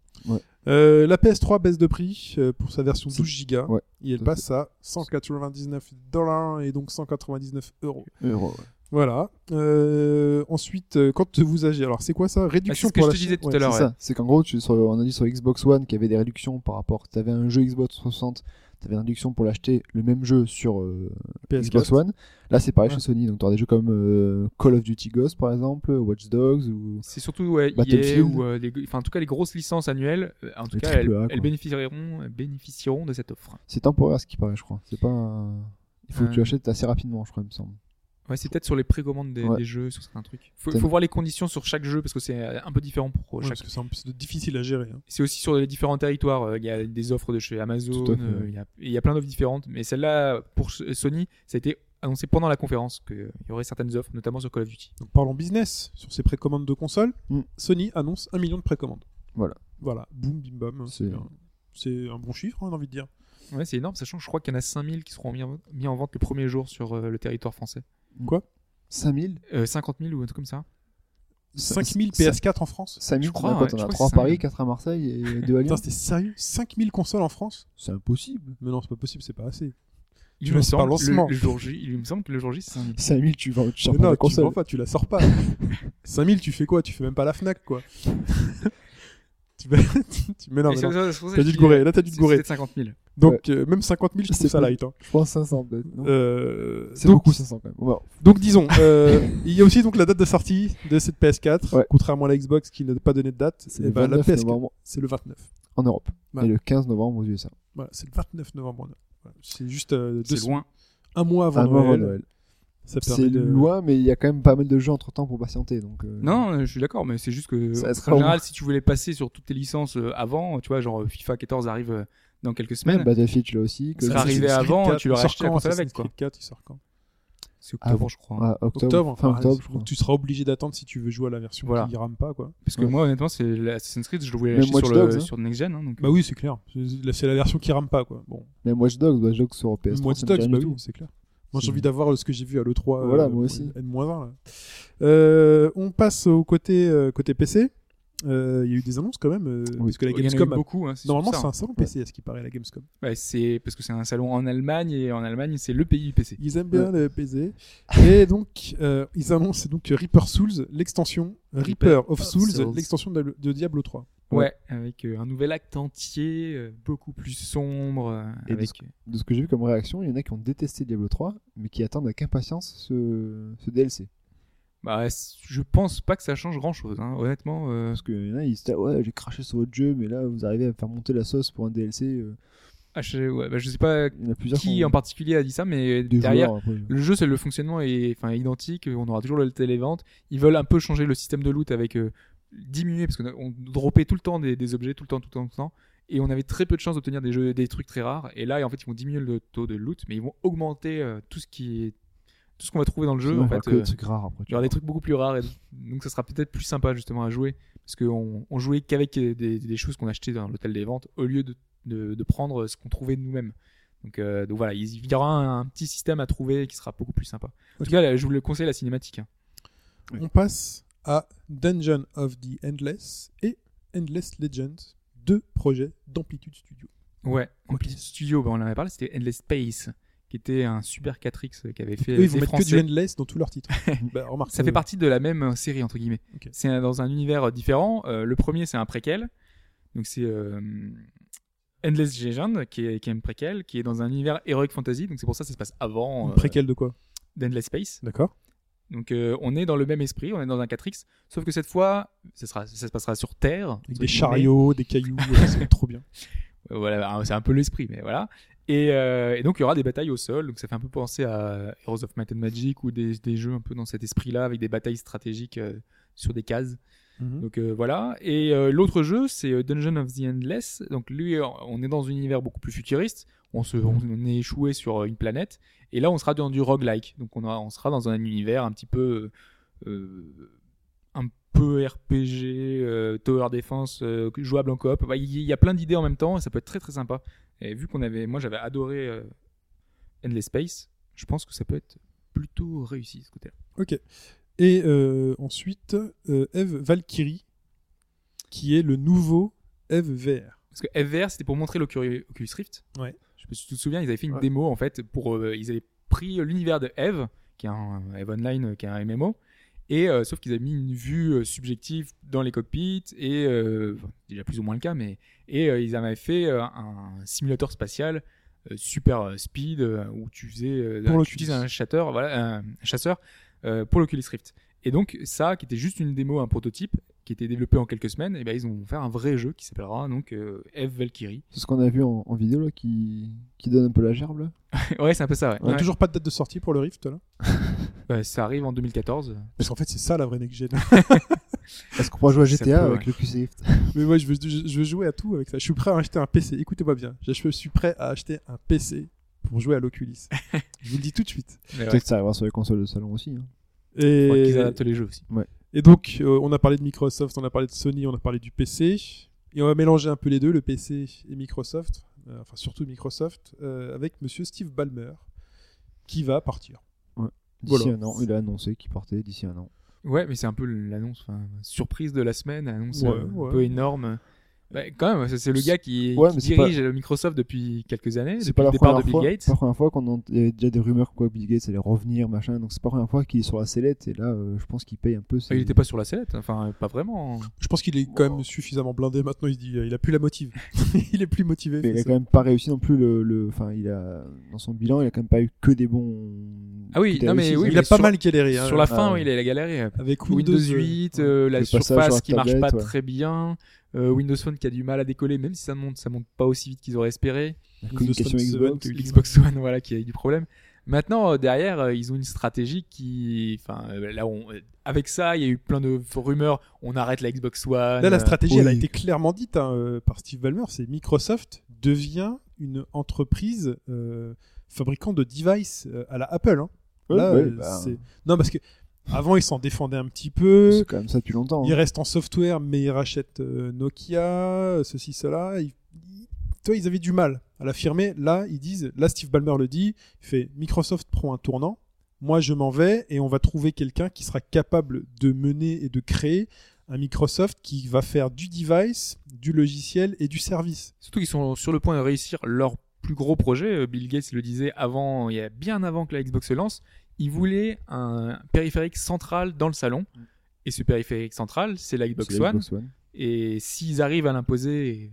Euh, la PS3 baisse de prix euh, pour sa version
C'est-
12 Go
ouais.
et elle
Tout à
passe à 199 dollars et donc 199 euros.
Euro, ouais.
Voilà. Euh, ensuite, euh, quand vous agissez, alors c'est quoi ça
Ah, c'est
Réduction
ce que
pour
je
la
te disais
chaîne-
tout
ouais.
à l'heure.
C'est
ouais.
ça, c'est qu'en gros, tu, sur- on a dit sur Xbox One qu'il y avait des réductions par rapport. Tu avais un jeu Xbox 360, tu avais une réduction pour l'acheter le même jeu sur euh, Xbox
PS4.
One. Là, c'est pareil
Ouais.
chez Sony, donc tu auras des jeux comme euh, Call of Duty Ghost par exemple, Watch Dogs ou.
C'est surtout ouais, EA
Battlefield.
ou euh, les- enfin en tout cas les grosses licences annuelles, euh, en tout
Les
cas
triple
elles,
A, quoi.
elles bénéficieront, elles bénéficieront de cette offre.
C'est temporaire ce qui paraît, je crois. C'est pas. un- Il faut que tu
Euh.
l'achètes assez rapidement, je crois, il me semble.
Ouais, c'est peut-être sur les précommandes des,
Ouais.
des jeux, sur certains trucs. Faut,
C'est-
faut voir les conditions sur chaque jeu parce que c'est euh, un peu différent pour
Ouais,
euh,
parce
chaque.
que c'est un peu- c'est difficile à gérer. hein.
C'est aussi sur les différents territoires. euh, Il y a des offres de chez Amazon,
Tout à fait,
euh,
ouais.
il y a- il y, a plein d'offres différentes. Mais celle-là pour S- Sony, ça a été annoncé pendant la conférence qu'il y aurait certaines offres, notamment sur Call of Duty.
Donc parlons business. Sur ses précommandes de consoles,
Mm.
Sony annonce un million de précommandes.
Voilà.
Voilà, boum, bim, bam.
C'est-
C'est un- C'est un bon chiffre, hein, j'ai envie de dire.
Ouais, c'est énorme, sachant que je crois qu'il y en a 5000 qui seront mis en, mis en vente le premier jour sur euh, le territoire français.
Mm. 5000
Euh, 50 000 ou un truc comme ça.
5000
ça-
PS4 en France.
5000,
Je crois,
t'en as quoi,
ouais,
t'en
je
as
crois
3
que
à
c'est
Paris,
ça.
4 à Marseille et 2 à Lyon.
Putain, c'était sérieux 5000 consoles en France
C'est impossible.
Mais non, c'est pas possible, c'est pas assez. Tu
Il me,
lances par
semble,
lancement.
le, le jour J, il me semble que le jour J, c'est 5000.
5000, tu vas tu sors
Mais
pas
non,
la
tu
console. [LAUGHS]
vends pas, tu la sors pas. 5000, tu fais quoi Tu fais même pas la Fnac, quoi. tu mets, [LAUGHS] tu mets non, mais
Et c'est-
non.
c'est- c'est pour ça
T'as dû
que
te
je dis,
gourer, là t'as dû
c'est-
te gourer.
C'est 50 000.
Donc euh, même 50 000, je
C'est
trouve ça
cool.
light. hein.
Je pense 500 peut-être. non
Euh,
C'est
donc-
beaucoup 500 quand même. Ouais.
Donc disons, euh, il y a aussi donc la date de sortie de cette PS4,
Ouais.
contrairement à la Xbox qui n'a pas donné de date.
C'est
eh
le
ben, la
29
PS4,
novembre
c'est le 29.
en Europe
Voilà.
et le 15 novembre aux USA.
Voilà, c'est le 29 novembre. là. Voilà, C'est juste euh, deux-
C'est loin.
un mois avant
Un mois avant
Noël.
Noël.
Ça
C'est
permet de.
loin, mais il y a quand même pas mal de gens entre temps pour patienter. Donc, euh,
Non, euh, je suis d'accord, mais c'est juste que
Ça
en
sera au
général,
moins.
si tu voulais passer sur toutes tes licences euh, avant, tu vois, genre euh, FIFA 14 arrive euh, dans quelques
Même
semaines,
Battlefield, tu l'as aussi.
Ça
Que
sera arrivé
Assassin's Creed
avant,
4,
tu l'aurais
il sort
acheté la
quand,
console avec,
Assassin's
quoi.
Creed 4, il sort quand
c'est octobre,
Ah,
je crois. hein.
Ah, octobre,
Octobre,
fin
enfin,
octobre,
donc
je crois.
tu seras obligé d'attendre si tu veux jouer à la version
Voilà.
qui rame pas quoi.
Parce que
Ouais.
moi, honnêtement, c'est l'Assassin's Creed, je le voulais
Même
acheter
Watch
sur, le,
Dogs, hein.
sur le Next Gen. hein, donc,
Bah oui, c'est clair. C'est c'est la version qui rame pas quoi. Bon,
Même Watch Dogs, Watch Dogs sur PS3.
Même Watch
ça me dit
Dogs,
rien
bah
du
oui,
tout.
c'est clair. Moi, j'ai
C'est-
envie d'avoir euh, ce que j'ai vu à l'E3.
Voilà, moi aussi.
N-1. là. Euh, on passe au côté, euh, côté PC. Euh, Il y a eu des annonces quand même. euh,
Oui.
Parce que la
il y en a eu
Gamescom. a-
beaucoup. hein, c'est
Normalement,
surtout
c'est
ça,
un salon PC, à ce qui paraît, la Gamescom.
hein. Bah, c'est parce que c'est un salon en Allemagne et en Allemagne, c'est le pays PC.
Ils aiment bien le PC. Et donc, euh, ils annoncent donc Reaper Souls, l'extension Reaper of Souls,
Souls.
l'extension de, de Diablo 3.
Ouais,
Ouais.
avec euh, un nouvel acte entier, euh, beaucoup plus sombre. euh,
Et
avec...
De ce que j'ai vu comme réaction, il y en a qui ont détesté Diablo 3, mais qui attendent avec impatience ce, ce DLC.
Bah, c- je pense pas que ça change grand chose, honnêtement. euh,
Parce qu'il y en a, ils se disent Ouais, j'ai craché sur votre jeu, mais là, vous arrivez à me faire monter la sauce pour un DLC. euh,
ah, je, ouais, bah, je sais pas
Il y en a plusieurs
qui
ont-
en particulier a dit ça, mais
des
derrière,
joueurs, après.
le jeu, c'est le fonctionnement est enfin, identique. On aura toujours le télévente. Ils veulent un peu changer le système de loot avec euh, diminuer parce qu'on dropait tout le temps des, des objets, tout le temps, tout le temps, tout le temps. Et on avait très peu de chances d'obtenir des, jeux- des trucs très rares. Et là, en fait, ils vont diminuer le taux de loot, mais ils vont augmenter euh, tout ce qui est tout ce qu'on va trouver dans le jeu.
Sinon,
en
il y aura
fait,
que des
euh,
trucs rares après.
il y aura des trucs beaucoup plus rares. et donc, ça sera peut-être plus sympa justement à jouer parce qu'on on jouait qu'avec des, des- des choses qu'on achetait dans l'hôtel des ventes au lieu de, de- de prendre ce qu'on trouvait nous-mêmes. Donc, euh, donc voilà, il y aura un, un petit système à trouver qui sera beaucoup plus sympa. En tout cas, là, je vous le conseille la cinématique. hein.
Oui.
On passe à Dungeon of the Endless et Endless Legends, deux projets d'Amplitude Studio.
Ouais, en plus, Studio, ben, on en avait parlé, c'était Endless Space qui était un super 4X qu'avait fait
Eux, ils vont
des
mettre
Français.
que du Endless dans tous leurs
[LAUGHS]
titres. bah, remarque,
Ça
euh,
fait partie de la même euh, série entre guillemets.
Ok.
C'est un- dans un univers euh, différent. Euh, le premier c'est un préquel, donc c'est euh, Endless Legend qui est, qui est un préquel, qui est dans un univers heroic fantasy. Donc c'est pour ça que ça se passe avant
une
euh,
Préquel de quoi
d'Endless Space.
D'accord.
Donc euh, on est dans le même esprit, on est dans un 4X, sauf que cette fois, ça, sera, ça se passera sur Terre. entre
Avec des
guillemets.
chariots, des cailloux, euh, c'est trop
[LAUGHS]
bien.
Euh, Voilà, hein, c'est un peu l'esprit, mais voilà. Et, euh, et donc il y aura des batailles au sol, donc ça fait un peu penser à Heroes of Might and Magic ou des, des jeux un peu dans cet esprit-là avec des batailles stratégiques euh, sur des cases.
Mhm.
Donc euh, voilà. Et euh, l'autre jeu, c'est euh, Dungeon of the Endless. Donc lui, euh, on est dans un univers beaucoup plus futuriste. On, se, on est échoué sur euh, une planète. Et là, on sera dans du roguelike. Donc on, aura- on sera dans un univers un petit peu. euh, un peu RPG, euh, Tower Defense, euh, jouable en coop. Bah, Il y, il y a plein d'idées en même temps et ça peut être très très sympa. Et vu qu'on avait. Moi, j'avais adoré euh, Endless Space. Je pense que ça peut être plutôt réussi ce côté-là.
Ok. Et euh, ensuite, euh, Eve Valkyrie, qui est le nouveau Eve VR.
Parce que FVR, c'était pour montrer l'Oculus Oculus Rift.
Ouais.
Je sais pas si tu te souviens, ils avaient fait une
Ouais.
démo en fait pour euh, ils avaient pris l'univers de Eve, qui est un Eve Online, euh, qui est un MMO, et euh, sauf qu'ils avaient mis une vue euh, subjective dans les cockpits et euh, enfin, déjà plus ou moins le cas, mais et euh, ils avaient fait euh, un simulateur spatial euh, super euh, speed euh, où tu faisais euh,
Pour
tu
l'Oculus.
utilises un chasseur, voilà, un chasseur euh, pour l'Oculus Rift. Et donc ça, qui était juste une démo, un prototype, qui était développé en quelques semaines, et ben ils vont faire un vrai jeu qui s'appellera donc euh, Eve Valkyrie. [LAUGHS]
C'est ce qu'on a vu en, en vidéo là, qui... qui donne un peu la gerbe. Là.
ouais, c'est un peu ça. Ouais.
On a toujours pas de date de sortie pour le Rift là.
Bah, ça arrive en 2014.
Parce qu'en fait, c'est ça la vraie next gen.
[LAUGHS]
Est-ce qu'on pourra jouer à
Ça
GTA
peut,
avec le QC Rift
Mais moi, je veux, je je veux jouer à tout avec ça. Je suis prêt à acheter un PC. Écoutez-moi bien. Je suis prêt à acheter un PC pour jouer à
[LAUGHS]
l'Oculus. je vous le dis tout de suite.
Mais ouais,
Peut-être que ça arrivera sur les consoles de salon aussi. hein.
faudra
Et,
qu'ils adaptent les jeux aussi.
et donc, euh, on a parlé de Microsoft, on a parlé de Sony, on a parlé du PC. Et on va mélanger un peu les deux, le PC et Microsoft, euh, enfin surtout Microsoft, euh, avec monsieur Steve Ballmer, qui va partir.
D'ici
Voilà.
un an, il a annoncé qu'il partait d'ici un an.
Ouais, mais c'est un peu l'annonce, enfin, surprise de la semaine, annonce
Ouais,
euh, un
ouais.
peu énorme. Bah, quand même, c'est- c'est le gars qui,
Ouais,
qui
mais c'est
dirige Microsoft depuis quelques années,
C'est
depuis
pas
le
la
départ de
première
Bill
fois.
Gates.
c'est pas la première fois qu'on en- il y avait déjà des rumeurs quoi Bill Gates allait revenir machin. Donc c'est pas la première fois qu'il est sur la sellette et là euh, je pense qu'il paye un peu. ses-
Ah, Il n'était pas sur la sellette, enfin pas vraiment.
Je pense qu'il est quand même suffisamment blindé maintenant. Il se dit, euh, il a plus la motive. [LAUGHS] il est plus motivé.
Mais il
c'est
a
ça.
quand même pas réussi non plus le, le- enfin il a dans son bilan il a quand même pas eu que des bons.
Ah oui,
que des
non, mais
réussites.
oui,
Il a pas
sur-
mal galéré. hein.
sur la fin, oui,
ouais.
il a il a galéré.
Avec
Windows
Windows,
8, euh, la
Le passage sur
surface
la
qui marche pas
tablette, ouais.
très bien, euh, Windows Phone qui a du mal à décoller, même si ça monte, ça monte pas aussi vite qu'ils auraient espéré.
La
Windows
communication
Phone
Xbox.
7, Oui.
Xbox One, [LAUGHS] voilà, qui a eu du problème. Maintenant, euh, derrière, euh, ils ont une stratégie qui, enfin, euh, là, on, euh, avec ça, il y a eu plein de f- rumeurs. On arrête la Xbox One.
Là, la
euh,
stratégie, elle a
oui.
été clairement dite hein, euh, par Steve Ballmer, c'est Microsoft devient une entreprise euh, fabricant de devices euh, à la Apple. hein.
Ouais,
Là,
ouais,
euh,
bah,
c'est- Non, parce que avant, ils s'en défendaient un petit peu.
C'est quand même ça depuis longtemps.
Ils
hein.
restent en software, mais ils rachètent euh, Nokia, euh, ceci, cela. Ils... ils- Toi, ils avaient du mal à l'affirmer. Là, ils disent, là, Steve Ballmer le dit, il fait Microsoft prend un tournant. Moi, je m'en vais et on va trouver quelqu'un qui sera capable de mener et de créer un Microsoft qui va faire du device, du logiciel et du service.
Surtout qu'ils sont sur le point de réussir leur plus gros projet. Euh, Bill Gates le disait avant, il y a bien avant que la Xbox se lance, il voulait un périphérique central dans le salon. Et ce périphérique central, c'est la
C'est
Xbox
la
One.
Xbox One.
Et s'ils arrivent à l'imposer,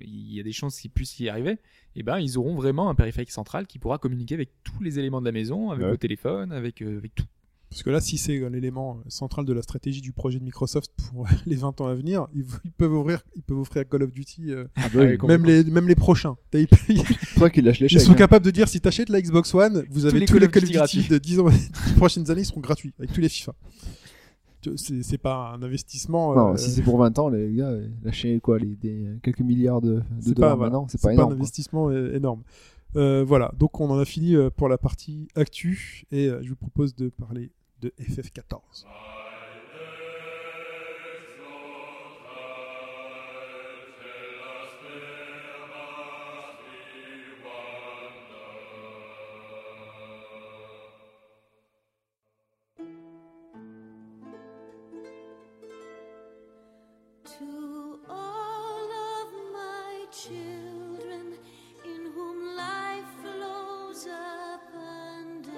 il y a des chances qu'ils puissent y arriver. Et ben, ils auront vraiment un périphérique central qui pourra communiquer avec tous les éléments de la maison, avec
Ouais.
le téléphone, avec, euh, avec tout.
Parce que là, si c'est euh, l'élément central de la stratégie du projet de Microsoft pour euh, [LAUGHS] les 20 ans à venir, ils ils peuvent ouvrir, ils peuvent offrir Call of Duty, euh,
Ah bah
Ah
oui,
oui,
même les, même les prochains. [LAUGHS] Ils-
C'est pour ça qu'il lâche les
Ils
chèques.
sont
hein.
capables de dire si t'achètes la Xbox One, vous avez
les
tous
Call
les
of
Call of
Duty
Duty
gratuits.
de 10 ans, [LAUGHS] les prochaines années ils seront gratuits avec tous les FIFA. Tu vois, C'est c'est pas un investissement.
Non,
euh,
si c'est pour 20 ans, les gars, euh, lâchez quoi les, des, euh, quelques milliards de, de
c'est
dollars
pas, voilà,
maintenant, c'est
c'est pas
pas
un
énorme. quoi.
investissement euh, énorme. Euh, voilà, donc on en a fini euh, pour la partie actu et euh, je vous propose de parler de FF14.
To all of my children in whom life flows abundant.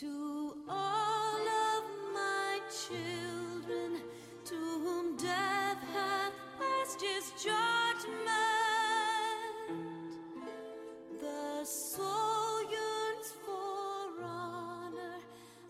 To all of my children to whom death hath passed his judgment. The soul yearns for honor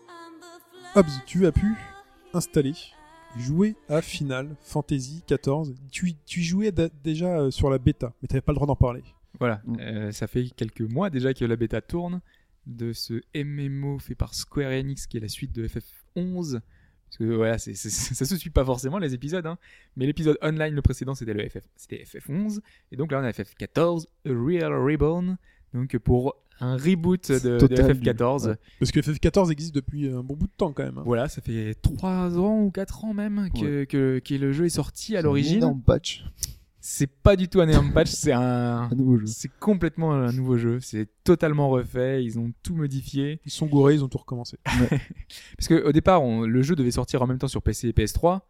and the flesh.
Hobbs, tu as pu
for
installer et jouer à Final Fantasy 14. Tu, y- tu y jouais da- déjà euh, sur la bêta, mais t'avais pas le droit d'en parler.
Voilà,
Mm.
Euh, ça fait quelques mois déjà que la bêta tourne de ce MMO fait par Square Enix qui est la suite de FF11. Parce que voilà, c'est- [LAUGHS] c'est- ça se suit pas forcément les épisodes, hein. mais l'épisode online, le précédent, c'était le FF, c'était FF11, et donc là on a FF14, A Real Reborn, donc pour un reboot de, de
Total
FF14.
du- ouais.
Parce que FF14 existe depuis un bon bout de temps quand même. hein.
Voilà, ça fait 3 ans ou 4 ans même que, que, que le jeu est sorti à
C'est
l'origine.
un énorme patch,
C'est pas du tout un énorme patch, c'est un,
un nouveau jeu.
c'est complètement un nouveau jeu, c'est totalement refait, ils ont tout modifié.
Ils sont gourés, ils ont tout recommencé.
Parce qu'au départ, on- le jeu devait sortir en même temps sur PC et PS3,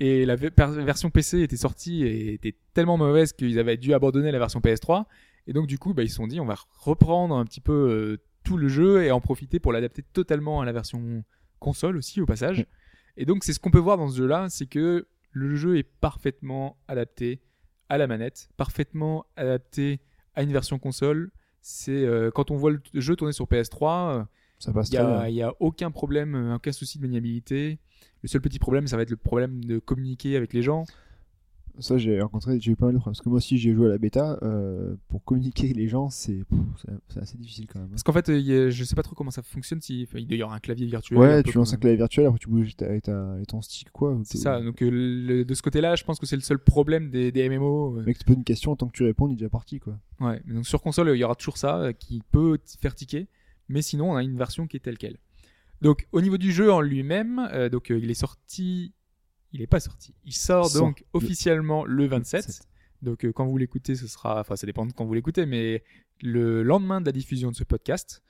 et la ve- per- version PC était sortie et était tellement mauvaise qu'ils avaient dû abandonner la version PS3. Et donc du coup, bah, ils se sont dit, on va reprendre un petit peu euh, tout le jeu et en profiter pour l'adapter totalement à la version console aussi au passage.
Ouais.
Et donc c'est ce qu'on peut voir dans ce jeu-là, c'est que le jeu est parfaitement adapté à la manette, parfaitement adapté à une version console. C'est euh, quand on voit le t- jeu tourner sur PS3, euh,
Ça passe
il n'y
très bien.
a, y a aucun problème, euh, aucun souci de maniabilité. Le seul petit problème, ça va être le problème de communiquer avec les gens.
Ça, j'ai rencontré, j'ai eu pas mal de problèmes. Parce que moi aussi, j'ai joué à la bêta. euh, pour communiquer avec les gens, c'est pff, c'est- c'est assez difficile quand même. hein.
Parce qu'en fait, euh, y a- je sais pas trop comment ça fonctionne. Si, enfin, il doit y avoir un clavier virtuel. un
Ouais,
peu
tu lances un
comme-
clavier virtuel, après tu bouges ta- avec, ta- avec ton stick, quoi.
C'est ça. Donc euh, le- de ce côté-là, je pense que c'est le seul problème des, des MMO. euh.
Mec, tu poses une question, tant que tu réponds, il est déjà parti, quoi.
Ouais. Mais Donc sur console, il y aura toujours ça euh, qui peut t- faire tiquer. Mais sinon, on a une version qui est telle quelle. Donc au niveau du jeu en lui-même, euh, donc euh, il est sorti. Il n'est pas sorti. Il sort
Sort
donc
le-
officiellement le 27. Donc euh, quand vous l'écoutez, ce sera, enfin ça dépend de quand vous l'écoutez, mais le lendemain de la diffusion de ce podcast.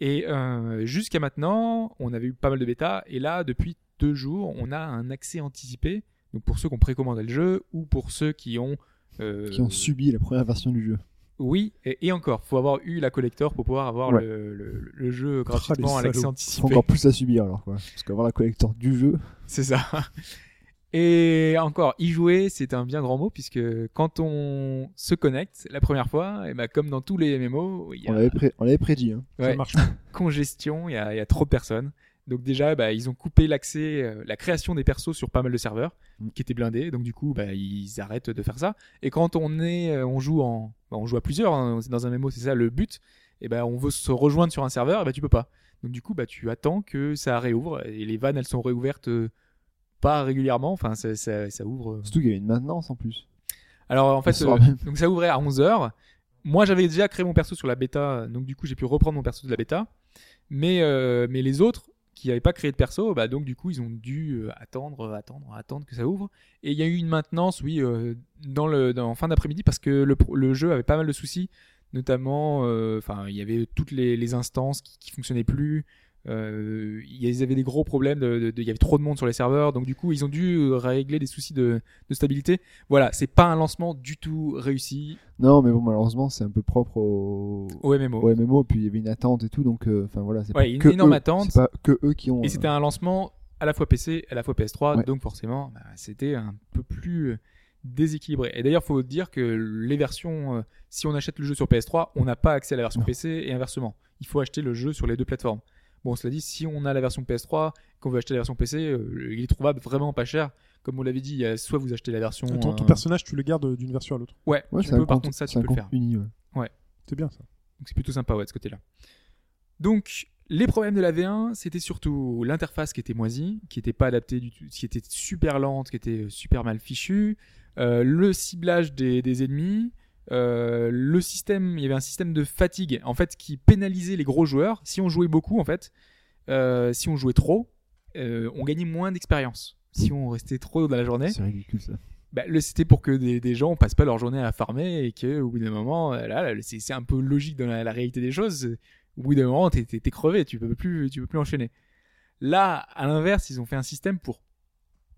Et euh, jusqu'à maintenant, on avait eu pas mal de bêta, et là, depuis deux jours, on a un accès anticipé Donc pour ceux qui ont précommandé le jeu ou pour ceux qui ont. euh,
qui ont subi la première version du jeu.
Oui, et, et encore, faut avoir eu la collector pour pouvoir avoir
Ouais.
le, le- le jeu gratuitement à
salauds.
l'accès
Faut
anticipé.
encore plus la subir alors quoi. Parce qu'avoir la collector du jeu,
[LAUGHS] C'est ça. Et encore, y jouer, c'est un bien grand mot puisque quand on se connecte la première fois, et ben comme dans tous les MMO, il y a
on l'avait pré- on l'avait prédit. hein.
Ouais.
Ça marche.
congestion, il y, a- il y a trop de personnes. Donc déjà, bah, ils ont coupé l'accès, euh, la création des persos sur pas mal de serveurs
Mm.
qui étaient blindés. Donc du coup, bah, ils arrêtent de faire ça. Et quand on est, euh, on joue en, bah, on joue à plusieurs hein, dans un MMO, c'est ça le but. Et ben on veut se rejoindre sur un serveur, et bah, tu peux pas. Donc du coup, bah, tu attends que ça réouvre. Et les vannes, elles sont réouvertes euh, pas régulièrement. Enfin, ça, ça- ça ouvre. euh.
Surtout qu'il y avait une maintenance en plus.
Alors en fait,
soir
euh,
même.
[LAUGHS] donc ça ouvrait à 11h. Moi j'avais déjà créé mon perso sur la bêta, donc du coup j'ai pu reprendre mon perso de la bêta. Mais, euh, mais les autres qui n'avaient pas créé de perso, bah, donc du coup ils ont dû euh, attendre, euh, attendre, attendre que ça ouvre. Et il y a eu une maintenance, oui, euh, dans le, dans, en fin d'après-midi parce que le, pro- le jeu avait pas mal de soucis. Notamment, euh, enfin, il y avait toutes les, les instances qui, qui fonctionnaient plus. Euh, il y a- ils avaient des gros problèmes, de- de- de- il y avait trop de monde sur les serveurs, donc du coup ils ont dû euh, régler des soucis de, de stabilité. Voilà, c'est pas un lancement du tout réussi
Non, mais bon, malheureusement, c'est un peu propre au,
au MMO.
au MMO. Puis il y avait une attente et tout, donc euh, enfin voilà, c'est
Ouais,
pas
une
que
énorme
eux,
attente.
C'est pas que eux qui ont.
Et c'était un lancement à la fois PC, à la fois PS3,
Ouais.
donc forcément, bah, c'était un peu plus euh, déséquilibré. Et d'ailleurs, faut dire que les versions, euh, si on achète le jeu sur PS3, on n'a pas accès à la version
Non.
PC et inversement. Il faut acheter le jeu sur les deux plateformes. Bon, cela dit, si on a la version PS3, qu'on veut acheter la version PC, euh, il est trouvable vraiment pas cher. Comme on l'avait dit, il y a soit vous achetez la version.
Ton, ton
euh,
personnage, tu le gardes d'une version à l'autre.
Ouais,
euh, Ouais,
tu
c'est un
peux, par
compte-
contre, ça, tu
c'est un
peux le
compte
faire.
uni, ouais.
C'est bien ça.
Donc c'est plutôt sympa ouais, de ce côté-là. Donc les problèmes de la V1, c'était surtout l'interface qui était moisie, qui n'était pas adaptée du tout, qui était super lente, qui était euh, super mal fichue, euh, le ciblage des, des ennemis, euh, le système, il y avait un système de fatigue en fait qui pénalisait les gros joueurs. Si on jouait beaucoup en fait, euh, si on jouait trop, euh, on gagnait moins d'expérience. Si on restait trop dans la journée,
C'est ridicule ça.
bah, le c'était pour que des, des gens passent pas leur journée à farmer et que au bout d'un moment euh, là, là, c'est c'est un peu logique dans la, la réalité des choses au bout d'un moment t'es- t'es t'es crevé tu peux plus tu peux plus enchaîner là à l'inverse ils ont fait un système pour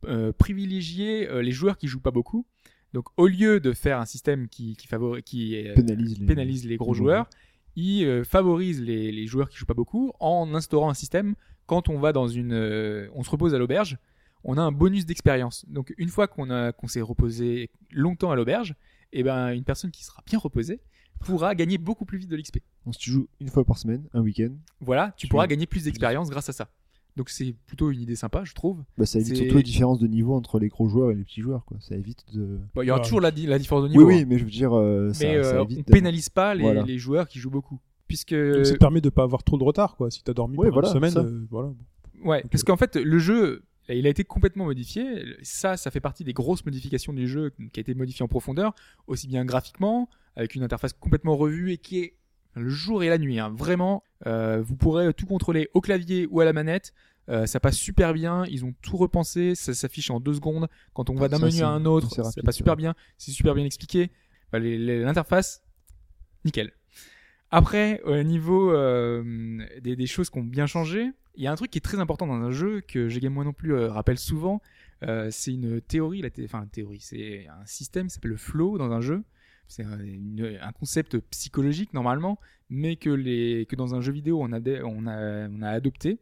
euh, privilégier euh, les joueurs qui jouent pas beaucoup donc au lieu de faire un système qui qui favori- qui euh,
Pénalise les-
pénalise les gros
les
joueurs il euh, favorise les, les joueurs qui jouent pas beaucoup en instaurant un système quand on va dans une euh, on se repose à l'auberge on a un bonus d'expérience. Donc une fois qu'on a qu'on s'est reposé longtemps à l'auberge, eh ben une personne qui sera bien reposée pourra gagner beaucoup plus vite de l'XP.
Donc, si tu joues une fois par semaine, un week-end,
Voilà, tu
Tu-
pourras gagner plus d'expérience grâce à ça. Donc c'est plutôt une idée sympa, je trouve.
bah, ça évite
C'est-
surtout les différences de niveau entre les gros joueurs et les petits joueurs. Quoi. Ça évite de.
Bon, il y aura
Ouais.
toujours la, di- la différence de niveau.
oui, oui,
hein.
mais je veux dire, euh, ça,
mais
ça
euh,
évite.
on
d'avoir-
pénalise pas les,
Voilà.
les joueurs qui jouent beaucoup, puisque
Donc, ça te permet de pas avoir trop de retard, quoi. Si t'as dormi
Ouais,
pendant
voilà,
une semaine,
ça.
euh, voilà.
Ouais,
Donc,
parce
euh,
qu'en fait, le jeu, il a été complètement modifié. Ça, ça fait partie des grosses modifications du jeu qui a été modifié en profondeur, aussi bien graphiquement, avec une interface complètement revue et qui est le jour et la nuit. hein. Vraiment, euh, vous pourrez tout contrôler au clavier ou à la manette. Euh, ça passe super bien, ils ont tout repensé, ça s'affiche en deux secondes. Quand on va d'un
Ça,
menu
c'est-
à un autre,
c'est
ça
rapide,
passe super
ouais.
bien, c'est super bien expliqué. Enfin, les- les- L'interface, nickel. Après, au niveau euh, des, des choses qui ont bien changé, il y a un truc qui est très important dans un jeu que j'ai moi non plus euh, rappelle souvent. euh, c'est une théorie, la thé- enfin une théorie, c'est un système qui s'appelle le flow dans un jeu. C'est un, une- un concept psychologique normalement, mais que, les, que dans un jeu vidéo on a, dé- on a, on a adopté.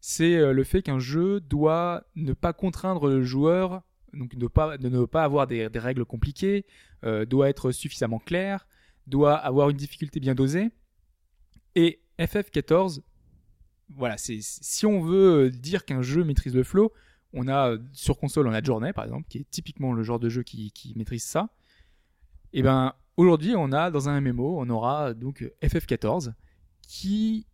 C'est euh, le fait qu'un jeu doit ne pas contraindre le joueur, donc ne pas, de ne pas avoir des, des règles compliquées, euh, doit être suffisamment clair, doit avoir une difficulté bien dosée. Et FF14, voilà, c'est si on veut euh, dire qu'un jeu maîtrise le flow, on a euh, sur console, on a Journey par exemple, qui est typiquement le genre de jeu qui, qui maîtrise ça. Et ben aujourd'hui, on a dans un MMO, on aura donc euh, FF14 qui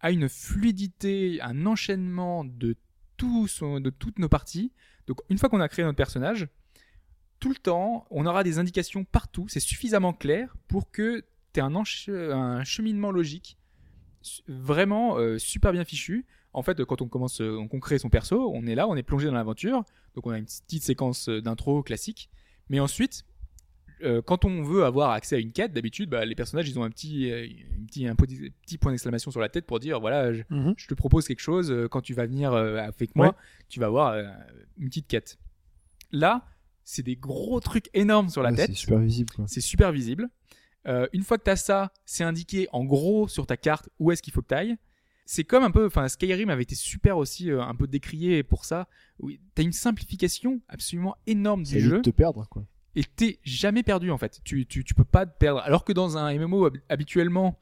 a une fluidité, un enchaînement de tout son- de toutes nos parties. Donc une fois qu'on a créé notre personnage, tout le temps, on aura des indications partout, c'est suffisamment clair pour que tu aies un, enche- un cheminement logique su- vraiment euh, super bien fichu. En fait, quand on commence, euh, on crée son perso, on est là, on est plongé dans l'aventure, donc on a une petite séquence euh, d'intro classique. Mais ensuite, euh, quand on veut avoir accès à une quête, d'habitude, bah, les personnages, ils ont un petit, euh, une petit- un petit petit point d'exclamation sur la tête pour dire, voilà, je, je te propose quelque chose, euh, quand tu vas venir euh, avec moi,
Ouais.
tu vas avoir euh, une petite quête. Là, c'est des gros trucs énormes sur la
Ouais,
tête.
C'est super visible, quoi.
C'est super visible. Euh, une fois que t'as ça, c'est indiqué en gros sur ta carte où est-ce qu'il faut que t'ailles. C'est comme un peu, enfin Skyrim avait été super aussi, euh, un peu décrié pour ça. Oui, t'as une simplification absolument énorme
Ça
du
évite
jeu
de te perdre, quoi.
et t'es jamais perdu en fait. Tu, tu, tu peux pas te perdre. Alors que dans un MMO, hab- habituellement,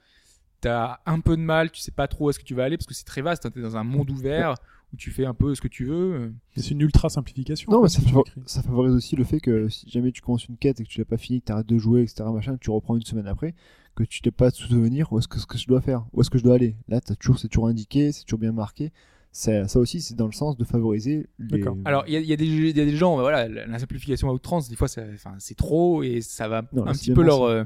t'as un peu de mal, tu sais pas trop où est-ce que tu vas aller parce que c'est très vaste. hein. T'es dans un monde ouvert où tu fais un peu ce que tu veux.
C'est une ultra simplification.
Non,
en
mais
fait,
ça,
ce que tu
favor-
décris.
ça favorise aussi le fait que si jamais tu commences une quête et que tu l'as pas fini, que tu arrêtes de jouer, etc., machin, que tu reprends une semaine après, que tu t'es pas souvenir où est-ce que, ce que je dois faire, où est-ce que je dois aller. Là, t'as toujours, c'est toujours indiqué, c'est toujours bien marqué. Ça, ça aussi, c'est dans le sens de favoriser les.
D'accord.
Alors il y a, il y a des- il y a des gens, bah, voilà, la la simplification à outrance, des fois, ça- enfin, c'est trop et ça va
Non, là,
un
c'est
petit
bien
peu
pensé.
leur. euh,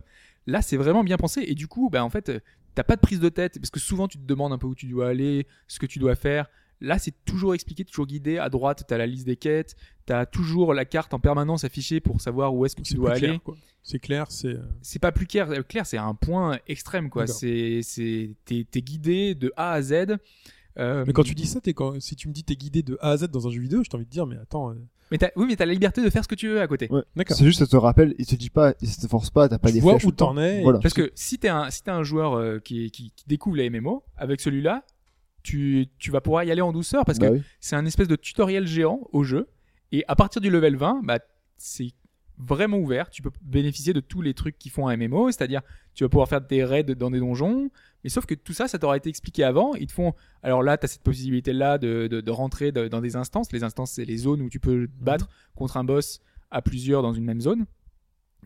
Là, c'est vraiment bien pensé et du coup, bah en fait, euh, t'as pas de prise de tête parce que souvent tu te demandes un peu où tu dois aller, ce que tu dois faire. Là, c'est toujours expliqué, toujours guidé. À droite, t'as la liste des quêtes, t'as toujours la carte en permanence affichée pour savoir où est-ce que tu
C'est
dois
plus
aller.
clair, quoi. C'est clair, c'est. euh,
c'est pas plus clair. Clair, c'est un point extrême, quoi.
D'accord.
C'est, c'est, t'es, t'es guidé de A à Z. Euh,
Mais quand tu dis ça, t'es quand... si tu me dis t'es guidé de A à Z dans un jeu vidéo, je t'ai envie de dire, mais attends. euh,
mais t'as, oui, mais t'as la liberté de faire ce que tu veux à côté.
Ouais.
D'accord.
C'est juste, ça te rappelle, il te dit pas, il te force pas, t'as pas
Tu
des
vois
flèches
où
tout le temps.
t'en es et-
Voilà.
Parce que si t'es un, si t'es un joueur euh, qui, qui, qui découvre les MMO, avec celui-là, tu, tu vas pouvoir y aller en douceur parce
Bah
que euh,
oui.
c'est un espèce de tutoriel géant au jeu. Et à partir du level 20, bah, c'est vraiment ouvert. Tu peux bénéficier de tous les trucs qui font un MMO, c'est-à-dire tu vas pouvoir faire des raids dans des donjons. Mais sauf que tout ça, ça t'aura été expliqué avant. Ils te font. Alors là, tu as cette possibilité-là de, de- de rentrer de- dans des instances. Les instances, c'est les zones où tu peux te battre contre un boss à plusieurs dans une même zone.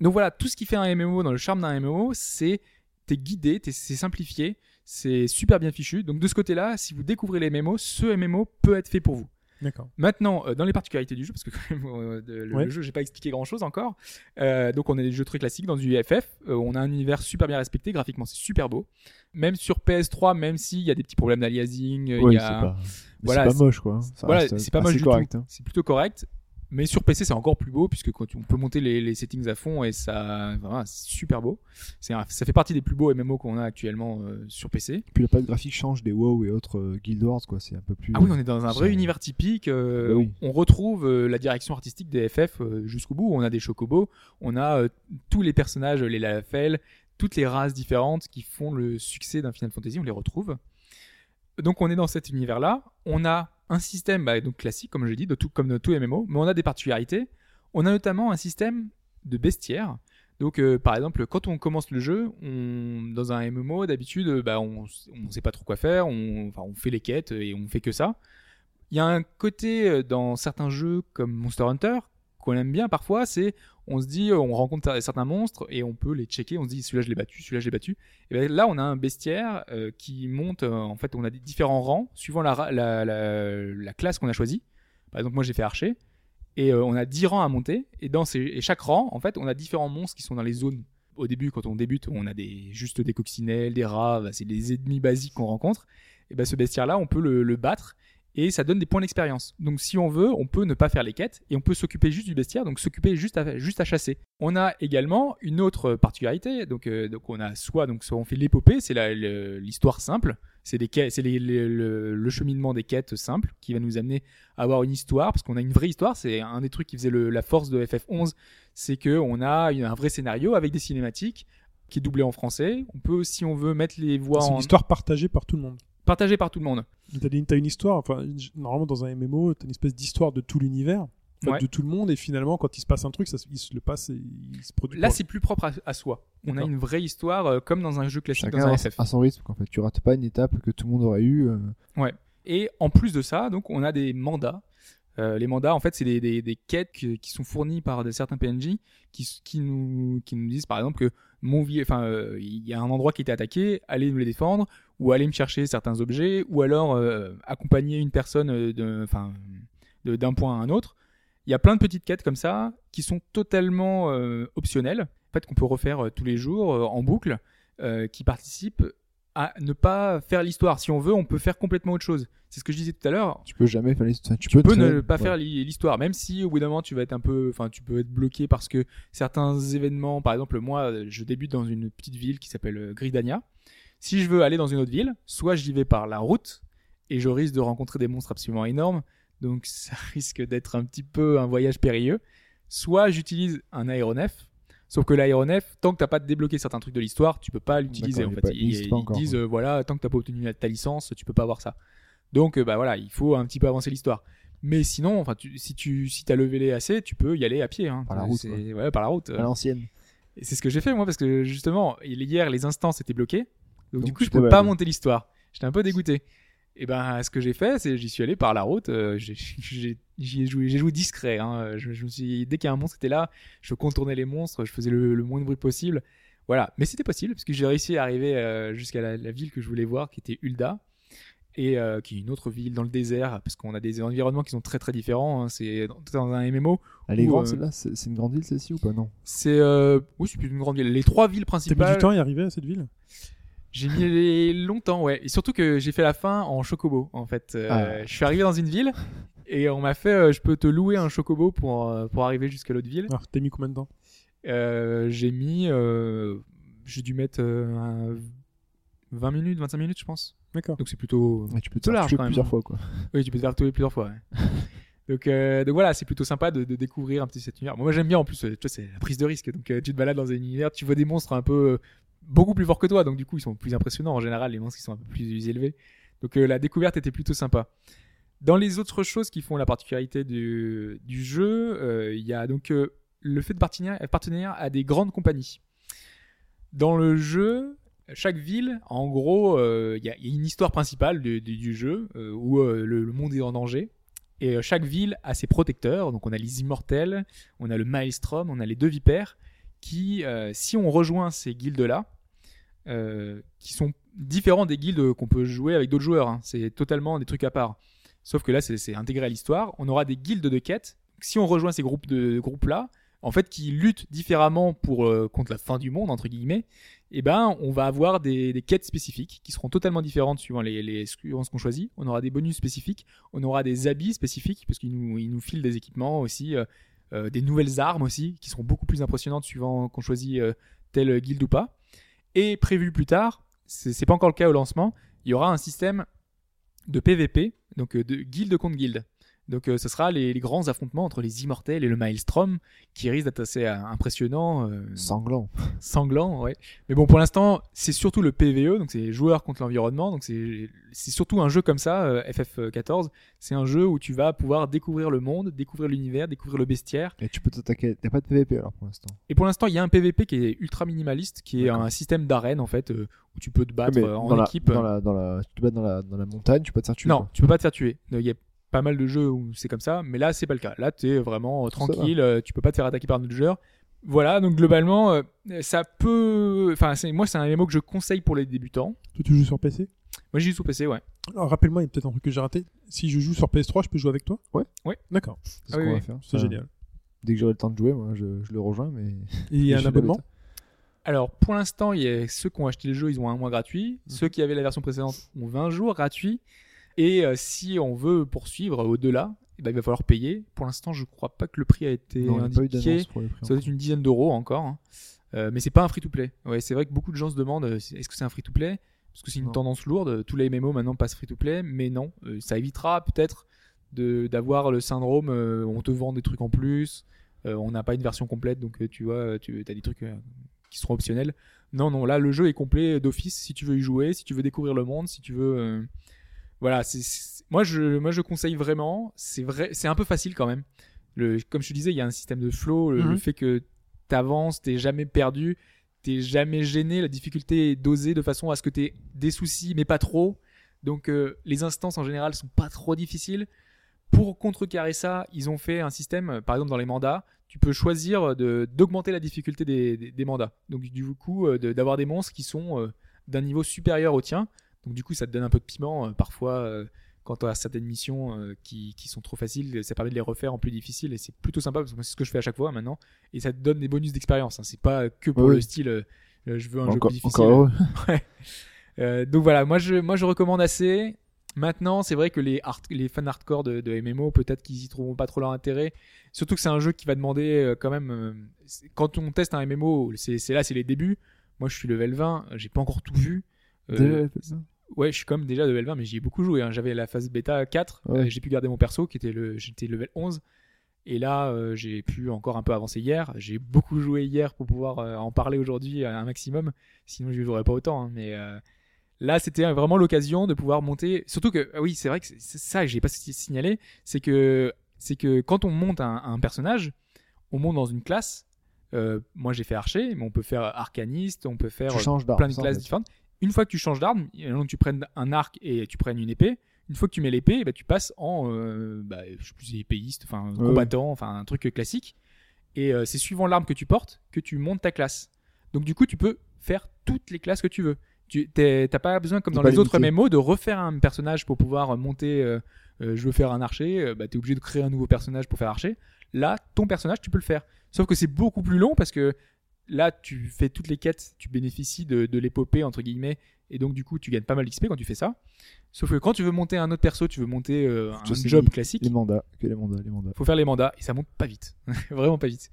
Donc voilà, tout ce qui fait un MMO dans le charme d'un MMO, c'est t'es guidé, t'es- c'est simplifié, c'est super bien fichu. Donc de ce côté-là, si vous découvrez les MMO, ce MMO peut être fait pour vous.
D'accord.
Maintenant, euh, dans les particularités du jeu, parce que [LAUGHS] quand même, euh, de- le,
Ouais.
le jeu, j'ai pas expliqué grand chose encore. Euh, donc, on a des jeux très classiques dans du FF. Euh, on a un univers super bien respecté. Graphiquement, c'est super beau. Même sur PS3, même s'il y a des petits problèmes d'aliasing, euh, il
Oui,
y
c'est
a-
pas, mais
voilà,
c'est
c'est-
pas moche, quoi. Ça
voilà,
reste
c'est pas mal
assez
du
correct,
tout.
hein.
C'est plutôt correct. Mais sur PC, c'est encore plus beau puisque quand tu- on peut monter les, les settings à fond et ça, voilà, c'est super beau. C'est un- ça fait partie des plus beaux MMO qu'on a actuellement euh, sur PC.
Puis la palette graphique change des WoW et autres euh, Guild Wars, quoi. C'est un peu plus.
Ah oui, on est dans un
c'est-
vrai univers typique. euh,
Bah oui.
On retrouve euh, la direction artistique des FF euh, jusqu'au bout. On a des chocobos, on a euh, tous les personnages, les Lalafell, toutes les races différentes qui font le succès d'un Final Fantasy, on les retrouve. Donc on est dans cet univers-là. On a un système bah, donc classique, comme je l'ai dit, de tout, comme de tout MMO, mais on a des particularités. On a notamment un système de bestiaire. Donc, euh, par exemple, quand on commence le jeu, on, dans un MMO, d'habitude, euh, bah, on ne sait pas trop quoi faire, on, enfin, on fait les quêtes et on fait que ça. Il y a un côté euh, dans certains jeux comme Monster Hunter qu'on aime bien parfois, c'est on se dit, euh, on rencontre cer- certains monstres et on peut les checker, on se dit celui-là je l'ai battu, celui-là je l'ai battu. Et ben là, on a un bestiaire euh, qui monte, euh, en fait, on a des différents rangs suivant la, ra- la, la- la classe qu'on a choisie. Par exemple, moi j'ai fait archer et euh, on a 10 rangs à monter et dans ces, et chaque rang, en fait, on a différents monstres qui sont dans les zones. Au début, quand on débute, on a des, juste des coccinelles, des rats, bah, c'est les ennemis basiques qu'on rencontre. Et ben ce bestiaire-là, on peut le- le battre et ça donne des points d'expérience. Donc si on veut, on peut ne pas faire les quêtes et on peut s'occuper juste du bestiaire, donc s'occuper juste à, juste à chasser. On a également une autre particularité, donc, euh, donc on a soit, donc, soit on fait l'épopée, c'est la- le- l'histoire simple, c'est des quêtes- c'est les- les- le, le cheminement des quêtes simples qui va nous amener à avoir une histoire, parce qu'on a une vraie histoire, c'est un des trucs qui faisait le- la force de FF11, c'est qu'on a une- un vrai scénario avec des cinématiques qui est doublé en français. On peut, si on veut, mettre les voix
C'est
en...
une histoire partagée par tout le monde.
partagées par tout le monde.
T'as des- t'as une histoire, enfin, j- normalement dans un MMO, t'as une espèce d'histoire de tout l'univers, en fait,
Ouais.
de tout le monde, et finalement, quand il se passe un truc, ça, se- il se le passe et il se produit.
Là,
pour-
c'est plus propre à, à soi. On a
D'accord.
une vraie histoire euh, comme dans un jeu classique,
Chacun
dans un
à-
FF.
à son rythme, quoi. En fait, tu rates pas une étape que tout le monde aurait eu. euh,
Et en plus de ça, donc on a des mandats. Euh, les mandats, en fait, c'est des, des- des quêtes que- qui sont fournies par de, certains PNJ qui, s- qui, nous, qui nous disent, par exemple, que mon vie- enfin, euh, il y a un endroit qui était attaqué, allez nous les défendre, ou allez me chercher certains objets, ou alors euh, accompagner une personne euh, de- enfin, de- d'un point à un autre. Il y a plein de petites quêtes comme ça qui sont totalement euh, optionnelles, en fait, qu'on peut refaire euh, tous les jours euh, en boucle, euh, qui participent à ne pas faire l'histoire. Si on veut, on peut faire complètement autre chose. C'est ce que je disais tout à l'heure.
Tu peux jamais faire les- enfin, tu,
Tu peux
très-
ne pas
ouais.
faire l'hi- l'histoire, même si au bout d'un moment tu vas être un peu, enfin tu peux être bloqué parce que certains événements, par exemple moi euh, je débute dans une petite ville qui s'appelle euh, Gridania. Si je veux aller dans une autre ville, soit j'y vais par la route et je risque de rencontrer des monstres absolument énormes, donc [LAUGHS] ça risque d'être un petit peu un voyage périlleux. Soit j'utilise un aéronef, sauf que l'aéronef, tant que t'as pas débloqué certains trucs de l'histoire, tu peux pas l'utiliser en
D'accord,
fait.
il est pas- il
Ils,
existe pas
ils
encore,
disent euh, voilà, tant que t'as pas obtenu ta licence, tu peux pas avoir ça. Donc euh, bah voilà, il faut un petit peu avancer l'histoire. Mais sinon, enfin, tu- si tu si t'as levé assez, tu peux y aller à pied. hein.
Par la route,
C'est-
quoi.
ouais, par la route. euh.
à l'ancienne.
Et c'est ce que j'ai fait moi parce que justement il- hier les instances étaient bloquées, donc,
Donc
du coup
tu
je
t'es
peux pas
baladé.
monter l'histoire. J'étais un peu dégoûté. Et ben ce que j'ai fait c'est j'y suis allé par la route. euh, j'ai- [LAUGHS] j'ai j'y ai joué, j'ai joué discret. hein. Je, je me suis dès qu'un monstre était là, je contournais les monstres, je faisais le, le moins de bruit possible. Voilà, mais c'était possible parce que j'ai réussi à arriver euh, jusqu'à la, la ville que je voulais voir qui était Ulda et euh, qui est une autre ville dans le désert parce qu'on a des environnements qui sont très très différents. hein. C'est dans- dans un MMO,
Elle est
Ou,
grande
euh,
celle-là C'est c'est une grande ville celle-ci ou pas Non.
c'est euh, oui c'est plus une grande ville. Les trois villes
T'as mis
principales.
du temps à y arriver à cette ville
J'ai mis les- longtemps, ouais. Et surtout que j'ai fait la fin en chocobo, en fait. Euh,
Ah.
Je suis arrivé dans une ville et on m'a fait, euh, je peux te louer un chocobo pour, euh, pour arriver jusqu'à l'autre ville.
Alors, t'as mis combien de temps
Euh, j'ai mis, euh, j'ai dû mettre euh, un 20 minutes, 25 minutes, je pense.
D'accord.
Donc c'est plutôt, euh,
Mais tu peux te
Plutôt
faire
large,
tuer
quand même.
plusieurs fois quoi.
[LAUGHS] oui, tu peux te faire retrouver plusieurs fois. ouais. donc, euh, donc voilà, c'est plutôt sympa de, de découvrir un petit peu cet univers. Moi, moi, j'aime bien en plus, euh, tu vois, c'est la prise de risque. Donc euh, tu te balades dans un univers, tu vois des monstres un peu euh, beaucoup plus forts que toi, donc du coup ils sont plus impressionnants en général, les monstres qui sont un peu plus élevés. Donc euh, la découverte était plutôt sympa. Dans les autres choses qui font la particularité du, du jeu, euh, il y a donc euh, le fait de partenir, partenaire à des grandes compagnies. Dans le jeu, chaque ville, en gros, euh, il y, a il y a une histoire principale du, du- du jeu euh, où euh, le, le monde est en danger. Et euh, chaque ville a ses protecteurs. Donc on a les immortels, on a le maelstrom, on a les deux vipères qui, euh, si on rejoint ces guildes-là, euh, qui sont différents des guildes qu'on peut jouer avec d'autres joueurs. hein. C'est totalement des trucs à part. Sauf que là, c'est c'est intégré à l'histoire. On aura des guildes de quêtes. Si on rejoint ces groupes de groupes là, en fait, qui luttent différemment pour euh, contre la fin du monde entre guillemets, eh ben, on va avoir des, des quêtes spécifiques qui seront totalement différentes suivant les, les suivant ce qu'on choisit. On aura des bonus spécifiques, on aura des habits spécifiques parce qu'ils nous ils nous filent des équipements aussi, euh, euh, des nouvelles armes aussi qui seront beaucoup plus impressionnantes suivant qu'on choisit euh, telle guilde ou pas. Et prévu plus tard, c'est c'est pas encore le cas au lancement, il y aura un système de PVP, donc euh, de guilde contre guilde. Donc euh, ce sera les, les grands affrontements entre les immortels et le maelstrom qui risquent d'être assez euh, impressionnants, euh,
Sanglant.
sanglants, ouais. Mais bon, pour l'instant, c'est surtout le PVE, donc c'est joueur contre l'environnement, donc c'est c'est surtout un jeu comme ça, euh, FF14. C'est un jeu où tu vas pouvoir découvrir le monde, découvrir l'univers, découvrir le bestiaire.
Et tu peux t'attaquer. T'as pas de PVP alors pour l'instant.
Et pour l'instant, il y a un PVP qui est ultra minimaliste, qui est
D'accord. Ah,
un système d'arène en fait, euh, où tu peux te battre
Mais
euh, en
dans
équipe.
La, dans la, dans la, tu te bats dans la, dans la montagne, tu peux te faire tuer.
non,
quoi.
tu peux pas te faire tuer. Euh, Il y a pas mal de jeux où c'est comme ça, mais là c'est pas le cas. Là tu es vraiment euh,
Ça va.
tranquille, euh, tu peux pas te faire attaquer par d'autres joueurs. Voilà, donc globalement euh, ça peut enfin c'est moi c'est un MMO que je conseille pour les débutants.
Toi, tu joues sur PC
Moi j'ai sous PC, ouais.
Alors, rappelle-moi, il y a peut-être un truc que j'ai raté. Si je joue sur PS3, je peux jouer avec toi
Ouais.
Ouais.
D'accord,
C'est
Ah
ce
oui,
qu'on
oui.
va faire.
c'est
Enfin,
génial.
hein.
Dès que j'aurai le temps de jouer, moi, je, je le rejoins. Mais
Et il y
je
a
suis
un
la
abonnement
bêta.
Alors pour l'instant, il y a ceux qui ont acheté le jeu, ils ont un mois gratuit.
Mmh.
Ceux qui avaient la version précédente ont 20 jours gratuits. Et euh, si on veut poursuivre au-delà, eh ben, il va falloir payer. Pour l'instant, je crois pas que le prix a été
Non, il n'y a pas eu
indiqué.
d'annonce pour le prix.
Ça doit être une dizaine d'euros encore. hein. Euh, mais c'est pas un free-to-play. Ouais, c'est vrai que beaucoup de gens se demandent euh, c'est- est-ce que c'est un free-to-play Parce que c'est une
Non.
tendance lourde. Tous les MMO maintenant passent free-to-play, mais non. Euh, ça évitera peut-être de- d'avoir le syndrome euh, on te vend des trucs en plus, euh, on n'a pas une version complète, donc euh, tu vois, tu as des trucs euh, qui seront optionnels. Non, non, là le jeu est complet d'office si tu veux y jouer, si tu veux découvrir le monde, si tu veux. euh, Voilà, c'est- c'est- moi, je, moi je conseille vraiment. C'est vrai, c'est un peu facile quand même. Le, comme je te disais, il y a un système de flow, le, le
Mhm.
fait que t'avances, t'es jamais perdu, t'es jamais gêné, la difficulté est dosée de façon à ce que t'aies des soucis, mais pas trop. Donc euh, les instances en général sont pas trop difficiles. Pour contrecarrer ça, ils ont fait un système, euh, par exemple dans les mandats, tu peux choisir de- d'augmenter la difficulté des, des- des mandats. Donc du coup, euh, de- d'avoir des monstres qui sont euh, d'un niveau supérieur au tien. Donc du coup, ça te donne un peu de piment euh, parfois. euh, quand tu as certaines missions euh, qui, qui sont trop faciles, ça permet de les refaire en plus difficile et c'est plutôt sympa parce que moi, c'est ce que je fais à chaque fois maintenant et ça te donne des bonus d'expérience. hein. C'est pas que pour
Ouais,
le
oui.
style euh, euh, je veux un jeu
Encore,
plus difficile.
encore heureux.
Euh, donc voilà, moi je, moi je recommande assez. Maintenant, c'est vrai que les, hard- les fans hardcore de, de MMO, peut-être qu'ils y trouveront pas trop leur intérêt. Surtout que c'est un jeu qui va demander euh, quand même. euh, c'est- quand on teste un MMO, c'est c'est là, c'est les débuts. Moi, je suis level 20, j'ai pas encore tout vu. Euh,
Déjà, elle fait ça.
Ouais, je suis quand même déjà level 20, mais j'y ai beaucoup joué. hein. J'avais la phase bêta 4,
Ouais.
euh, j'ai pu garder mon perso, qui était le, j'étais level 11. Et là, euh, j'ai pu encore un peu avancer hier. J'ai beaucoup joué hier pour pouvoir euh, en parler aujourd'hui euh, un maximum. Sinon, je ne jouerais pas autant. hein. Mais euh, là, c'était vraiment l'occasion de pouvoir monter. Surtout que, ah oui, c'est vrai que c'est c'est ça que j'ai pas si- signalé, c'est que c'est que quand on monte un, un personnage, on monte dans une classe. Euh, moi, j'ai fait archer, mais on peut faire arcaniste, on peut faire
Tu changes d'arme.
euh, plein de
ça, en
classes
fait.
différentes. Une fois que tu changes d'arme, donc tu prennes un arc et tu prennes une épée. Une fois que tu mets l'épée, eh ben, tu passes en euh, bah, je sais plus épéiste, enfin
Ouais.
combattant, enfin un truc euh, classique. Et euh, c'est suivant l'arme que tu portes que tu montes ta classe. Donc du coup, tu peux faire toutes les classes que tu veux. Tu t'es- t'as pas besoin, comme
T'es
dans
pas
les autres
limité.
MMO, de refaire un personnage pour pouvoir monter. euh, euh, je veux faire un archer, euh, bah, tu es obligé de créer un nouveau personnage pour faire archer. Là, ton personnage, tu peux le faire. Sauf que c'est beaucoup plus long parce que là, tu fais toutes les quêtes, tu bénéficies de, de l'épopée, entre guillemets, et donc du coup, tu gagnes pas mal d'XP quand tu fais ça. Sauf que quand tu veux monter un autre perso, tu veux monter euh,
Tu
un
sais,
job
les-
classique,
Les mandats, que les mandats, les mandats.
faut faire les mandats, et ça monte pas vite. [LAUGHS] Vraiment pas vite.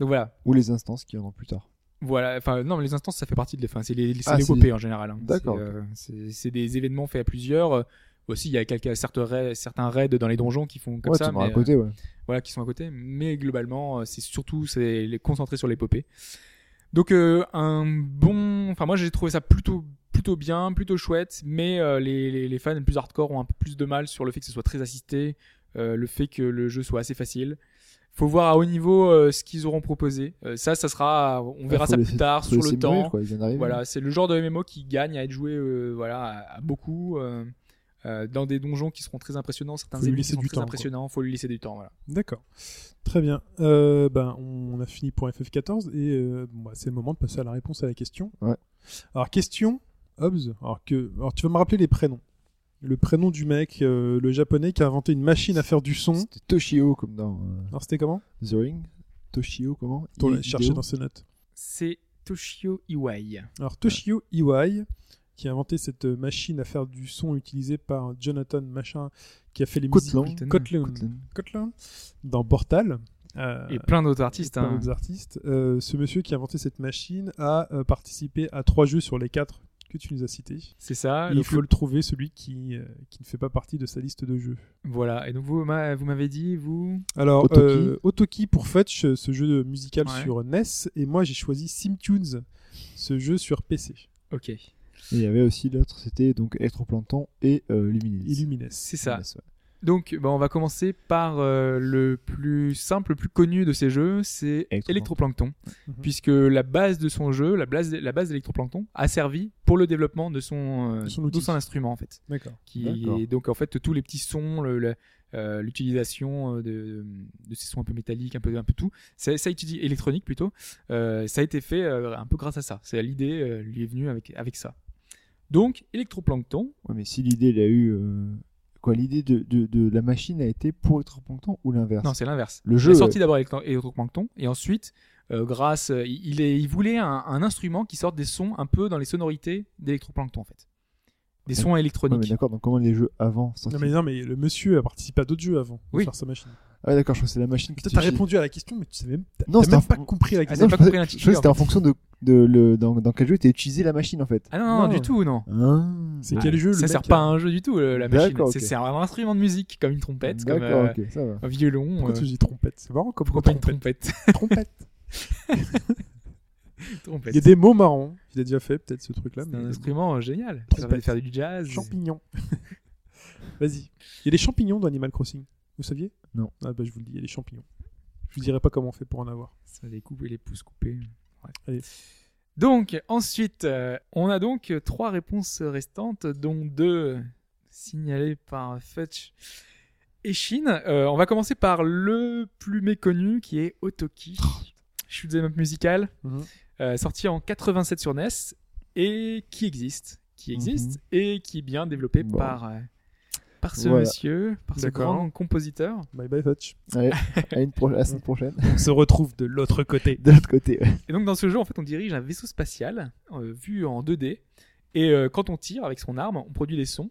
Donc voilà.
Ou les instances qui viendront plus tard.
Voilà, enfin non, mais les instances ça fait partie de l'épopée, c'est les, c'est
Ah,
l'épopée
c'est-
en général. hein.
D'accord,
C'est, euh, C'est c'est des événements faits à plusieurs. Euh, Aussi, il y a quelques, certains, raids, certains raids dans les donjons qui font comme
ouais,
ça.
t'en auras
mais, euh,
à côté, ouais.
voilà, qui sont à côté. Mais globalement, euh, c'est surtout c'est les- concentré sur l'épopée. Donc euh, un bon, enfin moi j'ai trouvé ça plutôt plutôt bien, plutôt chouette. Mais euh, les, les, les fans les plus hardcore ont un peu plus de mal sur le fait que ce soit très assisté, euh, le fait que le jeu soit assez facile. Faut voir à haut niveau euh, ce qu'ils auront proposé. Euh, ça, ça sera,
Ah,
on verra
Faut
ça
laisser-
plus tard
faut
sur
laisser
le temps.
mûrir, quoi, ils viennent
Eh
d'arriver.
Voilà, c'est le genre de MMO qui gagne à être joué euh, voilà, à, à beaucoup, euh, euh, dans des donjons qui seront très impressionnants, certains
Faut lui
ennemis qui
laisser
sont
du
très
temps, quoi.
impressionnants, faut lui laisser du temps. Voilà.
D'accord. Très bien. Euh, ben, on a fini pour FF14 et euh, bon, bah, c'est le moment de passer à la réponse à la question.
Ouais.
Alors, question, Hobbs. Alors, que, alors, tu vas me rappeler les prénoms. Le prénom du mec, euh, le japonais qui a inventé une machine à faire du son.
C'était Toshio comme dans euh,
Alors, c'était comment
The Ring. Toshio comment
Pour
Hideo.
le chercher dans ses notes.
C'est Toshio Iwai.
Alors, Toshio Iwai, qui a inventé cette euh, machine à faire du son utilisée par Jonathan Machin, qui a fait les musiques.
Cotland.
Kotlin.
Cotland.
Kotlin, dans Portal. Euh,
Et plein d'autres artistes.
par
hein.
d'autres artistes. Euh, ce monsieur qui a inventé cette machine a euh, participé à trois jeux sur les quatre que tu nous as cités.
C'est ça.
Et il
donc,
faut le trouver, celui qui, euh, qui ne fait pas partie de sa liste de jeux.
Voilà. Et donc vous, m'a- vous m'avez dit, vous.
Alors,
Otoki.
euh, Otoki pour Fetch, euh, ce jeu musical
Ouais.
sur NES, et moi j'ai choisi Simtunes, ce jeu sur PC,
Ok.
Et il y avait aussi l'autre, c'était donc Electroplanton et euh, Luminis.
Illumines.
C'est ça.
Luminis, ouais.
Donc bah, on va commencer par euh, le plus simple, le plus connu de ces jeux, c'est
Electroplancton.
Electroplancton.
Mhm.
Puisque la base de son jeu, la base, la base d'Electroplancton a servi pour le développement de son, euh,
De son outil.
de son instrument en fait.
D'accord.
qui
D'accord.
est donc en fait tous les petits sons le- le- euh, l'utilisation euh, de, de ces sons un peu métalliques un peu un peu tout ça, ça étudie électronique plutôt euh, ça a été fait euh, un peu grâce à ça c'est l'idée euh, lui est venue avec avec ça donc électroplancton
Ouais, mais si l'idée, il a eu. euh, Quoi, l'idée de, de, de la machine a été pour Electroplankton ou l'inverse
non c'est l'inverse
Le
il
jeu. euh,
est sorti d'abord avec électroplancton et ensuite euh, grâce euh, il, est- il voulait un, un instrument qui sorte des sons un peu dans les sonorités d'électroplancton en fait des sons
Ouais, mais
électroniques
d'accord, donc comment les jeux avant sortis
Non mais, non mais le monsieur a participé à d'autres jeux avant de
Oui.
faire sa machine.
Ah, d'accord, je crois que c'est la machine qui
Putain, t'as
suffit.
répondu à la question, mais tu sais même, t'as-
Non,
t'as
c'était
même pas
un-
compris la
Ah,
question.
t'as
Non,
pas
je pensais-
compris
je
l'intitulé,
pensais que c'était
en
en fonction de, de le, dans, dans quel jeu était utilisée la machine en fait.
ah non, non,
Non.
du tout non
Ah.
C'est quel jeu le
ça
mec
sert
a-
pas à un jeu du tout euh, la machine
D'accord,
c'est
ok.
c'est un instrument de musique comme une trompette comme
D'accord,
euh,
ok, ça
[LAUGHS]
va.
un violon
Pourquoi
euh,
tu dis trompette C'est marrant comme
pourquoi pas une trompette [LAUGHS]
trompette.
Trompette.
Il y a des mots marrants. Il a déjà fait peut-être ce truc-là.
c'est
mais-
un instrument euh, génial ça permet de
Trompette.
faire du jazz
Champignons. [LAUGHS] Vas-y. Il y a des champignons dans Animal Crossing. Vous saviez
Non.
Ah bah je vous le dis, il y a des champignons. Je vous dirai pas comment on fait pour en avoir.
ça les couper les pouces coupés Ouais.
Allez.
donc ensuite euh, on a donc euh, trois réponses restantes dont deux euh, signalées par Fetch et Shin Euh, on va commencer par le plus méconnu qui est Otoki
Oh.
shoot'em up musical
Mhm.
euh, sorti en 87 sur NES et qui existe,
Mhm.
qui existe et qui est bien développé
Bon.
par euh, par ce
Voilà.
monsieur, par ce
D'accord.
grand compositeur.
Bye bye Fetch.
Allez, à, une pro- à la semaine prochaine.
On se retrouve de l'autre côté.
De l'autre côté, ouais.
Et donc dans ce jeu, en fait, on dirige un vaisseau spatial euh, vu en 2D et euh, quand on tire avec son arme, on produit des sons.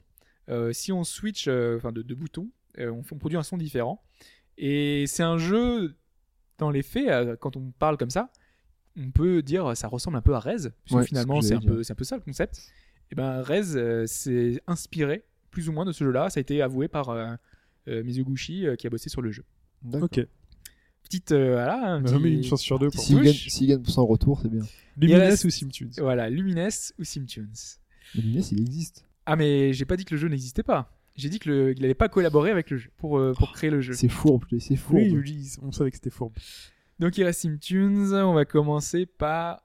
Euh, si on switch, euh, enfin de, de boutons, euh, on, fait- on produit un son différent. Et c'est un jeu dans les faits, euh, quand on parle comme ça, on peut dire euh, ça ressemble un peu à Rez, puisque
Ouais, c'est ce
finalement
que
c'est un,
j'allais dire.
peu, c'est un peu ça le concept. Et ben Rez euh, s'est inspiré plus ou moins de ce jeu-là. Ça a été avoué par euh, euh, Mizoguchi euh, qui a bossé sur le jeu.
D'accord.
Ok.
Petite euh, voilà, un
Bah
Mais
petit-
une chance sur deux.
petit
Pour...
S'il
Push.
gagne, s'il gagne pour son retour, c'est bien.
Lumines
Yes.
ou Simtunes
voilà Lumines ou Simtunes.
Mais Lumines, il existe.
Ah mais j'ai pas dit que le jeu n'existait pas. J'ai dit que le- qu'il n'allait pas collaborer avec le jeu pour, euh,
Oh,
pour créer le jeu.
C'est fourbe, je l'ai- c'est fourbe.
Oui, Ulysse, on savait que c'était fourbe.
Donc il reste Simtunes. On va commencer par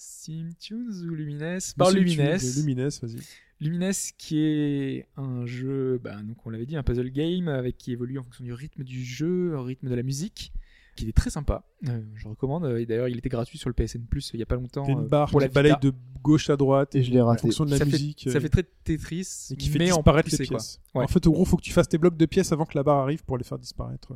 Simtunes ou Lumines Par
Bah, Simtunes,
Lumines.
Lumines, vas-y.
Lumines qui est un jeu, ben, donc on l'avait dit, un puzzle game avec qui évolue en fonction du rythme du jeu, au rythme de la musique, qui est très sympa. Euh, je recommande. Et d'ailleurs il était gratuit sur le PSN Plus il y a pas longtemps.
T'as
euh,
une barre
pour la
qui balaye
Vita.
de gauche à droite
Et je l'ai
en
raté.
fonction de la
Ça fait-
musique.
Ça
euh,
fait très Tetris,
et qui fait
mais en
disparaître
poussée,
les
quoi.
pièces.
Ouais.
En fait, au gros, faut que tu fasses tes blocs de pièces avant que la barre arrive pour les faire disparaître.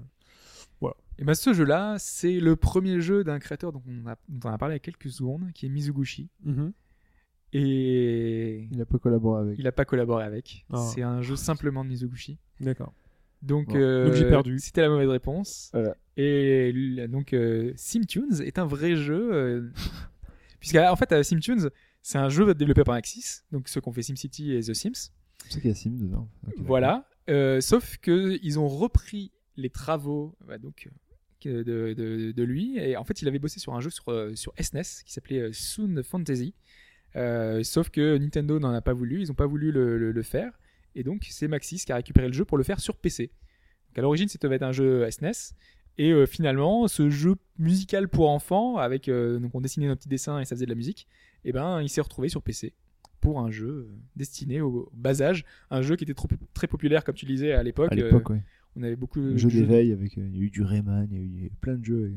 Et ben ce jeu-là, c'est le premier jeu d'un créateur dont on, a, dont on a parlé il y a quelques secondes, qui est Mizuguchi. Et
Il a pas collaboré avec.
il n'a pas collaboré avec.
Ah.
C'est un jeu simplement de Mizuguchi.
D'accord.
Donc,
Bon.
euh,
Ah. Donc j'ai perdu.
C'était la mauvaise réponse.
Voilà.
Et l- donc euh, Simtunes est un vrai jeu. euh, [LAUGHS] puisque en fait, euh, Simtunes, c'est un jeu développé par Axis, donc ceux qu'on fait SimCity et The Sims.
C'est pour ça qu'il y a Sim dedans. Ok, d'accord.
Voilà. Euh, sauf que ils ont repris les travaux bah, donc que de, de- de lui. Et en fait, il avait bossé sur un jeu sur, euh, sur SNES qui s'appelait euh, Soon Fantasy. Euh, sauf que Nintendo n'en a pas voulu. Ils n'ont pas voulu le, le- le faire. Et donc, c'est Maxis qui a récupéré le jeu pour le faire sur PC. Donc, à l'origine, c'était être un jeu SNES. Et euh, finalement, ce jeu musical pour enfants, avec euh, donc on dessinait un petit dessin et ça faisait de la musique, et ben il s'est retrouvé sur PC pour un jeu euh, destiné au au bas âge, un jeu qui était trop, très populaire comme tu le disais à l'époque.
À
euh,
l'époque, ouais.
on avait beaucoup
Le
de
jeu
jeux
d'éveil avec. euh, Il y a eu du Rayman, il y a eu- il y a eu plein de jeux euh,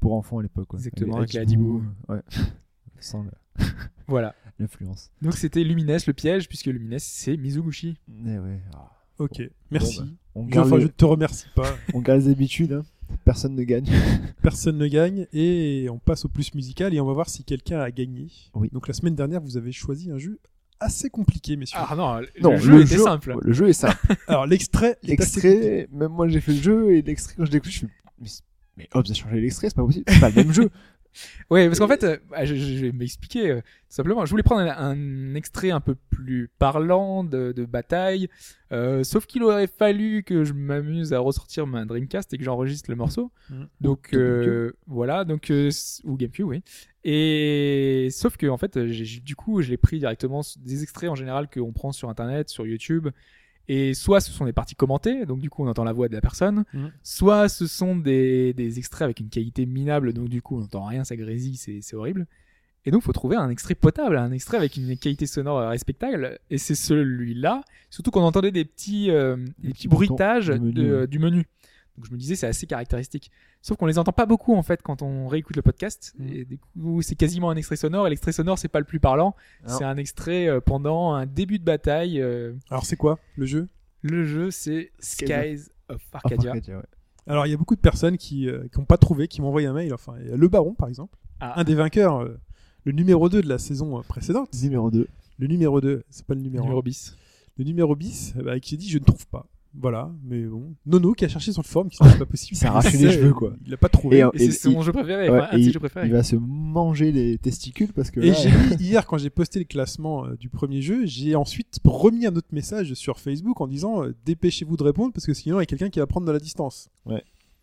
pour enfants à l'époque. ouais.
Exactement, avec les
euh, Ouais. [LAUGHS] Sans la-
Voilà.
l'influence.
Donc c'était Lumines le piège puisque Lumines c'est Mizuguchi.
Eh ouais. Ah.
Ok, merci.
Bon, bah, On
Enfin,
garde, les,
je te remercie pas.
on garde les habitudes, hein. personne ne gagne.
Personne ne gagne et on passe au plus musical et on va voir si quelqu'un a gagné.
Oui.
Donc la semaine dernière, vous avez choisi un jeu assez compliqué, messieurs.
Ah non, le
Non,
jeu était simple.
ouais, Le jeu est simple.
Alors l'extrait est assez compliqué.
l'extrait, même moi j'ai fait le jeu et l'extrait quand je découvre, je fais mais, mais Hobbs a changé l'extrait, c'est pas possible, c'est pas le même jeu.
Ouais, parce qu'en fait, euh, bah, je, je- je vais m'expliquer euh, tout simplement. Je voulais prendre un, un extrait un peu plus parlant de, de bataille, euh, sauf qu'il aurait fallu que je m'amuse à ressortir ma Dreamcast et que j'enregistre le morceau.
Mhm.
Donc
Ou
euh, voilà, donc euh, s- ou GameCube, oui. Et sauf que en fait, euh, j'ai- j'ai- du coup, je l'ai pris directement s- des extraits en général qu'on prend sur Internet, sur YouTube. Et soit ce sont des parties commentées, donc du coup on entend la voix de la personne,
Mhm.
soit ce sont des, des extraits avec une qualité minable, donc du coup on n'entend rien, ça grésille, c'est c'est horrible. Et donc faut trouver un extrait potable, un extrait avec une qualité sonore euh, respectable. Et c'est celui-là, surtout qu'on entendait des petits, euh, des
petits
petits
boutons
bruitages
du menu,
de-
ouais.
du menu. Donc je me disais c'est assez caractéristique. Sauf qu'on les entend pas beaucoup en fait quand on réécoute le podcast.
Mm.
Mhm.
Et du coup c'est quasiment un extrait sonore. Et l'extrait sonore c'est pas le plus parlant.
Non.
C'est un extrait euh, pendant un début de bataille. euh,
Alors c'est quoi le jeu
le jeu, c'est
Skyrim.
Skies of
Ah, par
Arcadia.
Arcadia, ouais.
Alors il y a beaucoup de personnes qui n'ont pas trouvé, qui m'ont envoyé un mail. Enfin, il y a le Baron par exemple,
Ah.
un des vainqueurs, euh, le numéro 2 de la saison euh, précédente.
Numéro 2.
Le numéro 2, c'est pas le numéro,
numéro
un.
bis.
Le numéro bis, euh, bah, qui a dit je ne trouve pas. Voilà, mais bon. Nono qui a cherché sur le forum, qui se dit, c'est pas possible.
Il s'est
Il
arraché
sait,
les cheveux, quoi.
Il l'a pas trouvé.
Et, euh,
Et, c'est
il-
mon jeu préféré,
ouais,
enfin, un de
et
ses
il-
jeux préférés.
Il va se manger les testicules parce que
Et
là, euh,
j'ai mis hier, quand j'ai posté le classement euh, du premier jeu, j'ai ensuite remis un autre message sur Facebook en disant euh, dépêchez-vous de répondre parce que sinon il y a quelqu'un qui va prendre de la distance.
Ouais.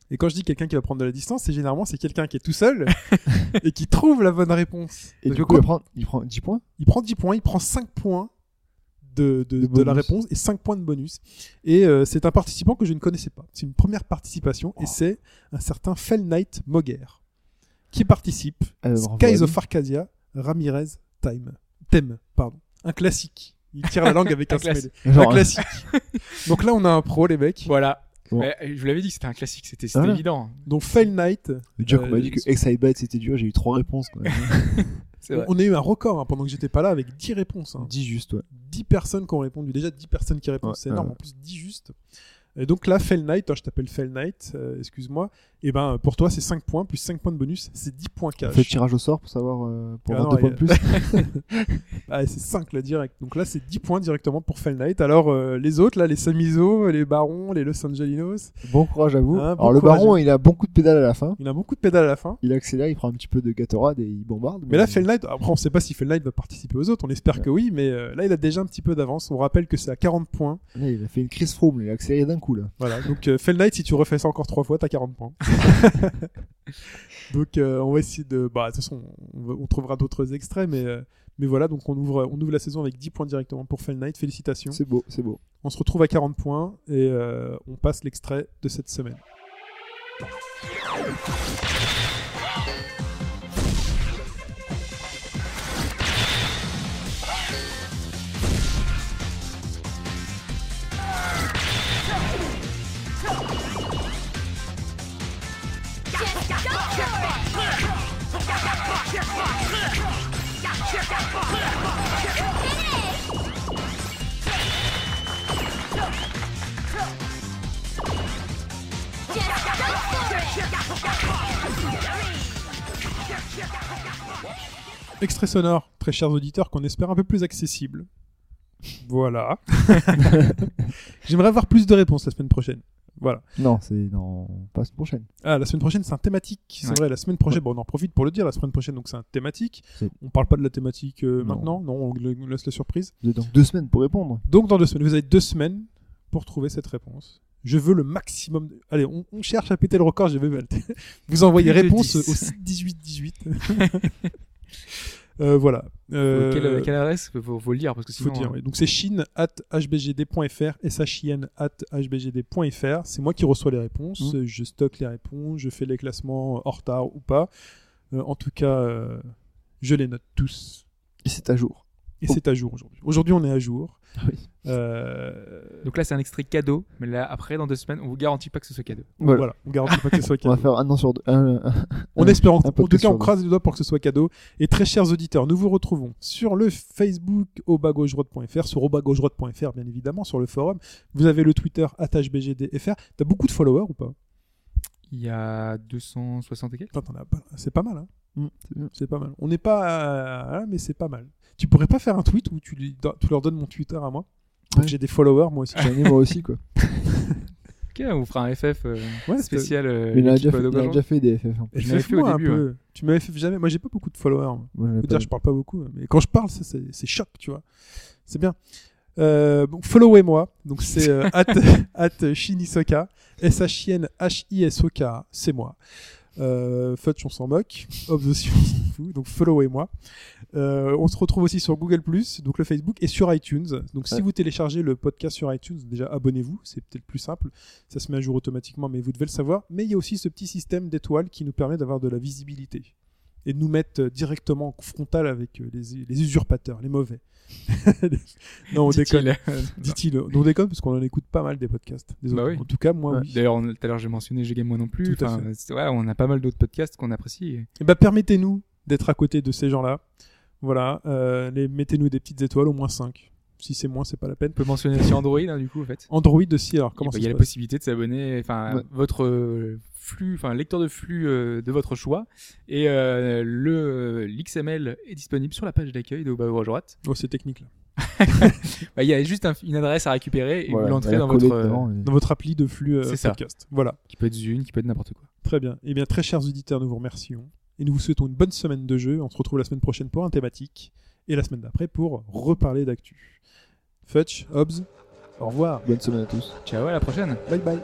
Et quand je dis quelqu'un qui va prendre de la distance, c'est généralement c'est quelqu'un qui est tout seul [LAUGHS] et qui trouve la bonne réponse.
et
Parce
du
que
coup il
quand
prend, il prend 10 points.
il prend 10 points, il prend 5 points de, de-
De
de la
bonus.
réponse et 5 points de bonus. Et euh, c'est un participant que je ne connaissais pas. C'est une première participation
Oh.
et c'est un certain Fell Knight Moger qui participe.
Euh, bravo à
Skies
lui.
of Arcadia, Ramirez, Time. Thème, pardon. Un classique. Il tire la langue avec un,
Un classique.
smiley.
Genre,
Un
hein, [LAUGHS]
classique. Donc là, on a un pro, les mecs.
Voilà.
Bon. Ah.
Mais, euh, je vous l'avais dit, c'était un classique, c'était c'était
Voilà.
évident.
Donc Fail Knight,
dire qu'on
euh,
m'a dit que Excitebite c'était dur, j'ai eu 3 réponses
[LAUGHS]
quand même.
C'est vrai.
on a eu un record hein, pendant que j'étais pas là avec 10 réponses. hein.
10 juste, ouais.
10 personnes qui ont répondu. Déjà 10 personnes qui répondent,
Ouais,
c'est énorme.
ouais.
En plus, 10 juste. Et donc là, Fell Knight, hein, je t'appelle Fell Knight, euh, excuse-moi, et ben pour toi c'est 5 points, plus 5 points de bonus, c'est 10 points
On
cash.
fait tirage au sort pour savoir euh, pour
Ah
avoir deux
non,
points de plus.
Ah, c'est 5 là direct. Donc là, c'est 10 points directement pour Fell Knight. Alors euh, les autres, là, les Samizo, les Barons, les Los Angelinos, [LAUGHS]
Bon courage à vous.
Ah, bon
Alors le
courage.
baron, il a bon coup de pédale à la fin.
il y en a beaucoup de pédales à la fin.
Il accélère, il prend un petit peu de Gatorade et il bombarde.
Mais là, Fell Knight, après, on sait pas si Fell Knight va participer aux autres, on espère que oui, mais euh, là, il a déjà un petit peu d'avance. On rappelle que c'est à 40 points.
Là, il a fait une crise Froome, il a accéléré d'un coup là.
Voilà, donc euh, Fell Knight, si tu refais ça encore trois fois, t'as 40 points. donc euh, on va essayer de... Bah, de toute façon, on, va- on trouvera d'autres extraits, mais, euh, mais voilà, donc on ouvre, on ouvre la saison avec 10 points directement pour Fell Knight, félicitations.
C'est beau, c'est beau.
On se retrouve à 40 points et euh, on passe l'extrait de cette semaine. Extrait sonore, très chers auditeurs, qu'on espère un peu plus accessible. Voilà.
[LAUGHS]
J'aimerais avoir plus de réponses la semaine prochaine. Voilà.
Non, c'est dans pas cette prochaine.
Ah, la semaine prochaine, c'est un thématique. C'est
Ouais.
vrai, la semaine prochaine, bon, on en profite pour le dire. La semaine prochaine, donc c'est un thématique.
C'est-
On parle pas de la thématique euh,
Non.
maintenant, non, on le- on laisse la surprise.
Vous avez donc deux semaines pour répondre.
Donc, dans deux semaines, vous avez deux semaines pour trouver cette réponse. Je veux le maximum. de- Allez, on, on cherche à péter le record, je vais [LAUGHS] Vous envoyez
Plus de
réponse
10.
au 18-18. [LAUGHS] Euh, voilà. Euh,
Quelle, quelle adresse faut, faut le dire parce que
faut
sinon.
hein.
dire,
euh,
oui. Donc c'est chine at hbgd.fr, shin at hbgd.fr. C'est moi qui reçois les réponses,
Mmh.
euh, je stocke les réponses, je fais les classements euh, en retard ou pas. Euh, en tout cas, euh, je les note tous.
Et c'est à jour.
Et
Oh.
c'est à jour aujourd'hui. Aujourd'hui, on est à jour.
oui.
Euh,
Donc là, c'est un extrait cadeau, mais là, après, dans deux semaines, on vous garantit pas que ce soit cadeau.
voilà.
Voilà.
on garantit pas que ce
[LAUGHS]
soit
On va
cadeau.
faire un an sur deux. un- un-
On espère en, en tout
podcast
cas, on
sur deux.
croise les doigts pour que ce soit cadeau. Et très chers auditeurs, nous vous retrouvons sur le Facebook obagauche-droite.fr, sur obagauche-droite.fr bien évidemment, sur le forum. Vous avez le Twitter attachbgdfr. T'as beaucoup de followers ou pas
Il y a 260 et quelques.
Putain, t'en as pas- C'est pas mal, hein
[LAUGHS] Mm, c'est bien.
C'est pas mal. On n'est pas, à- à- mais c'est pas mal. Tu pourrais pas faire un tweet où tu, les- tu leur donnes mon Twitter à moi pour
Ouais.
que j'ai des followers moi aussi.
Ah,
J'en ai moi aussi quoi.
Ok, on vous fera un FF
[LAUGHS]
euh,
Ouais, c'est-
spécial. euh,
Mais il en a
l'équipe
déjà fait,
de
il en a
Gaujon.
déjà fait des hein. FF. en plus.
Je
FF
l'avais fait au
moi un
début,
peu. Tu me FF jamais. Moi, j'ai pas beaucoup de followers. moi.
Moi, j'en ai
Je veux
pas-
dire, je parle pas beaucoup, mais quand je parle, ça, c'est c'est choc, tu vois. C'est bien. Euh, donc, followez-moi. Donc, c'est [LAUGHS] euh, at, at Shinisoka. S-H-I-N H-I-S-O-K. C'est moi. Euh, Fudge, on s'en moque. Of the Sioux, on s'en fout. Donc, followez-moi. Euh, on se retrouve aussi sur Google, donc le Facebook, et sur iTunes. Donc, si
Ouais.
vous téléchargez le podcast sur iTunes, déjà abonnez-vous. C'est peut-être plus simple. Ça se met à jour automatiquement, mais vous devez le savoir. Mais il y a aussi ce petit système d'étoiles qui nous permet d'avoir de la visibilité et de nous mettre euh, directement en frontal avec euh, les, les usurpateurs, les mauvais. [LAUGHS] non, on
Dit-il.
déconne. Dit-il. Non, On déconne parce qu'on en écoute pas mal des podcasts. des
Bah
autres.
oui.
En tout cas, moi,
Ouais.
oui.
[LAUGHS] D'ailleurs, on- tout à l'heure, j'ai mentionné J'ai moi non plus.
Tout à
Enfin, c'est- ouais, on a pas mal d'autres podcasts qu'on apprécie.
Eh ben, permettez-nous d'être à côté de ces gens-là. Voilà, euh, les- mettez-nous des petites étoiles, au moins 5. Si c'est moins, c'est pas la peine.
On peut mentionner aussi Android, hein, du coup, en fait.
Android aussi, alors comment
il
ça
y a
se
la
passe
possibilité de s'abonner, enfin,
Ouais.
votre euh, flux, enfin, lecteur de flux euh, de votre choix. Et euh, le l'XML est disponible sur la page d'accueil de Haut à droite.
Oh, c'est technique là.
Bah, il y a juste un- une adresse à récupérer et
Voilà,
vous l'entrez
elle a
dans
collé
votre. euh,
dedans, et-
Dans votre appli de flux euh,
C'est ça.
podcast. Voilà,
qui peut être Zune, qui peut être n'importe quoi.
très bien. Eh bien, très chers auditeurs, nous vous remercions. Et nous vous souhaitons une bonne semaine de jeu. On se retrouve la semaine prochaine pour un thématique. Et la semaine d'après pour reparler d'actu. Fetch, Hobbs, au revoir.
Bonne semaine à tous.
Ciao, à la prochaine!
Bye bye.